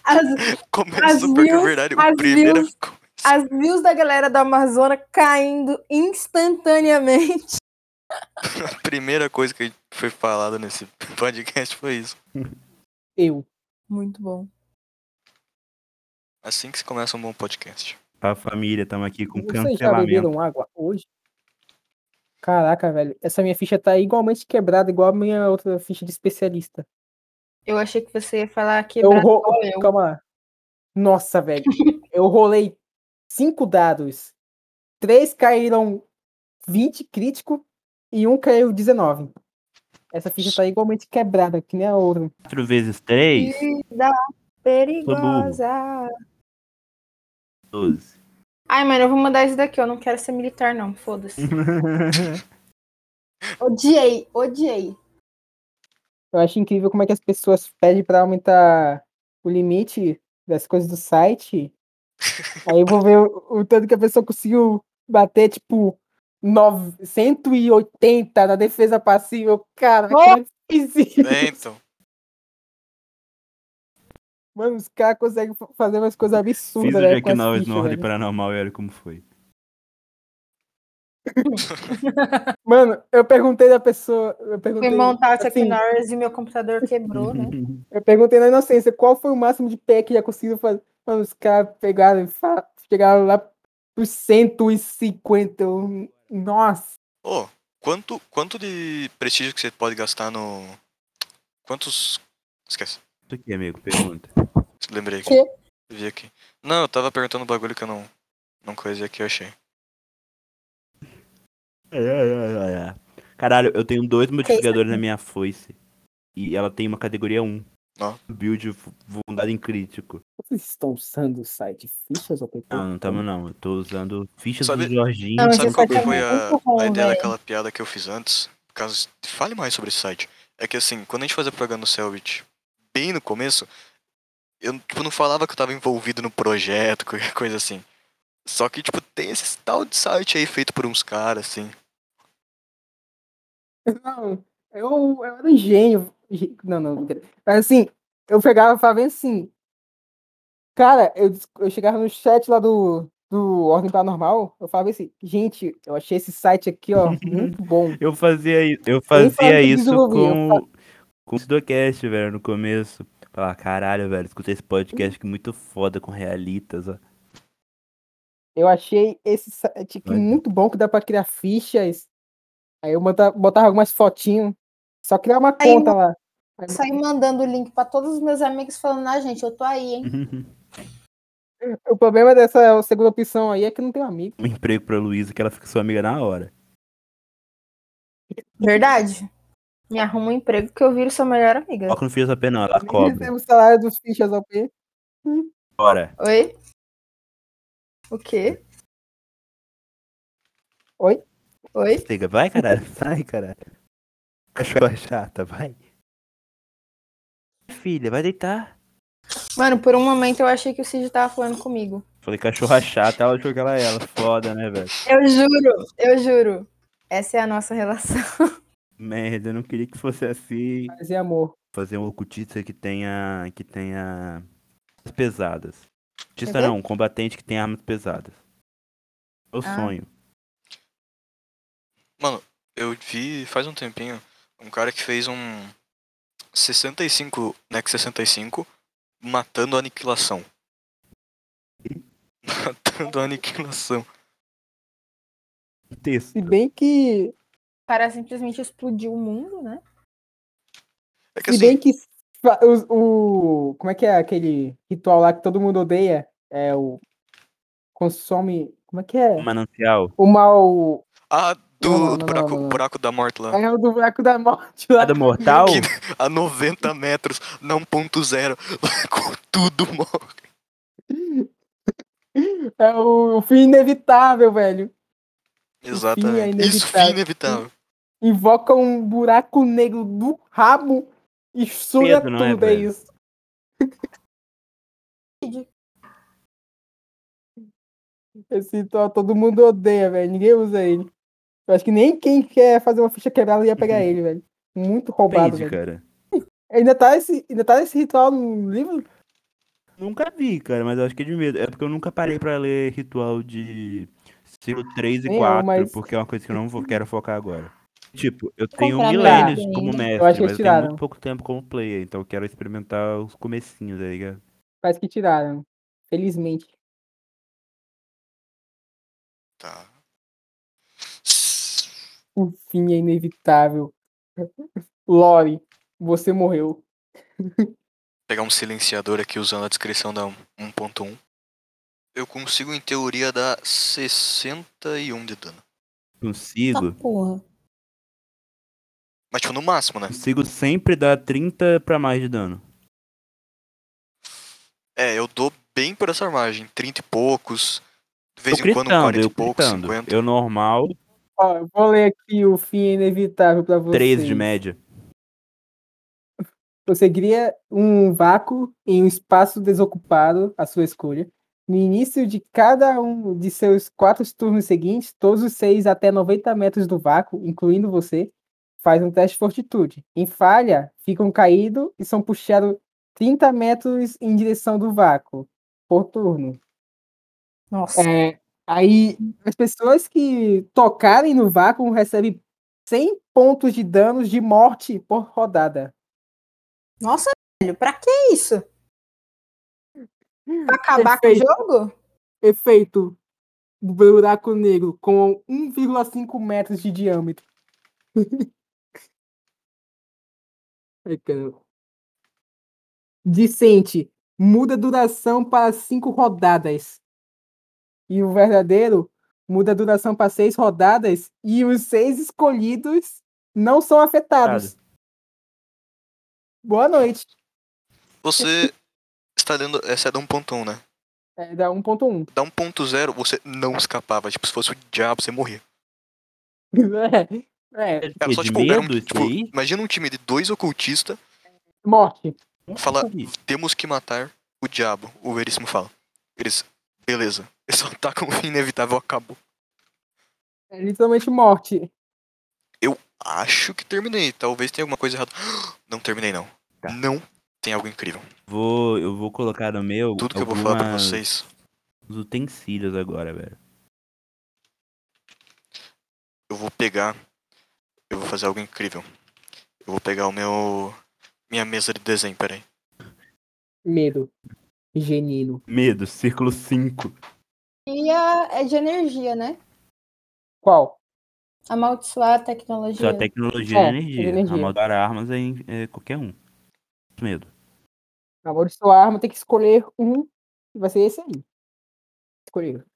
A: As, As
C: Começou, porque é
A: views-
C: verdade,
A: as
C: o primeiro. é
A: views- as views da galera da Amazônia caindo instantaneamente.
C: A primeira coisa que foi falada nesse <laughs> podcast foi isso.
B: Eu.
A: Muito bom.
C: Assim que se começa um bom podcast.
E: A Tá, família, estamos aqui com
B: Vocês já
E: Um cancelamento.
B: beberam água hoje? Caraca, velho. Essa minha ficha tá igualmente quebrada, igual a minha outra ficha de especialista.
A: Eu achei que você ia falar que
B: Eu ro...
A: eu.
B: Calma lá. Nossa, velho. Eu rolei cinco dados. Três caíram 20 crítico e um caiu 19. Essa ficha tá igualmente quebrada, que nem a outra.
E: 4 vezes 3,
A: Perigosa.
E: 12.
A: Ai, mano, eu vou mandar isso daqui. Eu não quero ser militar, não. Foda-se.
B: <laughs>
A: odiei, odiei.
B: Eu acho incrível como é que as pessoas pedem pra aumentar o limite das coisas do site. Aí eu vou ver o, o tanto que a pessoa conseguiu bater, tipo, 9, 180 na defesa passiva. Eu, Cara, como é que fiz isso?
C: É, então.
B: Mano, os caras conseguem fa- fazer umas coisas absurdas,
E: Fiz o
B: velho,
E: Jack
B: com as
E: Now
B: fichas, né?
E: Snorri
B: velho.
E: Paranormal e olha como foi.
B: Mano, eu perguntei da pessoa. Eu perguntei,
A: Fui montar essa
B: assim, Uhum.
A: Knorris e meu computador quebrou, né?
B: eu perguntei na inocência qual foi o máximo de pé que já conseguiu fazer. Mano, os caras pegaram e fa- chegaram lá pros 150. eu- um, Nossa!
C: Ô, quanto, quanto de prestígio que você pode gastar no. Quantos. Esquece,
E: <laughs> Isso aqui, amigo, pergunta.
C: lembrei aqui.
A: Quê?
C: Vi aqui. Não, eu tava perguntando um bagulho que eu não. Não coisei aqui, eu achei.
E: É, Caralho, eu tenho dois modificadores na minha foice. E ela tem uma categoria 1.
C: Ó.
E: Build fu- fundado em crítico.
B: Vocês estão usando o site fichas ou qualquer
E: Não, Ah, não tá tamo não. Eu tô usando fichas
C: Sabe-
E: do Jorginho.
A: Não, Mas
C: Sabe
A: esse
C: qual
A: site
C: que
A: é
C: foi a,
A: muito bom,
C: a ideia
A: velho.
C: daquela piada que eu fiz antes? Caso fale mais sobre esse site. É que assim, quando a gente fazia programa no Selbit, bem no começo, eu tipo, não falava que eu tava envolvido no projeto, qualquer <laughs> coisa assim. Só que, tipo, tem esse tal de site aí feito por uns caras, assim.
B: Não, eu, eu era um gênio. Gê- Não, não, brincadeira. Mas assim, eu pegava e falava bem assim. Cara, eu, dis- eu chegava no chat lá do, do Ordem Paranormal, eu falava assim, gente, eu achei esse site aqui,
E: <laughs>
B: ó, muito bom.
E: Eu fazia, i- eu
B: fala
E: fazia
B: que
E: isso
B: desenvolvia, eu
E: com, com o Sidocast, velho, no começo. Falar, caralho, velho, escutei esse podcast que é muito foda com realitas, ó. <laughs>
B: Eu achei esse site aqui
E: Olha.
B: muito bom, que dá pra criar fichas. Aí eu bota- botava algumas fotinhos. Só criar uma
A: Aí
B: conta lá.
A: Saí mandando o link pra todos os meus amigos falando, ah, gente, eu tô aí, hein?
E: Um
B: O problema dessa segunda opção aí é que não tem um amigo.
E: Um emprego pra Luísa que ela fica sua amiga na hora.
A: Verdade. Me arruma um emprego que eu viro sua melhor
B: É.
A: amiga.
E: Foca no Filho da Pena, ela
B: Nem
E: cobra.
B: recebo o salário dos fichas OP.
E: Bora.
A: Oi? O quê?
B: Oi?
A: Oi?
E: Siga,
A: <laughs>
E: vai, caralho, sai, caralho. Cachorra chata, vai. Filha, vai deitar.
A: Mano, por um momento eu achei que o Cid tava falando comigo.
E: Falei cachorra chata, ela achou que ela é ela. Foda, né, velho?
A: Eu juro, eu juro. Essa é a nossa relação.
E: Merda, eu não queria que fosse assim.
B: Mas é amor.
E: fazer um ocultista que tenha que tenha armas pesadas. Ocultista
A: Quer ver?
E: não, um combatente que tem armas pesadas. Meu
A: Ah.
E: sonho.
C: Eu vi faz um tempinho um cara que fez um 65, NEC 65, matando a aniquilação. <laughs> matando a aniquilação.
E: Texto.
B: Se bem que.
A: O cara simplesmente explodiu o mundo, né?
C: É que
B: Se
C: assim,
B: bem que. fa- O, o- como é que é aquele ritual lá que todo mundo odeia? É o. Consome. Como é que é?
E: Um manancial.
B: O mal.
C: a do,
B: Não, não,
C: do
B: não,
C: buraco,
B: não, não.
C: buraco da morte lá.
B: É o do buraco da morte lá.
E: Cada mortal?
A: tá
C: Que- A 90 metros, não ponto zero. <laughs> Com tudo morre.
B: É o fim inevitável, velho.
C: Exatamente. Isso, fim
B: é inevitável.
C: inevitável.
B: Invoca um buraco negro do rabo e suga
E: Pedro, não é,
B: tudo, é,
E: velho?
B: isso. <laughs> Esse ritual todo mundo odeia, velho. Ninguém usa ele. Eu acho que nem quem quer fazer uma ficha quebrada ia pegar ele, velho. Muito roubado,
E: Depende,
A: né?
B: velho.
E: Uhum. cara.
B: Ainda tá, esse, ainda tá esse ritual no livro?
E: Nunca vi, cara, mas eu acho que é de medo. É porque eu nunca parei pra ler ritual de ciclo 3 e
B: Nem eu,
E: 4,
B: mas-
E: porque é uma coisa que eu não vou, quero focar agora. Tipo, eu tenho
A: Comprar
E: milênios
A: nada
E: como
A: ainda.
E: mestre,
B: né? Eu acho que eles
E: mas eu tenho muito
B: tiraram.
E: pouco tempo como player, então eu quero experimentar os comecinhos, tá ligado?
B: Parece que tiraram. Felizmente.
C: Tá.
B: O fim é inevitável. <laughs> Lore, você morreu.
C: pegar um silenciador aqui usando a descrição da 1.1. Eu consigo, em teoria, dar 61 de dano.
E: Consigo.
A: Ah, porra.
C: Mas, tipo, no máximo, né?
E: Consigo sempre dar 30 pra mais de dano.
C: É, eu dou bem por essa margem. 30 e poucos. De vez
E: eu
C: em quando,
E: critando,
C: 40
E: eu
C: e poucos,
E: critando.
C: 50.
E: Eu normal,
B: Ó, eu vou ler aqui o fim é inevitável pra você.
E: 13 de média.
B: Você cria um vácuo em um espaço desocupado, à sua escolha. No início de cada um de seus quatro turnos seguintes, todos os seis até 90 metros do vácuo, incluindo você, faz um teste de fortitude. Em falha, ficam caídos e são puxados 30 metros em direção do vácuo, por turno.
A: Nossa.
B: É, aí, as pessoas que tocarem no vácuo recebem 100 pontos de danos de morte por rodada.
A: Nossa, velho, pra que isso? Pra acabar
B: Perfeito.
A: com o jogo?
B: efeito buraco negro com 1,5 metros de diâmetro. <laughs> Ai, caramba. Dissente. Muda a duração para 5 rodadas. E o verdadeiro muda a duração para 6 rodadas. E os 6 escolhidos não são afetados. Boa noite. <laughs>
C: Você está dando. Essa é da 1.1, né?
B: É, dá 1.1.
C: Da 1.0, você não escapava. Tipo, se fosse o diabo, você morria.
B: <laughs> É, é,
C: Era só,
E: de
C: tipo, era um-
E: medo isso
C: tipo,
E: aí?
C: imagina um time de dois ocultistas.
B: morte.
C: Fala,
E: Nossa, bicho.
C: temos que matar o diabo, o Veríssimo fala. Eles, beleza. <laughs> Eles só tá com o inevitável, acabou.
B: É literalmente morte.
C: acho que terminei. Talvez tenha alguma coisa errada. <gasps> Não terminei, não.
E: Tá.
C: Não tem algo incrível.
E: Vou, eu vou colocar no meu
C: Tudo que eu vou falar pra
E: algumas-
C: vocês.
E: os utensílios agora, velho.
C: eu vou pegar. Eu vou fazer algo incrível. Eu vou pegar o meu. Minha mesa de desenho, peraí.
B: Medo. Genino.
E: Medo, círculo 5.
A: E a, é de energia, né?
B: Qual?
A: Amaldiçoar a tecnologia.
E: Só tecnologia
B: É,
E: de energia.
B: energia.
E: Amaldiçoar armas é, em- é qualquer um. Medo.
B: Amor de sua arma, tem que escolher um. E vai ser esse aí. Escolher.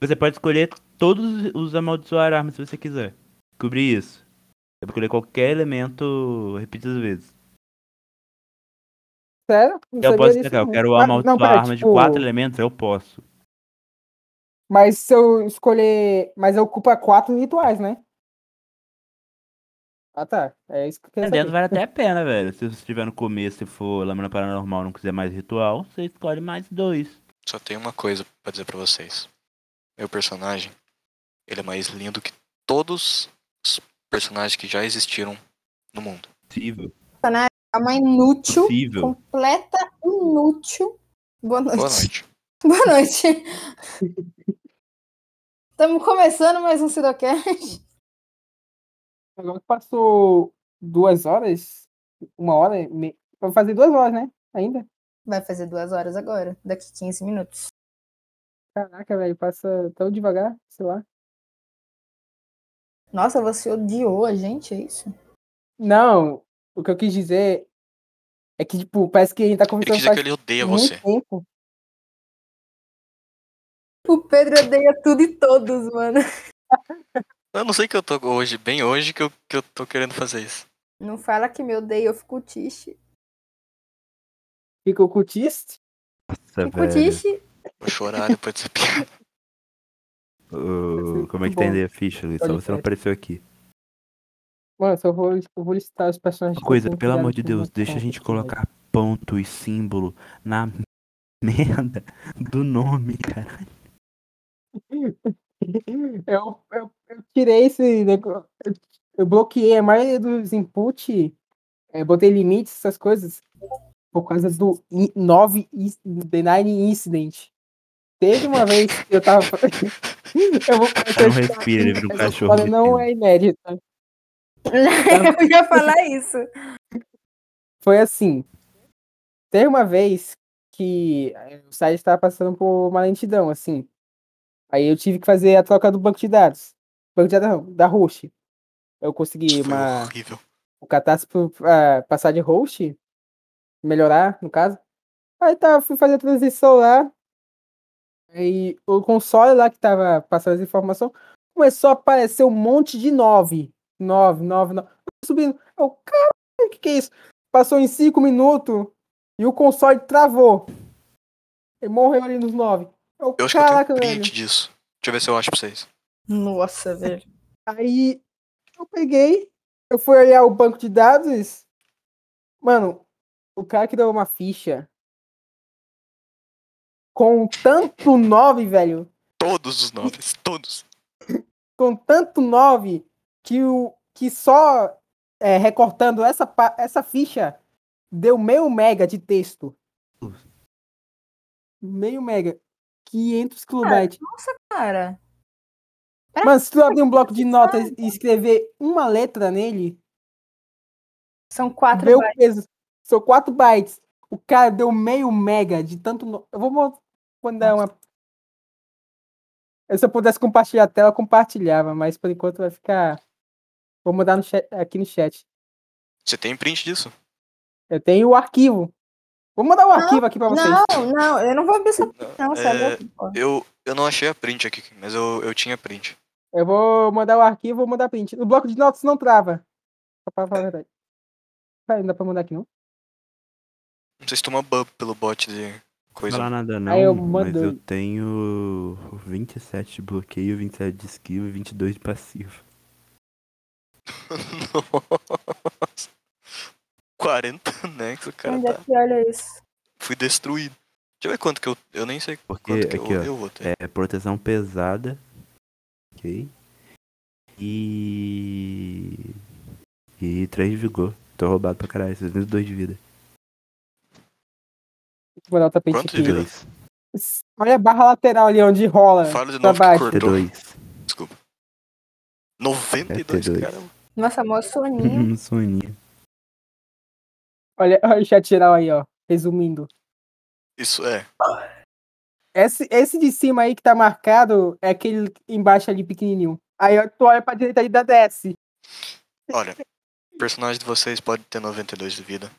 E: Você pode escolher todos os amaldiçoar armas se você quiser. Descobri isso. Você pode escolher qualquer elemento repetidas vezes.
B: Sério? Não
E: Eu
B: sabia
E: posso
B: disso,
E: explicar, eu
B: não.
E: quero
B: Ah, não,
E: amaldiçoar
B: pera,
E: armas
B: tipo,
E: de quatro elementos, eu posso.
B: Mas se eu escolher. Mas ocupa quatro rituais, né? Ah tá. É isso que eu quero
E: Dependendo,
B: saber.
E: vale até a pena, velho. Se você estiver no começo e for lâmina paranormal não quiser mais ritual, você escolhe mais dois.
C: Só tem uma coisa pra dizer pra vocês. Meu personagem, ele é mais lindo que todos os personagens que já existiram
B: <laughs>
C: no mundo.
E: Possível.
A: É uma inútil,
E: Possível.
A: completa inútil. Boa noite.
C: Boa noite.
A: <laughs>
B: Então
A: Boa noite. Estamos começando mais um Sidocast.
B: Então, Agora que passou duas horas, uma hora, e me... vai fazer duas horas, né? Ainda?
A: Vai fazer duas horas agora, daqui 15 minutos.
B: Caraca, velho, passa tão devagar, sei lá.
A: Nossa, você odiou a gente, é isso?
B: Não, o que eu quis dizer é que, tipo, parece que a gente tá
C: Ele quer
B: conversando
C: dizer que
B: faz
C: ele odeia
B: muito
C: você.
B: tempo.
A: O Pedro odeia tudo e todos, mano.
C: Eu não sei que eu tô hoje, bem hoje, que eu, que eu tô querendo fazer isso.
A: Não fala que me odeia, eu fico tiche.
B: Fica ocultista.
C: É
E: Nossa,
A: Fico
E: velho.
A: <laughs> tiche.
C: Vou chorar depois dessa <laughs> piada.
E: Ô, como é que
B: Bom,
E: tá a ficha, Luiz? Só você não
B: podcast.
E: apareceu aqui.
B: Mano, eu só vou, eu vou listar os personagens
E: Uma
B: que
E: coisa,
B: eu tenho
E: pelo amor
B: criado
E: de
B: aqui no
E: Deus, deixa a
B: Minecraft,
E: gente
B: velho.
E: colocar ponto e símbolo na <laughs> merda do nome, cara.
B: <laughs> Eu, eu, eu tirei esse negócio. Eu, eu bloqueei a maioria dos inputs, botei limites, essas coisas, por causa do i- 9 inc- The Nine Incident. Teve uma vez que eu tava. <laughs> eu vou
E: Cara, não respira, ele vira um
B: essa
E: cachorro
B: história não
E: pequeno.
B: é inédita.
A: eu ia falar isso.
B: Foi assim. Teve uma vez que eh, o site estava passando por uma lentidão, assim. Aí eu tive que fazer a troca do banco de dados. Banco de dados não, da host. Eu consegui
C: Isso foi
B: uma.
C: horrível.
B: o catastro pra passar de host, melhorar, no caso. Aí tá, fui fazer a transição lá. Aí o console lá que tava passando as informações começou a aparecer um monte de 9. 9, 9, 9. Subindo. Eu, cara, o que, que é isso? Passou em 5 minutos e o console travou. Ele morreu ali nos 9. Eu,
C: Eu acho que
B: caraca,
C: eu tenho um
B: velho.
C: print disso. Deixa eu ver se eu acho pra vocês.
A: Nossa, velho.
B: Aí eu peguei, eu fui olhar o banco de dados. Mano, o cara que deu uma ficha com tanto 9, velho.
C: Todos os nomes, <laughs> todos.
B: Com tanto 9 que, o, que só é, recortando essa, pa- essa ficha deu meio mega de texto. Meio mega. 500 kilobytes.
A: Cara,
B: Mano, se tu abrir um bloco de notas e escrever uma letra nele,
A: são quatro
B: Deu
A: bytes.
B: peso. São 4 bytes. O cara deu meio mega de tanto. no- Eu vou mo- mandar uma. Se eu pudesse compartilhar a tela, eu compartilhava, mas por enquanto vai ficar. Vou mandar no chat- aqui no chat.
C: Você tem print disso?
B: Eu tenho o arquivo. Vou mandar o arquivo aqui pra vocês.
A: Não, não, eu não vou abrir essa não, você é
C: É,
A: louco, pô.
C: Eu, eu não achei a print aqui, mas eu, eu tinha print.
B: Eu vou mandar o arquivo, vou mandar print. O bloco de notas não trava. Só pra falar a verdade. Vai, não dá pra mandar aqui não.
C: Não sei se toma bub pelo bot de
E: Não
C: coisa.
E: falar nada não,
B: Aí eu
E: mas eu
B: mando-
E: tenho 27 de bloqueio, 27 de esquiva e 22 de passivo.
C: Nossa. 40 nexo, cara.
A: Onde
C: Tá.
A: é que olha isso?
C: Fui destruído. Deixa eu ver quanto que eu. Eu nem sei
E: Porque
C: quanto que
E: aqui,
C: eu,
E: ó,
C: eu vou ter.
E: é proteção pesada, ok? E... E 3 de vigor. Tô roubado pra caralho, 62 de vida.
B: Vou dar o tapete
C: Quanto de
B: aqui.
C: vida?
E: Dois.
B: Olha a barra lateral ali onde
E: é
B: rola.
C: Fala de
B: pra
C: novo que
B: baixo.
C: cortou.
E: T2.
C: Desculpa. 92,
E: T2.
C: cara.
A: Nossa, mó soninho.
C: Uhum.
E: <laughs> Um soninho.
B: Olha, olha o chat geral aí, ó. Resumindo.
C: Isso é.
B: Esse, esse de cima aí que tá marcado é aquele embaixo ali pequenininho. Aí ó, tu olha pra direita ali da desce.
C: Olha, o personagem de vocês pode ter 92 de vida.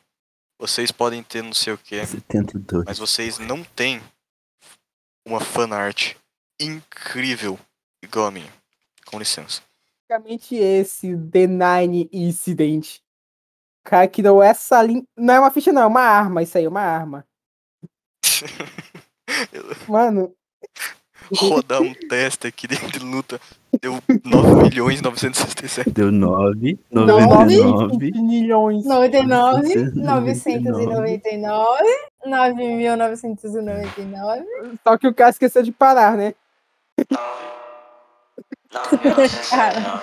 C: Vocês podem ter não sei o que,
E: 72.
C: É. mas vocês não têm uma fanart incrível igual a minha. Com licença.
B: Basicamente esse D9 Incident. O cara que deu essa linha. Não é uma ficha, não, é uma arma. Isso aí, é uma arma. Mano,
C: Rodar um teste aqui de de luta deu 9 milhões 967.
E: Deu 9,
A: Nove.
E: 99.
B: milhões.
A: 99, 999, 9.999.
B: Só que o cara esqueceu de parar, né?
A: <laughs> Cara.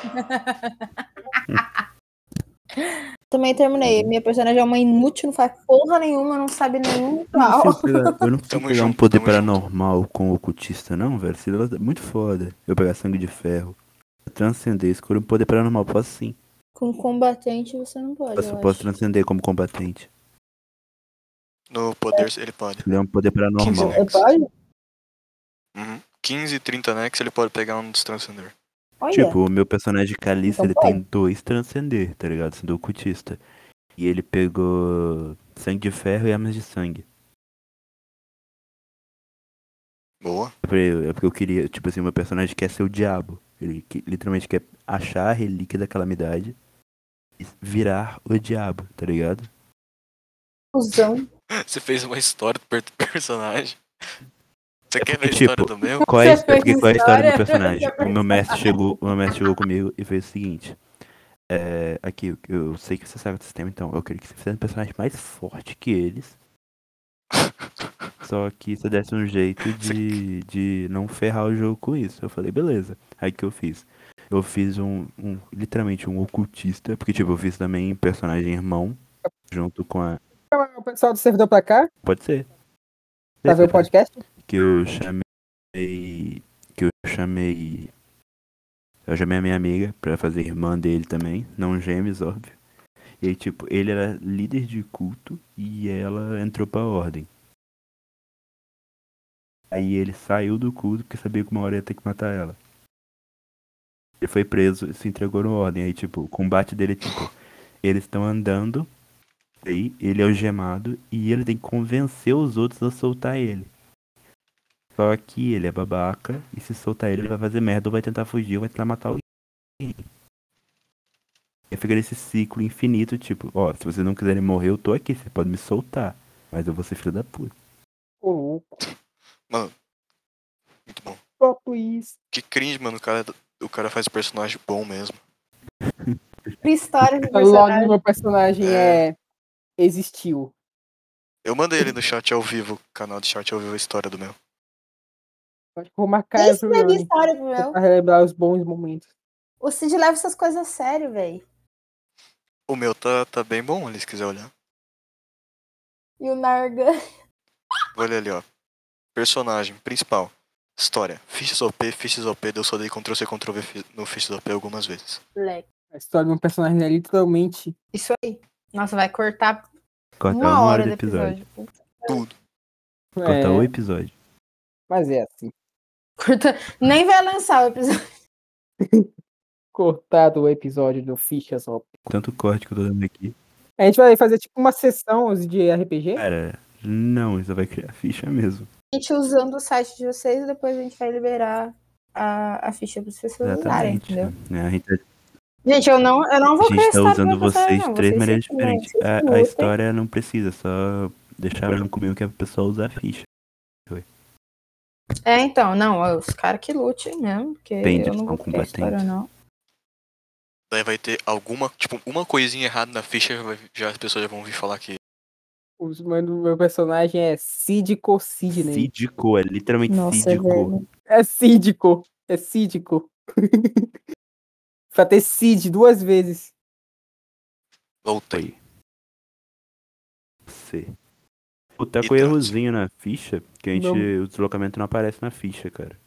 A: Também terminei. Minha personagem é uma inútil, não faz porra nenhuma, não sabe nenhum
E: Eu não
A: ritual.
E: consigo pegar- Eu não consigo
C: Tamo
E: pegar um
C: junto,
E: poder
C: tamo
E: paranormal com o ocultista, não, velho. Esse negócio é muito foda. Eu pegar sangue de ferro. Transcender, escolher um poder paranormal. Posso sim.
A: Com um combatente você não pode.
E: Posso,
A: eu
E: posso
A: acho.
E: transcender como combatente.
C: No poder ele pode.
E: Escolher um
B: É
C: 15
E: poder paranormal.
A: Eu
C: nex.
A: pode?
C: Uhum. 15 e 30 nex ele pode pegar um dos transcender.
A: Olha.
E: Tipo, o meu personagem Calice,
A: Então
E: ele
A: pode.
E: tem dois transcender, tá ligado? Sendo ocultista. E ele pegou sangue de ferro e armas de sangue.
C: Boa. <laughs>
E: É pra- é porque eu queria, tipo assim, o meu personagem quer ser o diabo. Ele que- literalmente quer achar a relíquia da calamidade e virar o diabo, tá ligado?
A: Fusão.
C: Você fez uma história do per- <laughs> personagem. Você quer ver a
E: porque,
C: história
E: tipo,
C: do meu?
E: Qual é,
A: Você
E: é porque
A: fez
E: qual é a história do
A: história?
E: personagem?
A: Você
E: O
A: fez
E: meu mestre chegou, o meu mestre chegou comigo e fez o seguinte. é, aqui, eu sei que você sabe do sistema, então eu queria que você fizesse um personagem mais forte que eles. Só que você desse um jeito de, de não ferrar o jogo com isso. Eu falei, beleza. Aí o que eu fiz? Eu fiz um, um- literalmente um ocultista, porque tipo, eu fiz também personagem irmão, junto com a.
B: Chama O pessoal do servidor pra cá,
E: Pode ser.
B: pra ver o podcast.
E: que eu chamei que eu chamei eu chamei a minha amiga pra fazer irmã dele também, não gêmeos, óbvio. E tipo, ele era líder de culto e ela entrou pra ordem. Aí ele saiu do culto porque sabia que uma hora ia ter que matar ela. Ele foi preso e se entregou na ordem. Aí tipo, o combate dele é tipo, eles estão andando, aí ele é algemado e ele tem que convencer os outros a soltar ele. Só que ele é babaca e se soltar ele, ele vai fazer merda, ou vai tentar fugir, ou vai tentar matar alguém. E fica nesse ciclo infinito, tipo, ó, se vocês não quiserem morrer, eu tô aqui, vocês podem me soltar. Mas eu vou ser filho da puta.
B: Ô, louco,
C: Muito bom.
B: plot twist.
C: Que cringe, mano. O cara, o cara faz personagem bom mesmo.
A: História do
B: O log do
A: personagem.
B: meu personagem é. Existiu.
C: Eu mandei ele no chat ao vivo, canal de chat ao vivo, a história do meu.
B: Acho que vou marcar
A: Isso
B: essa
A: é história do meu.
B: então, pra relembrar os bons momentos.
A: O Cid leva essas coisas a sério, velho.
C: O meu tá, tá bem bom ali, se quiser olhar.
A: E o Narga.
C: Olha ali, ó. Personagem, principal. História. Fichas OP, fichas OP. Eu só dei Ctrl C, Ctrl V fi- no fichas OP algumas vezes.
A: Moleque.
B: A história do meu personagem é literalmente.
A: Isso aí. Nossa, vai cortar
E: Corta
A: uma hora do episódio.
C: Tudo.
E: Corta
B: é,
E: o episódio.
B: Mas é assim.
A: Corta- Nem vai lançar o episódio.
B: Cortado o episódio do Fichas Op.
E: Tanto corte que eu tô dando aqui.
B: A gente vai fazer tipo uma sessão de RPG.
E: Cara, não, isso vai criar <laughs> ficha mesmo.
A: A gente usando o site de vocês e depois a gente vai liberar a, a ficha para vocês usarem,
E: Exatamente.
A: entendeu?
E: né? A gente tá
A: Gente, eu não, eu não vou
E: a gente tá
A: prestar
E: usando
A: pra
E: vocês de
A: não.
E: três
A: Vocês
E: maneiras
A: simplesmente
E: diferentes. É, A, a
A: escutem.
E: história não precisa, só deixar branco comigo que é pro pessoal usar a ficha.
A: É, então, não, ó, os caras que lutem mesmo, porque
E: Depende,
A: eu não
E: são
A: vou ter história,
E: combatentes.
A: não.
C: Daí vai ter alguma, tipo, uma coisinha errada na ficha, já, vai- já as pessoas já vão vir falar que.
B: O nome do meu personagem é Sídico Sidney.
E: Sídico, é literalmente
A: né? Nossa,
E: sídico.
A: velho.
B: É Sídico. É <laughs> Sídico. pra ter Cid duas vezes.
C: Voltei.
E: C. Puta,
C: E
E: com
C: trans.
E: errozinho na ficha, que a gente.
B: Não.
E: O deslocamento não aparece na ficha, cara.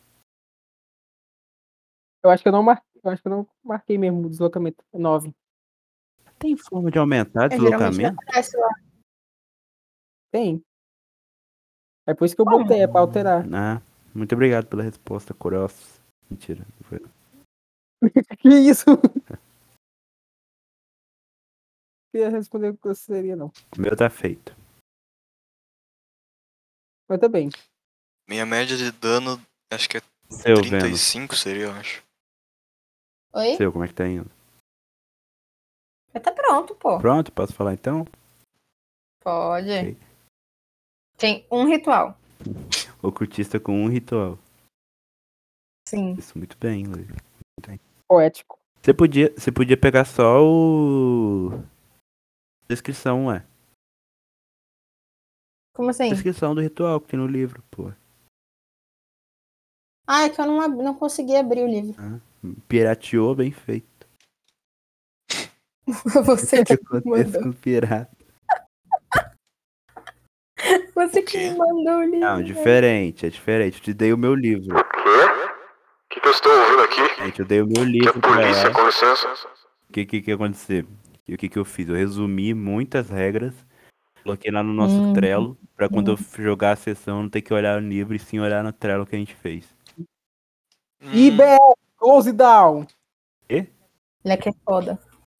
B: Eu acho que eu não marquei, eu acho que eu não marquei mesmo o deslocamento. 9.
E: Tem forma de
A: É,
E: aumentar
A: geralmente
E: deslocamento?
A: aparece lá.
B: Tem. É por isso que eu
A: Como?
B: botei, é pra alterar.
A: assim.
E: Ah, muito obrigado pela resposta, Cross. Mentira. não foi.
B: Que isso? <laughs> Queria responder o que você seria, não.
E: O meu tá feito.
B: Mas também.
C: Minha média de dano, acho que é
E: Seu, Vênus.
C: 35 seria, eu acho.
A: Oi?
E: Seu, como é que tá indo?
A: Já tá pronto, pô.
E: Pronto, posso falar então?
A: Pode.
E: Ok.
A: Tem um ritual.
E: O cultista com um ritual.
A: Sim.
E: Isso, muito bem, Lê.
B: Poético.
E: Você podia, você podia pegar só o. Descrição, ué.
A: Como assim?
E: Descrição do ritual que tem no livro, pô.
A: Ah, é que eu não, ab- não consegui abrir o livro. <laughs>
E: Pirateou bem feito. <laughs>
A: Você,
E: que acontece
A: mandou.
E: Tipo, com o pirata.
A: você que me mandou o livro.
E: Não, diferente, é diferente. Eu te dei o meu livro.
H: Quê? O que, que eu estou ouvindo aqui?
E: Gente, eu dei o meu
H: Que é
E: livro pra
H: polícia,
E: ela.
H: com licença.
E: O que que, que aconteceu? E o que que eu fiz? Eu resumi muitas regras, coloquei lá no nosso
A: Hum.
E: Trello, pra quando eu f- jogar a sessão não ter que olhar no livro e sim olhar no Trello que a gente fez. <laughs>
C: Hum.
B: IBR, close down.
A: Ele é que é foda.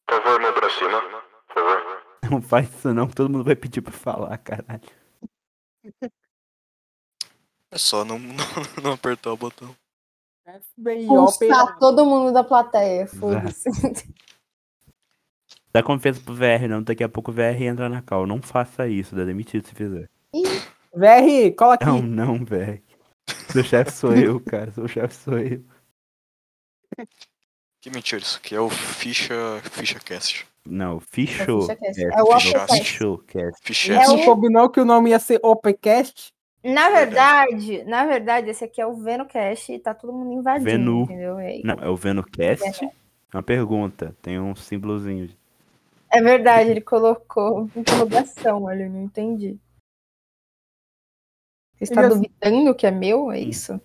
H: Por favor, mão pra cima. Por favor.
E: Não faz isso não, que todo mundo vai pedir pra falar, caralho.
C: É só não, <laughs> não, não apertar o botão.
B: FBI,
A: Pulsar
B: opera.
A: todo mundo da plateia.
E: <laughs>
A: Foda-se.
E: Dá confiança pro VR não, daqui a pouco o VR entra na cal. Não faça isso, dá demitido se fizer.
B: VR, cola aqui.
E: Não, não, velho. Seu chefe sou eu, cara. Seu chefe sou eu.
C: Que mentira, isso aqui é o Ficha, ficha Cast.
E: Não,
A: É
E: fichou.
A: FichaCast. É o
C: ficha-
A: Upcast.
E: Fichou, cast.
C: Ficha
A: É
B: Não
A: o-
B: soube não que o nome ia ser Opecast.
A: Na
C: Verdade.
A: verdade, na verdade, esse aqui é o Venocast e tá todo mundo invadindo,
E: Venu.
A: entendeu? É,
E: Não, é o VenoCast? É uma pergunta. Tem um símbolozinho.
A: é verdade, ele colocou interrogação ali, eu não entendi. Você está
B: Ele-
A: duvidando que é meu? É isso?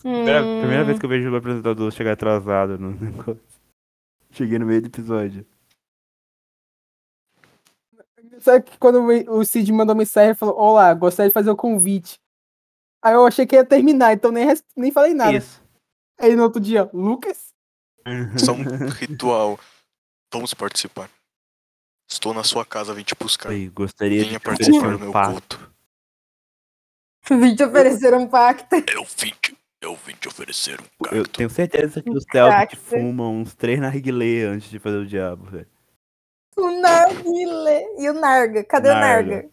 E: Primeira,
A: Hum, <laughs>
E: primeira vez que eu vejo o apresentador chegar atrasado no <laughs> negócio. Cheguei no meio do episódio.
B: Sabe que quando o Cid mandou mensagem, ele falou: Olá, gostaria de fazer o convite. Aí eu achei que ia terminar, então nem, res- nem falei nada.
E: Isso.
B: Aí no outro dia, Lucas?
C: Só um ritual. Vamos participar. Estou na sua casa, vim te buscar.
E: Oi, gostaria de
C: Venha
E: te oferecer
C: participar do
E: um
C: meu
E: pato.
C: culto.
A: Vim te oferecer um pacto.
C: Eu vim te, eu vim te oferecer um
E: Eu
C: cacto.
E: tenho certeza que os
A: Cacto.
E: Celtic fumam uns três narguilé antes de fazer o diabo, velho.
A: O Narguile. E o Narga? Cadê
E: Narga.
A: o Narga?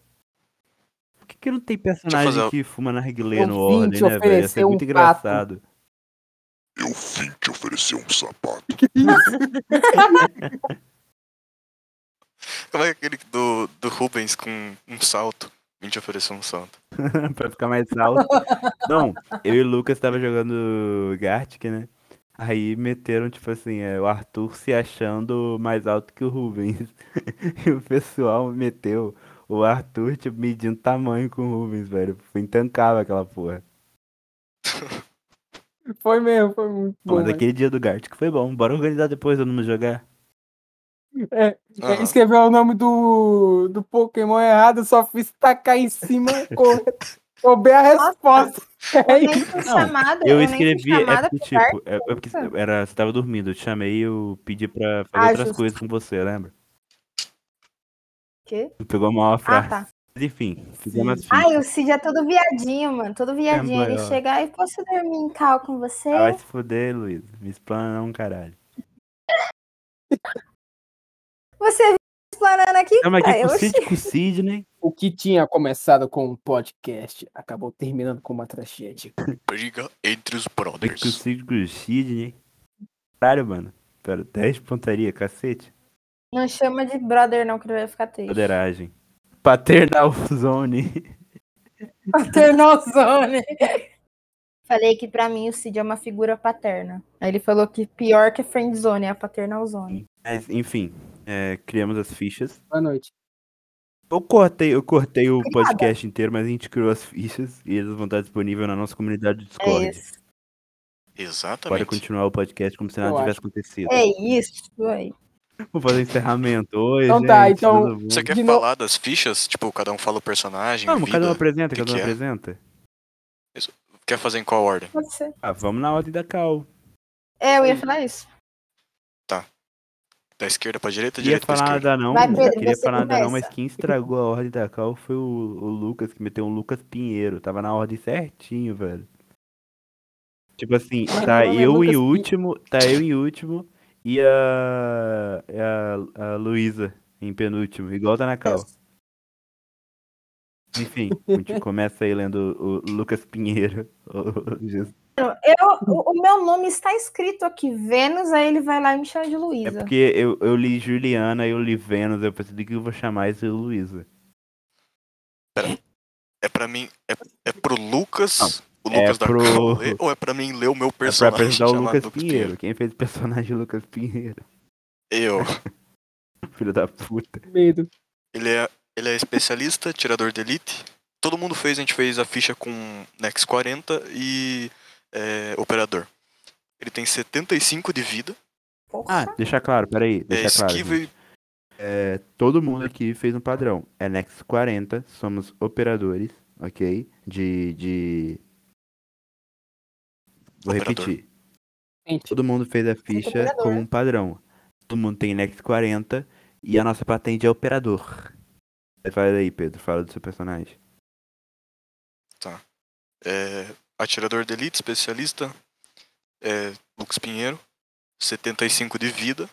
E: Por que, que não tem
C: Deixa eu fazer
E: personagem
C: uma-
E: que fuma narguilé no
B: Ouvinte,
E: Ordem, né, velho? Ia ser
B: ofereceu um
E: muito
B: pato.
E: engraçado.
C: Eu vim te oferecer um sapato.
B: é
C: Como é aquele do, do Rubens com um salto? Vim te oferecer um salto.
E: <laughs> pra ficar mais alto. Não, eu e o Lucas tava jogando Gartic, né? Aí meteram, tipo assim, é, o Arthur se achando mais alto que o Rubens. <laughs> E o pessoal meteu o Arthur, tipo, medindo tamanho com o Rubens, velho. Foi intancável aquela porra.
B: Foi mesmo, foi muito bom.
E: Mas aquele um dia do Gartic foi bom. Bora organizar depois, todo mundo jogar.
B: velho. É,
C: Aham.
B: Escreveu o nome do, do Pokémon errado, só fiz tacar em cima <laughs> e correr. Roubei a resposta. <laughs> É
A: Nem
B: isso.
A: fui
E: Não,
A: chamada.
E: Eu
A: nem fui
E: escrevi, é
A: chamada
E: porque,
A: pro Narga.
E: tipo, é, é porque era, você tava dormindo, eu te chamei e eu pedi pra fazer
A: Ah,
E: outras
A: justo.
E: coisas com você, lembra?
A: Quê?
E: Tu pegou mal a
A: Ah,
E: frase.
A: tá.
E: Mas Enfim, fizemos assim. as
A: Ai, o Cid é todo viadinho, mano. Todo viadinho. Ele
E: É maior.
A: chega e posso dormir em cal com você?
E: Ah, vai se fuder, Luiz. Me explana não, caralho.
A: Você vive explanando aqui?
E: Não, mas
A: cara?
E: que
A: Ah, Eu
E: com Cid,
A: achei-
E: com Cid, né?
B: O que tinha começado com um podcast acabou terminando com uma tragédia.
C: Briga entre os
E: Como é que com
C: brothers.
E: Cid, com Cid, né? Caralho, mano. Pera, 10 pontaria, cacete.
A: Não chama de brother, não, que ele vai ficar triste.
E: Poderagem. Paternal Zone.
A: Paternozone. Falei que pra mim o Cid é uma figura paterna. Aí ele falou que pior que friendzone é a paternalzone.
E: Mas, enfim, É, criamos as fichas.
B: Boa noite.
E: Eu cortei, eu cortei o podcast inteiro, mas a gente criou as fichas e eles vão estar disponíveis na nossa comunidade do Discord.
A: É isso.
E: Bora
C: Exatamente.
E: continuar o podcast como se nada
B: Eu acho.
E: tivesse acontecido.
A: É isso, aí.
E: Vou fazer encerramento. Oi,
B: Então
E: gente.
B: tá, então-
E: tudo bom?
C: Você quer
B: De novo-
C: falar das fichas? Tipo, cada um fala o personagem,
E: Não,
C: vida.
E: cada um apresenta,
C: que
E: cada um
C: que é?
E: apresenta.
C: Quer fazer em qual ordem?
A: Pode ser.
E: Ah, vamos na ordem da Cal.
A: É, eu ia falar isso.
C: Da esquerda pra direita,
E: Queria
C: direita pra
E: falar
C: esquerda.
E: nada não,
A: Vai,
E: não
A: Pedro,
E: queria
A: você
E: falar nada não, mas
A: começa.
E: quem estragou a ordem da Cal foi o, o Lucas, que meteu um Lucas Pinheiro. Tava na ordem certinho, velho. Tipo assim,
B: Mas
E: tá
B: meu nome é
E: eu
B: Lucas
E: em
B: Pin-
E: último, tá eu em último e a, a, a Luísa em penúltimo, igual tá na Cal. Enfim, conti- começa aí lendo o Lucas Pinheiro. <laughs>
A: Eu, o, o meu nome está escrito aqui, Vênus, aí ele vai lá e me chama de
E: É
A: Luísa.
E: porque eu, eu li Juliana, eu li Vênus, eu pensei "Do que eu vou chamar esse Luísa.
C: É pra mim. É, é pro Lucas. O
E: é
C: Lucas da
E: pro-
C: Cal ler, ou é pra mim ler o meu
E: <laughs> É pra
C: personagem
E: apresentar o
C: chamado
E: Lucas Pinheiro. Quem fez o personagem é o Lucas Pinheiro?
C: Eu.
E: Filho da puta.
B: Medo.
C: Ele é, ele é especialista, tirador de elite. Todo mundo fez, a gente fez a ficha com Nex 40 e é, operador. Ele tem 75 de vida,
A: Porra.
E: Ah, deixar claro, peraí.
C: é
E: Deixar claro.
C: esquiva
E: gente.
C: e
E: É, todo mundo aqui fez um padrão. É Nex 40, somos operadores, ok? De. de... Vou
C: Operador.
E: repetir.
B: Gente,
E: Todo mundo fez a ficha
A: operador.
E: com um padrão. Todo mundo tem Nex 40 e a nossa patente é operador. Fala aí, Pedro, fala do seu personagem.
C: é, atirador de elite, especialista. É, Lucas Pinheiro, 75 de vida.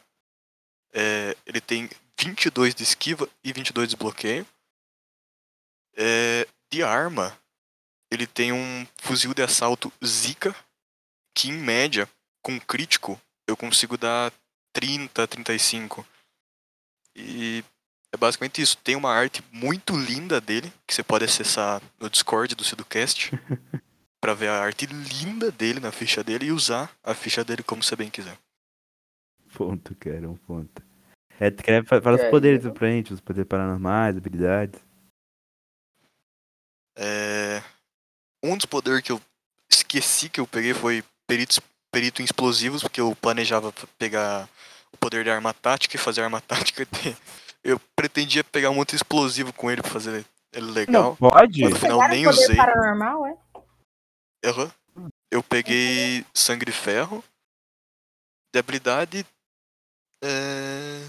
C: É, ele tem 22 de esquiva e 22 de bloqueio. É, de arma, ele tem um fuzil de assalto Zika, que em média, com crítico, eu consigo dar 30, 35. E é basicamente isso. Tem uma arte muito linda dele, que você pode acessar no Discord do Sidocast, pra ver a arte linda dele na ficha dele e usar a ficha dele como você bem quiser.
E: Ponto, cara, um ponto. É, tu quer, fa- fala os
B: É,
E: poderes
B: então.
E: pra gente, os poderes paranormais, habilidades.
C: É, Um dos poderes que eu esqueci que eu peguei foi perito, perito em explosivos, porque eu planejava p- pegar o poder de arma tática e fazer arma <laughs> tática. de- Eu pretendia pegar um outro explosivo com ele pra fazer ele legal.
E: pode?
C: Mas no final
A: Pegaram
C: nem
A: poder
C: usei.
A: paranormal, é?
C: Aham. Eu peguei sangue e ferro. De habilidade. É...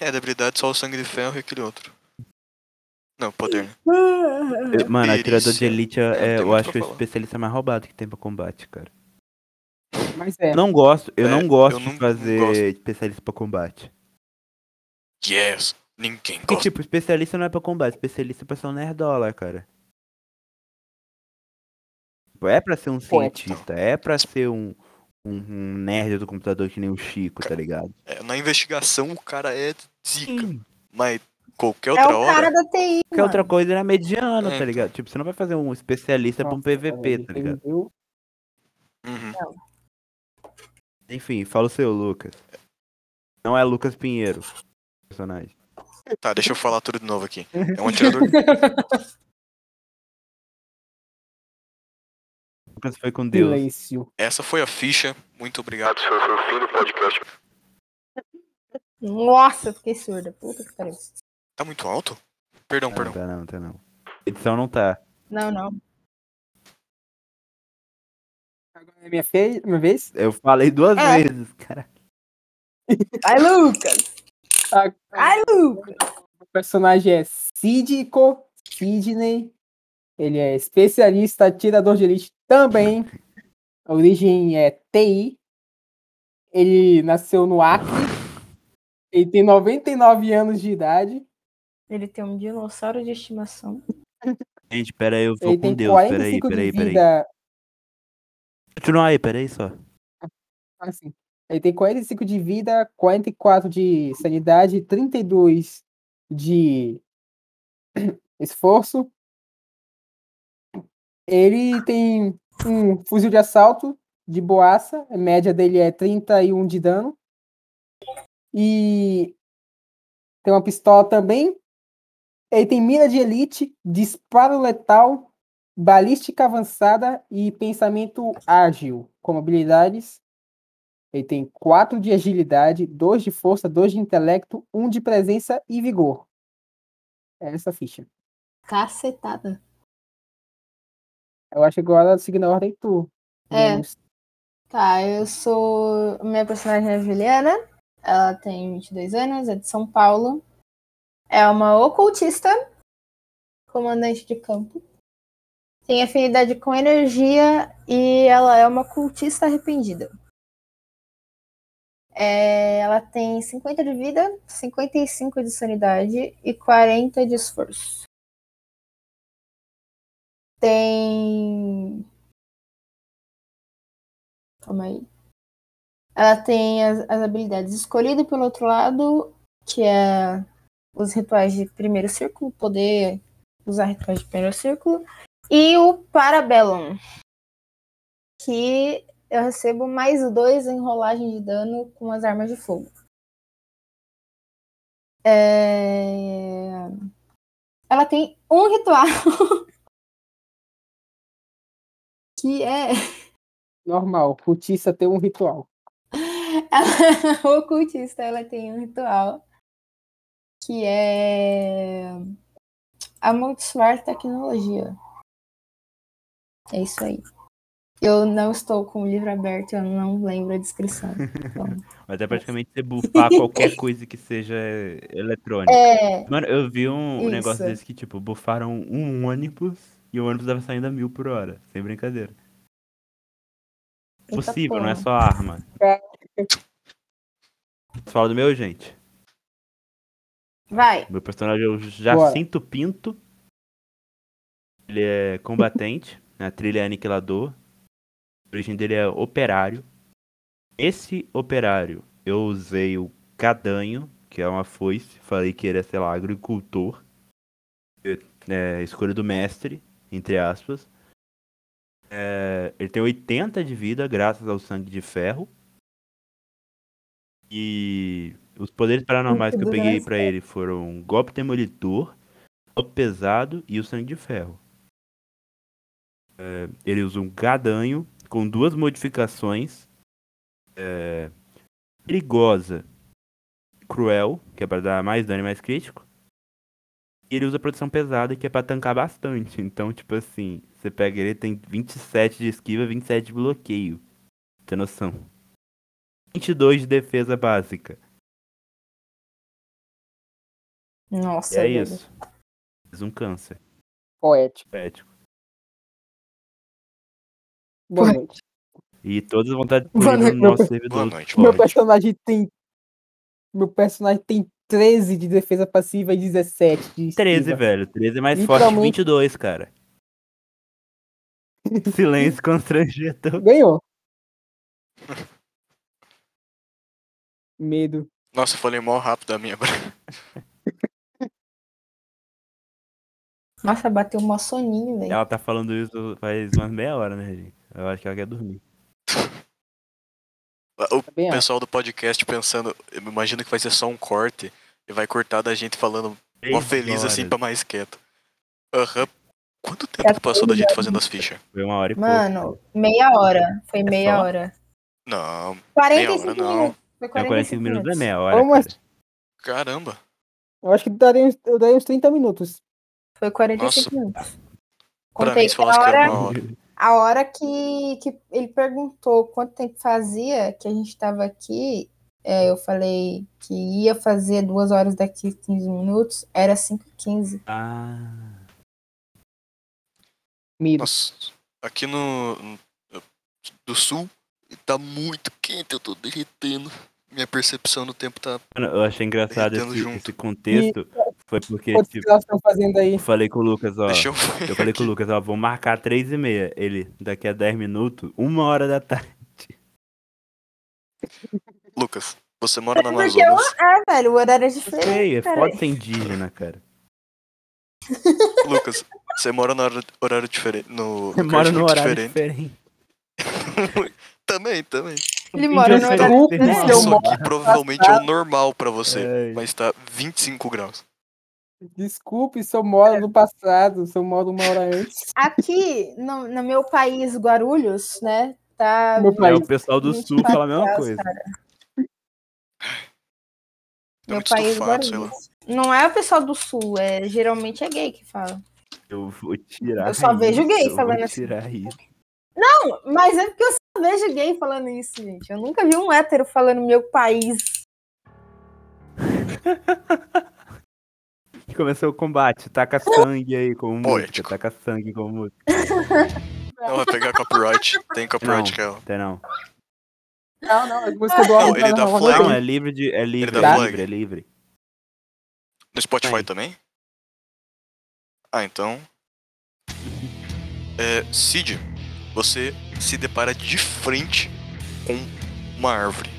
C: é, de habilidade só o sangue de ferro e aquele outro. Não, poder, né?
E: Eu- É, Mano, atirador de
C: perícia.
E: elite, é,
C: tem
E: eu
C: muito
E: acho
C: pra
E: que é o
C: falar.
E: especialista mais roubado que tem pra combate, cara.
B: Mas é.
E: Eu não gosto, eu
C: É,
E: não gosto
C: eu não-
E: de
C: não
E: fazer
C: gosto.
E: especialista pra combate.
C: Yes! Ninguém
E: Porque,
C: gosta.
E: tipo, especialista não é pra combate, especialista é pra ser um nerdola, cara. Tipo, É pra ser um
B: Poético.
E: cientista, é pra ser um, um, um nerd do computador que nem o Chico, tá ligado?
C: É, na investigação o cara é zica.
E: Sim.
C: Mas qualquer
A: É
C: outra
A: o
C: hora.
A: cara da TI,
E: Qualquer outra
A: mano.
E: coisa era mediano,
C: É,
E: tá ligado? Tipo, você não vai fazer um especialista pra um PVP, tá ligado?
B: entendeu?
C: Uhum.
E: Enfim, fala o seu, Lucas. Não é Lucas Pinheiro. Personagem.
C: Tá, deixa eu falar tudo de
A: <laughs>
C: novo aqui. É um atirador.
E: Lucas foi com Deus.
B: Silêncio.
C: Essa foi a ficha. Muito obrigado.
H: Isso foi o fim do podcast.
A: Nossa, eu fiquei surda. Puta que pariu.
C: Tá muito alto? Perdão,
E: Não,
C: perdão.
E: tá não, tá não. Edição não tá.
A: Não, não.
B: Agora é minha, fe... minha vez?
E: Eu falei duas
A: É.
E: vezes, cara.
A: Vai, Lucas!
B: Agora
A: Vai, Lucas!
B: o personagem é Sidico Sidney. Ele é especialista, atirador de elite também. A origem é TI. Ele nasceu no Acre. Ele tem 99 anos de idade.
A: Ele tem um dinossauro de estimação.
E: Gente, pera aí, eu vou
B: Ele
E: com
B: tem
E: Deus. Pera aí,
B: 45
E: pera aí,
B: de
E: pera aí.
B: vida
E: Continua aí, pera aí só.
B: assim. Ele tem 45 de vida, 44 de sanidade, 32 de <coughs> esforço. Ele tem um fuzil de assalto de boaça, a média dele é 31 de dano. um E Tem uma pistola também. Ele tem mira de elite, disparo letal, balística avançada e pensamento ágil como habilidades. Ele tem 4 de agilidade, 2 de força, 2 de intelecto, 1 de presença e vigor. É essa ficha.
A: Cacetada.
B: Eu acho que agora seguindo a ordem tu.
A: É.
B: Vamos.
A: Tá, eu sou. Minha personagem é a Juliana. Ela tem 22 anos, é de São Paulo. É uma ocultista, comandante de campo. Tem afinidade com energia e ela é uma cultista arrependida. É, ela tem 50 de vida, 55 de sanidade e 40 de esforço. Tem Calma aí. Ela tem as, as habilidades escolhidas pelo outro lado, que é os rituais de primeiro círculo, poder usar rituais de primeiro círculo. E o Parabellum, que eu recebo mais dois em rolagem de dano com as armas de fogo. É, Ela tem um ritual. <laughs> que é.
B: Normal, cultista tem um ritual.
A: Ela, <laughs> o ocultista, ela tem um ritual que é amaldiçoar tecnologia. É isso aí. Eu não estou com o livro aberto, eu não lembro a descrição. então.
E: Mas é praticamente
A: <laughs>
E: você bufar qualquer coisa que seja eletrônica.
A: É,
E: Mano, eu vi um, um negócio
A: Isso.
E: desse que, tipo, bufaram um ônibus e o ônibus tava saindo a mil por hora. Sem brincadeira.
A: Eita
E: Possível, não é
A: porra.
E: só arma. Fala do meu, gente.
A: vai.
E: Meu personagem é o Jacinto Pinto. Ele é combatente, <laughs> na trilha é aniquilador. A origem dele é operário. Esse operário, eu usei o cadanho, que é uma foice. Falei que ele é, sei lá, agricultor. É, é, escolha do mestre, entre aspas. É, ele tem 80 de vida, graças ao sangue de ferro. E os poderes paranormais que eu
A: Muito
E: peguei
A: graças.
E: pra ele foram um golpe demolidor, golpe pesado e o sangue de ferro. É, ele usa um gadanho com duas modificações. É, perigosa, cruel, que é pra dar mais dano e mais crítico. E ele usa proteção pesada, que é pra tancar bastante. Então, tipo assim, você pega ele, tem 27 de esquiva, 27 de bloqueio. Tem noção? 22 de defesa básica. E
A: Nossa,
E: é
A: velho.
E: isso. Mais um câncer.
B: Poético.
E: Poético.
B: Boa noite.
E: E todas as vontades
B: Boa
E: disponíveis
B: noite,
E: no
B: meu
E: nosso
B: pe-
E: servidor.
C: Boa noite,
E: Discord.
B: Meu personagem tem. Meu personagem tem 13 de defesa passiva e 17 de.
E: 13,
B: esquiva.
E: velho. 13 é mais forte que
B: Literalmente.
E: 22,
B: <laughs>
E: cara. Silêncio constrangedor.
B: Ganhou. Medo.
C: Nossa, eu falei mó rápido a minha <laughs> agora.
A: Nossa, bateu um soninho, velho.
E: Ela tá falando isso faz umas meia hora, né, gente? Eu acho que ela quer dormir.
C: O
B: Tá
A: É.
B: bem, ó.
C: pessoal do podcast pensando, eu imagino que vai ser só um corte e vai cortar da gente falando mó
E: Três
C: feliz assim
E: horas.
C: pra mais quieto. Aham. Quanto tempo que passou da gente fazendo as fichas?
E: Foi uma hora e
A: Mano,
E: pouco.
A: meia hora. Foi meia
E: É só?
A: hora.
C: Não, meia hora
A: 45
C: não.
A: minutos. Foi
E: Mano, 45 minutos é meia hora.
B: Vamos
E: cara.
C: Caramba.
B: Eu acho que daria uns, eu daria uns 30 minutos.
A: Foi 45
C: Nossa.
A: minutos.
C: Pra
A: Contei
C: mim, se falasse
A: a
C: que
A: hora,
C: era uma hora.
A: A hora que, que ele perguntou quanto tempo fazia que a gente estava aqui, é, eu falei que ia fazer duas horas daqui 15 minutos, era 5h15.
E: Ah,
B: Medo.
C: Nossa, aqui no, no- do sul tá muito quente, eu tô derretendo. Minha percepção do tempo tá.
E: mano, eu achei engraçado
C: Derretendo
E: esse,
C: junto.
E: esse contexto. Foi porque,
B: Quantos que
E: tipo,
B: elas estão fazendo aí?
E: eu falei com o Lucas, ó.
C: Deixa eu
E: Eu
C: ver.
E: falei com o Lucas, ó, vou marcar 3 e meia. Ele, daqui a 10 minutos, uma hora da tarde.
C: Lucas, você mora na
A: Porque eu,
C: Tá Amazonas.
A: é, velho, o horário é
E: Eu
A: diferente.
E: sei, é
A: cara.
E: foda ser indígena, cara.
C: Lucas, você mora no hora- horário é diferente. No,
E: Você
C: no
E: mora
C: cantinho
E: num horário diferente.
C: também, também.
F: Ele mora no
E: Então,
F: horário
B: então,
F: comercial.
B: Nossa,
C: Só que provavelmente é o normal pra você.
E: Ai.
C: Mas tá 25 graus.
B: Desculpe se eu moro no passado, se eu moro uma hora antes.
A: Aqui no, no meu país, Guarulhos, né? Tá.
B: Meu
E: É,
B: país.
E: o pessoal do sul
A: 24
E: fala a mesma
A: graus,
E: coisa.
A: cara.
C: Tá
A: Meu
C: muito
A: país,
C: estufado, sei lá.
A: Guarulhos. Não é o pessoal do sul, é geralmente é gay que fala.
E: Eu vou tirar.
A: Eu só vejo
E: isso,
A: gay
E: eu vou
A: falando assim.
E: tirar isso.
A: Não, mas é porque eu só vejo gay falando isso, gente. Eu nunca vi um hétero falando meu país.
E: Começou o combate. Taca sangue aí como música.
C: Poético.
E: Taca sangue como música.
C: Não, vai pegar copyright. Tem copyright, que é o-
E: Até não.
B: <laughs> Não, não, as músicas do tá
C: Não, ele dá flag.
E: Não, é livre de. É livre,
C: dá
E: é
C: flag.
E: livre, é livre.
C: No Spotify
E: Aí.
C: também? Ah, então. É, Cid, você se depara de frente com uma árvore.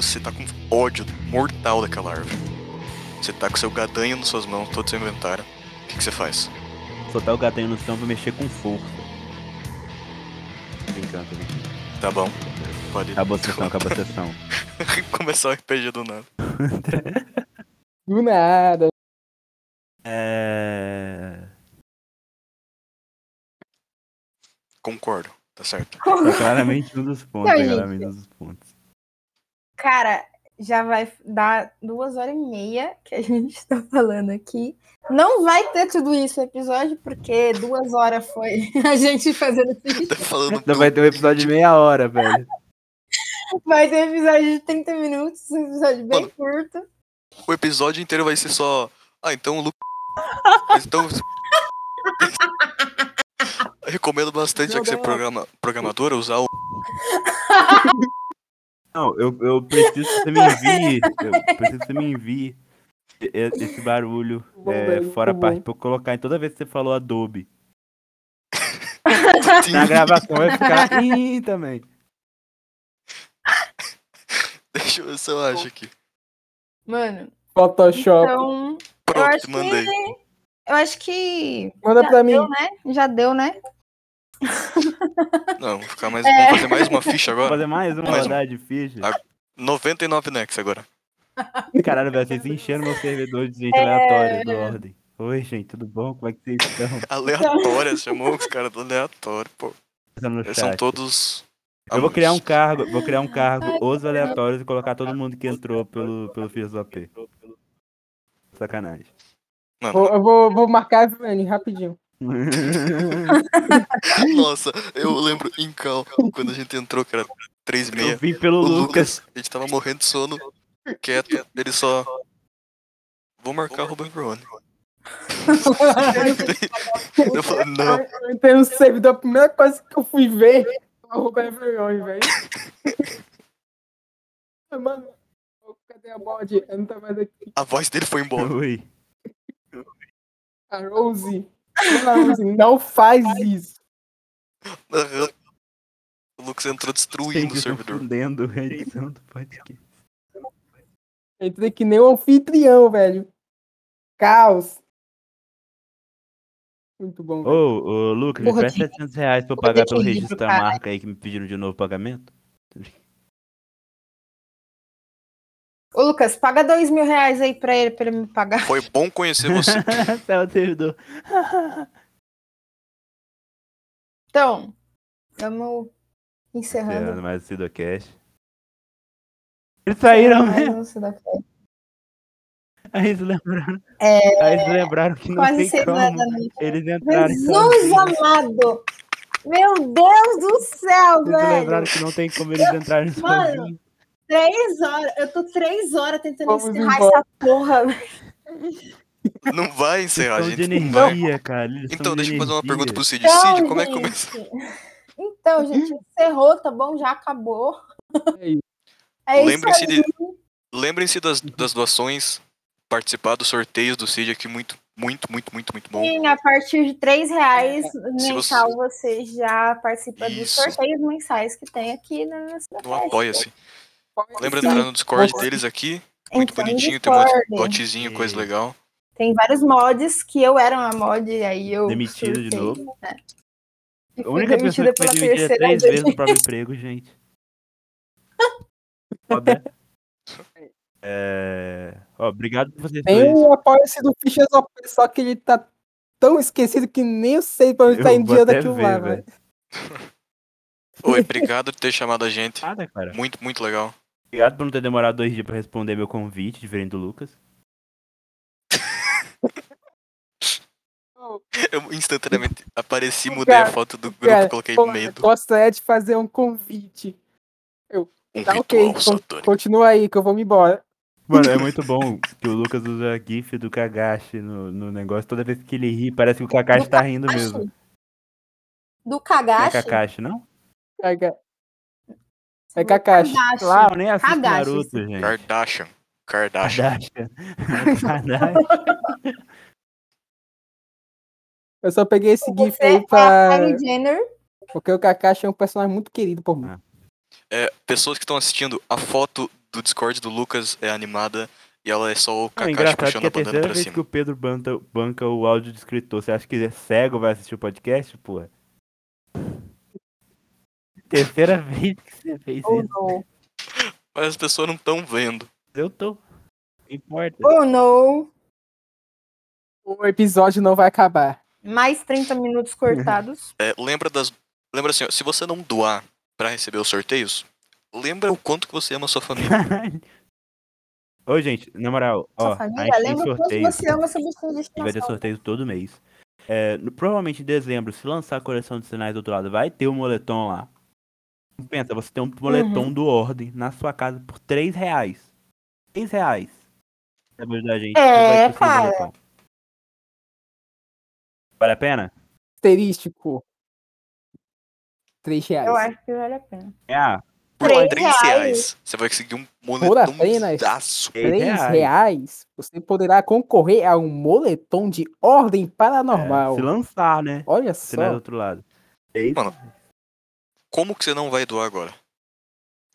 C: Você tá com ódio mortal daquela árvore. Você tá com seu gadanho nas suas mãos, todo seu inventário. O que, que você faz?
E: Soltar o gatinho no chão pra mexer com força. Brincando, tô brincando.
C: Tá bom. Pode
E: Acabou a sessão, acabou a sessão.
C: <laughs> começar o RPG do nada.
B: Do nada.
E: <laughs> É.
C: Concordo, tá certo.
E: Tá claramente um dos pontos.
A: Não,
E: tá
A: gente.
E: claramente um dos pontos.
A: Cara, já vai dar duas horas e meia que a <laughs> gente tá falando aqui. Não vai ter tudo isso no episódio, porque duas horas foi <laughs> a gente fazendo isso.
C: Tá falando
E: Ainda vai ter um episódio de meia hora, velho.
A: Vai ter um episódio de 30 minutos, um episódio bem
C: Mano.
A: curto.
C: O episódio inteiro vai ser só. Ah, então o Lucas. <laughs> então. Eu <laughs> recomendo bastante, já
B: Meu
C: que você é
B: Deus.
C: programa... programadora, usar o.
E: Não, eu, eu preciso que você me envie. Eu preciso que você me envie e- e- esse barulho
B: Bom,
E: é,
B: velho,
E: fora a
B: bom.
E: parte pra eu colocar em toda vez que você falou Adobe.
C: Sim.
E: Na gravação vai ficar. Ih, também.
C: <laughs> Deixa eu ver se eu acho aqui.
A: Mano,
B: Photoshop.
A: então. Eu
C: Pronto,
A: acho
C: mandei.
A: que. é. Eu acho que.
B: Manda
A: já
B: pra mim.
A: deu, né? Já deu, né?
C: Não, vou ficar mais.
A: É.
C: Vamos fazer mais uma ficha
E: Vou
C: agora.
E: fazer mais uma
C: Mais um.
E: rodada de ficha.
C: 99 Nex agora.
E: Caralho, velho, vocês encheram meu servidor de gente aleatória
A: É.
E: do ordem. Oi, gente, tudo bom? Como é que vocês estão?
C: Aleatória, chamou os caras do aleatório, pô.
E: Tá no
C: Eles são
E: chat.
C: todos.
E: Eu vou criar um
C: alunos.
E: cargo, vou criar um cargo, os aleatórios, e colocar todo mundo que entrou pelo, pelo Filosop. Sacanagem.
B: Vou-
C: Mano,
B: eu vou, vou marcar a Vani rapidinho. <laughs>
C: nossa, eu lembro em Cal, quando a gente entrou, que era 3 meia.
E: Eu vim pelo
C: O
E: Lucas.
C: Lucas, a gente tava morrendo de sono, quieto, ele só. Vou marcar o Ruben Verone. Eu falei, não,
B: Eu entrei no um servidor, a primeira coisa que eu fui ver foi o Roberto Verão, velho. <laughs> Mano, cadê a bode? Eu não tá mais aqui.
C: a voz dele foi
E: <laughs>
C: embora.
E: Oi.
B: A Rose. Dona Rose, não faz isso.
C: Aham. O Lucas entrou destruindo o
E: Gente,
C: servidor.
E: confundendo a edição do podcast.
B: Eu Entrei que nem um anfitrião, velho. Caos. Muito bom,
E: Ô,
B: velho.
E: ô, Lucas, me
A: Porra,
E: presta
A: tem-
E: 700 reais pra eu
A: Porra,
E: pagar
A: tem
E: pelo
A: livro,
E: registro da
A: cara.
E: marca aí que me pediram de novo pagamento?
A: Ô, Lucas, paga dois mil reais aí pra ele, pra ele me pagar.
C: Foi bom conhecer você.
E: Tá o servidor.
A: Então, vamos encerrando.
E: Tirando mais É, o Sidocast. Eles É. saíram né? mesmo.
A: Mas não se dá-
E: <laughs> Aí eles lembraram.
A: É,
E: Aí eles lembraram que não
A: quase
E: tem
A: seis horas
E: como.
A: da noite.
E: Eles entraram em
A: Jesus amado! Meu Deus do céu,
E: Vocês
A: velho!
E: lembraram que não tem como eles entrarem
A: Mano.
E: sozinhos.
A: Três horas, eu tô três horas tentando
B: Vamos
A: encerrar
B: embora.
A: essa porra.
C: Não vai encerrar, a
E: Eles são de
C: gente não vai.
E: energia, cara. Eles
C: Então,
E: são de
C: deixa eu fazer uma
E: energia.
C: pergunta pro Cid.
A: Então,
C: Cid, como é que
A: gente.
C: começa?
A: Então, gente, encerrou, tá bom? Já acabou.
B: É isso.
A: É isso
C: Lembrem-se
A: aí.
C: de- Lembrem-se das, das doações, participar dos sorteios do Cid aqui, muito, muito, muito, muito, muito bom.
A: Sim, a partir de três reais
C: Se
A: mensal, você... já participa dos
C: Isso.
A: sorteios mensais que tem aqui na nossa
C: Não apoia-se. Lembra de
B: Sim.
C: entrar no Discord deles aqui, muito
A: Então,
C: bonitinho, tem um
A: Discord.
C: bot- botzinho, coisa legal.
A: Tem vários mods que eu era uma mod e aí eu.
E: Demitido de
A: surtei,
E: novo.
A: né? E
E: A
A: fui
E: única pessoa
A: demitida
E: que foi
A: pela
E: demitida
A: terceira
E: três
A: vez. <laughs>
E: vezes no próprio emprego, gente. foda. É... ó, obrigado por vocês
B: Tem
E: dois.
B: o apoia-se do Fichas OP, só que ele tá tão esquecido que nem eu sei pra onde
E: Eu
B: tá indo
E: vou
B: dinheiro
E: até
B: daquilo
E: ver,
B: lá,
E: velho.
B: velho.
C: Oi, obrigado por ter chamado a gente.
E: Nada, cara.
C: Muito, muito legal.
E: Obrigado por não ter demorado dois dias pra responder meu convite, diferente do Lucas.
C: Eu instantaneamente apareci,
B: Cara,
C: mudei a foto do grupo
B: cara, é
C: e coloquei
B: Pô,
C: no meio do
B: Gostaria de fazer um convite.
C: um
B: Tá
C: ritual
B: ok, con-
C: satânico.
B: continua aí que eu vou me embora.
E: Mano, é muito bom que o Lucas usa GIF do Kagashi no, no negócio. Toda vez que ele ri, parece que o Kakashi
A: Do
E: tá rindo
A: Kakashi?
E: mesmo.
A: Do
E: Não é
A: Kagashi?
E: Kakashi, não?
B: Caga- É
A: Do
B: Kakashi.
E: Claro, eu nem assisto
A: Kagashi,
E: Naruto, gente.
C: Kardashian. Kardashian.
A: <laughs>
E: Kardashian. Kardashian.
B: Eu só peguei esse GIF
A: Você
B: aí
A: é a Kylie
B: pra.
A: Jenner.
B: Porque o Kakashi é um personagem muito querido por mim.
E: Ah.
C: É, pessoas que estão assistindo, a foto do Discord do Lucas é animada e ela é só o
E: Não,
C: Kakashi
E: engraçado
C: puxando
E: que é
C: a
E: a
C: bandana
E: terceira
C: pra
E: vez que
C: cima.
E: o Pedro banta- banca o áudio de escritor. Você acha que ele é cego vai assistir o podcast, porra? Terceira <laughs> vez que você fez
A: Oh,
E: isso.
A: no.
C: Mas as pessoas não estão vendo.
E: Eu tô. Não importa.
A: Oh, no.
B: O episódio não vai acabar.
A: Mais 30 minutos cortados.
C: É, lembra das. Lembra assim, ó, se você não doar pra receber os sorteios, lembra o quanto que você ama a sua
E: <laughs>
C: família.
E: Caralho. <laughs> Ô, gente, na moral, <laughs> ó,
A: Sua
E: a
A: família,
E: gente tem
A: lembra o quanto
E: sorteio.
A: você ama seu bichinho de
E: E vai ter
A: estimação.
E: sorteio todo mês. É, no- provavelmente em dezembro, se lançar a coleção de sinais do outro lado, vai ter um moletom lá. Pensa, você tem um moletom
A: Uhum.
E: do Ordem na sua casa por 3 reais. 3 reais. Pra ajudar a gente.
A: É,
E: você vai ter esse
A: cara.
E: moletom. Vale a pena?
B: Asterístico. Três reais.
A: Eu acho que vale a pena.
E: É, ah,
C: Por
A: Três
C: 3 reais. você vai conseguir um moletom
B: apenas
C: daço.
E: três
B: Três
E: reais.
B: reais, você poderá concorrer a um moletom de
E: É,
B: ordem
A: É.
B: paranormal.
E: Se lançar, né?
B: Olha
E: Sinais do
B: só.
E: outro lado. Três
C: Mano, Como que você não vai doar agora?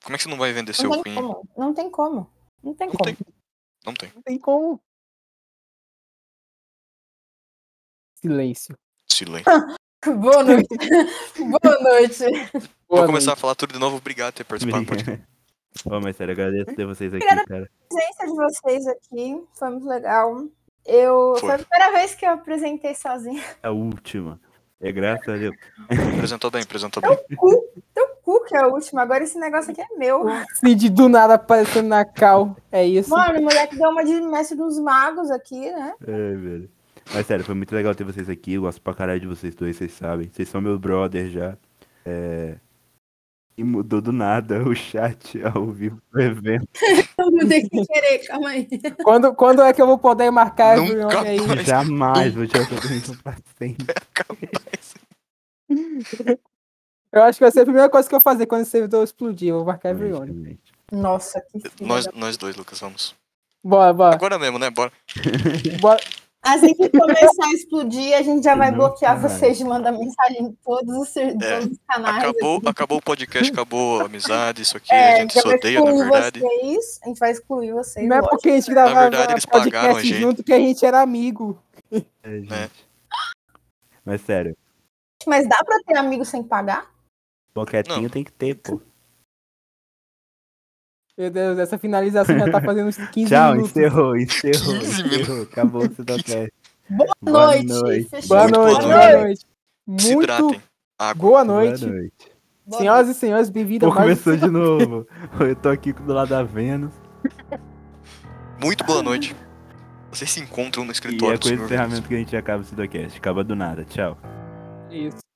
C: Como é que você não vai vender seu
A: Não tem
C: rim?
A: como. Não tem como. Não tem
C: Não
A: como. <laughs>
C: tem. Não tem.
B: Não tem como. Silêncio.
C: Silêncio.
A: Boa noite.
C: <laughs>
A: Boa noite.
C: Vou
B: Boa
C: começar
B: noite.
C: a falar tudo de novo. Obrigado por ter participado. do podcast.
E: <laughs> Ô, mas sério, agradeço ter vocês aqui,
A: Obrigada.
E: cara.
A: presença de vocês aqui. Foi muito legal. Eu...
C: Foi.
A: Foi. a primeira vez que eu apresentei sozinha.
E: A última. É graças a Deus.
C: Apresentou bem, apresentou bem.
A: Teu cu que é o último, agora esse negócio aqui é meu.
B: Cid do nada aparecendo na cal. É isso.
A: Mano, o moleque deu uma de mestre dos magos aqui, né?
E: Ai, É, velho. Mas sério, foi muito legal ter vocês aqui. Eu gosto pra caralho de vocês dois, vocês sabem. Vocês são meus brother já. É, E mudou do nada o chat ao vivo do evento.
A: Eu mudei sem querer, calma aí.
B: Quando, quando é que eu vou poder marcar esse
C: Nunca
B: nome aí?
C: <laughs> mais. Mas-
E: Jamais
C: <laughs>
E: vou tirar essa permissão pra sempre.
B: Eu acho que vai ser a primeira coisa que eu vou fazer quando o servidor explodir. Eu vou marcar everyone.
E: Gente,
A: Nossa, que filha
C: Nós,
A: da-
C: nós dois, Lucas, vamos.
B: Bora, bora.
C: Agora mesmo, né? Bora.
B: bora.
A: Assim que começar a explodir, a gente já vai
E: Não,
A: bloquear
E: caralho.
A: vocês de mandar mensagem em todos os, ser-
C: É,
A: todos os canais.
C: Acabou, acabou o podcast, acabou a amizade, isso aqui.
A: É,
C: a
A: a
C: gente
A: gente
C: se
A: vai
C: odeia, na
A: excluir
C: verdade.
A: vocês. A gente vai excluir vocês.
B: Não é
A: lógico.
B: porque a gente gravava
C: verdade, eles pagaram a
B: podcast
C: gente.
B: junto que a gente era amigo.
E: é, gente. Mas sério,
A: Mas dá pra ter amigo sem pagar?
E: boquetinho
C: Não.
E: tem que ter, pô.
B: Meu Deus, essa finalização já tá fazendo uns 15
E: Tchau,
B: minutos.
E: encerrou, encerrou,
C: 15
E: encerrou. Acabou o Cidocast.
A: Boa,
E: Boa
A: noite.
E: noite.
A: Fechou.
B: Boa
C: Muito
B: noite,
C: boa
B: boa noite.
C: Se hidratem.
B: Muito
C: Água.
B: boa noite.
E: Boa noite.
A: Boa
B: Senhoras e senhores, bem-vindos
E: Pô,
B: a mais um
E: começou de novo. Eu tô aqui do lado da Vênus.
C: Muito boa noite. Vocês se encontram no
E: E
C: escritório tipo,
E: é
C: do
E: com
C: senhor
E: esse
C: Vênus.
E: encerramento que a gente acaba o Cidocast. Acaba do nada. Tchau.
B: isso.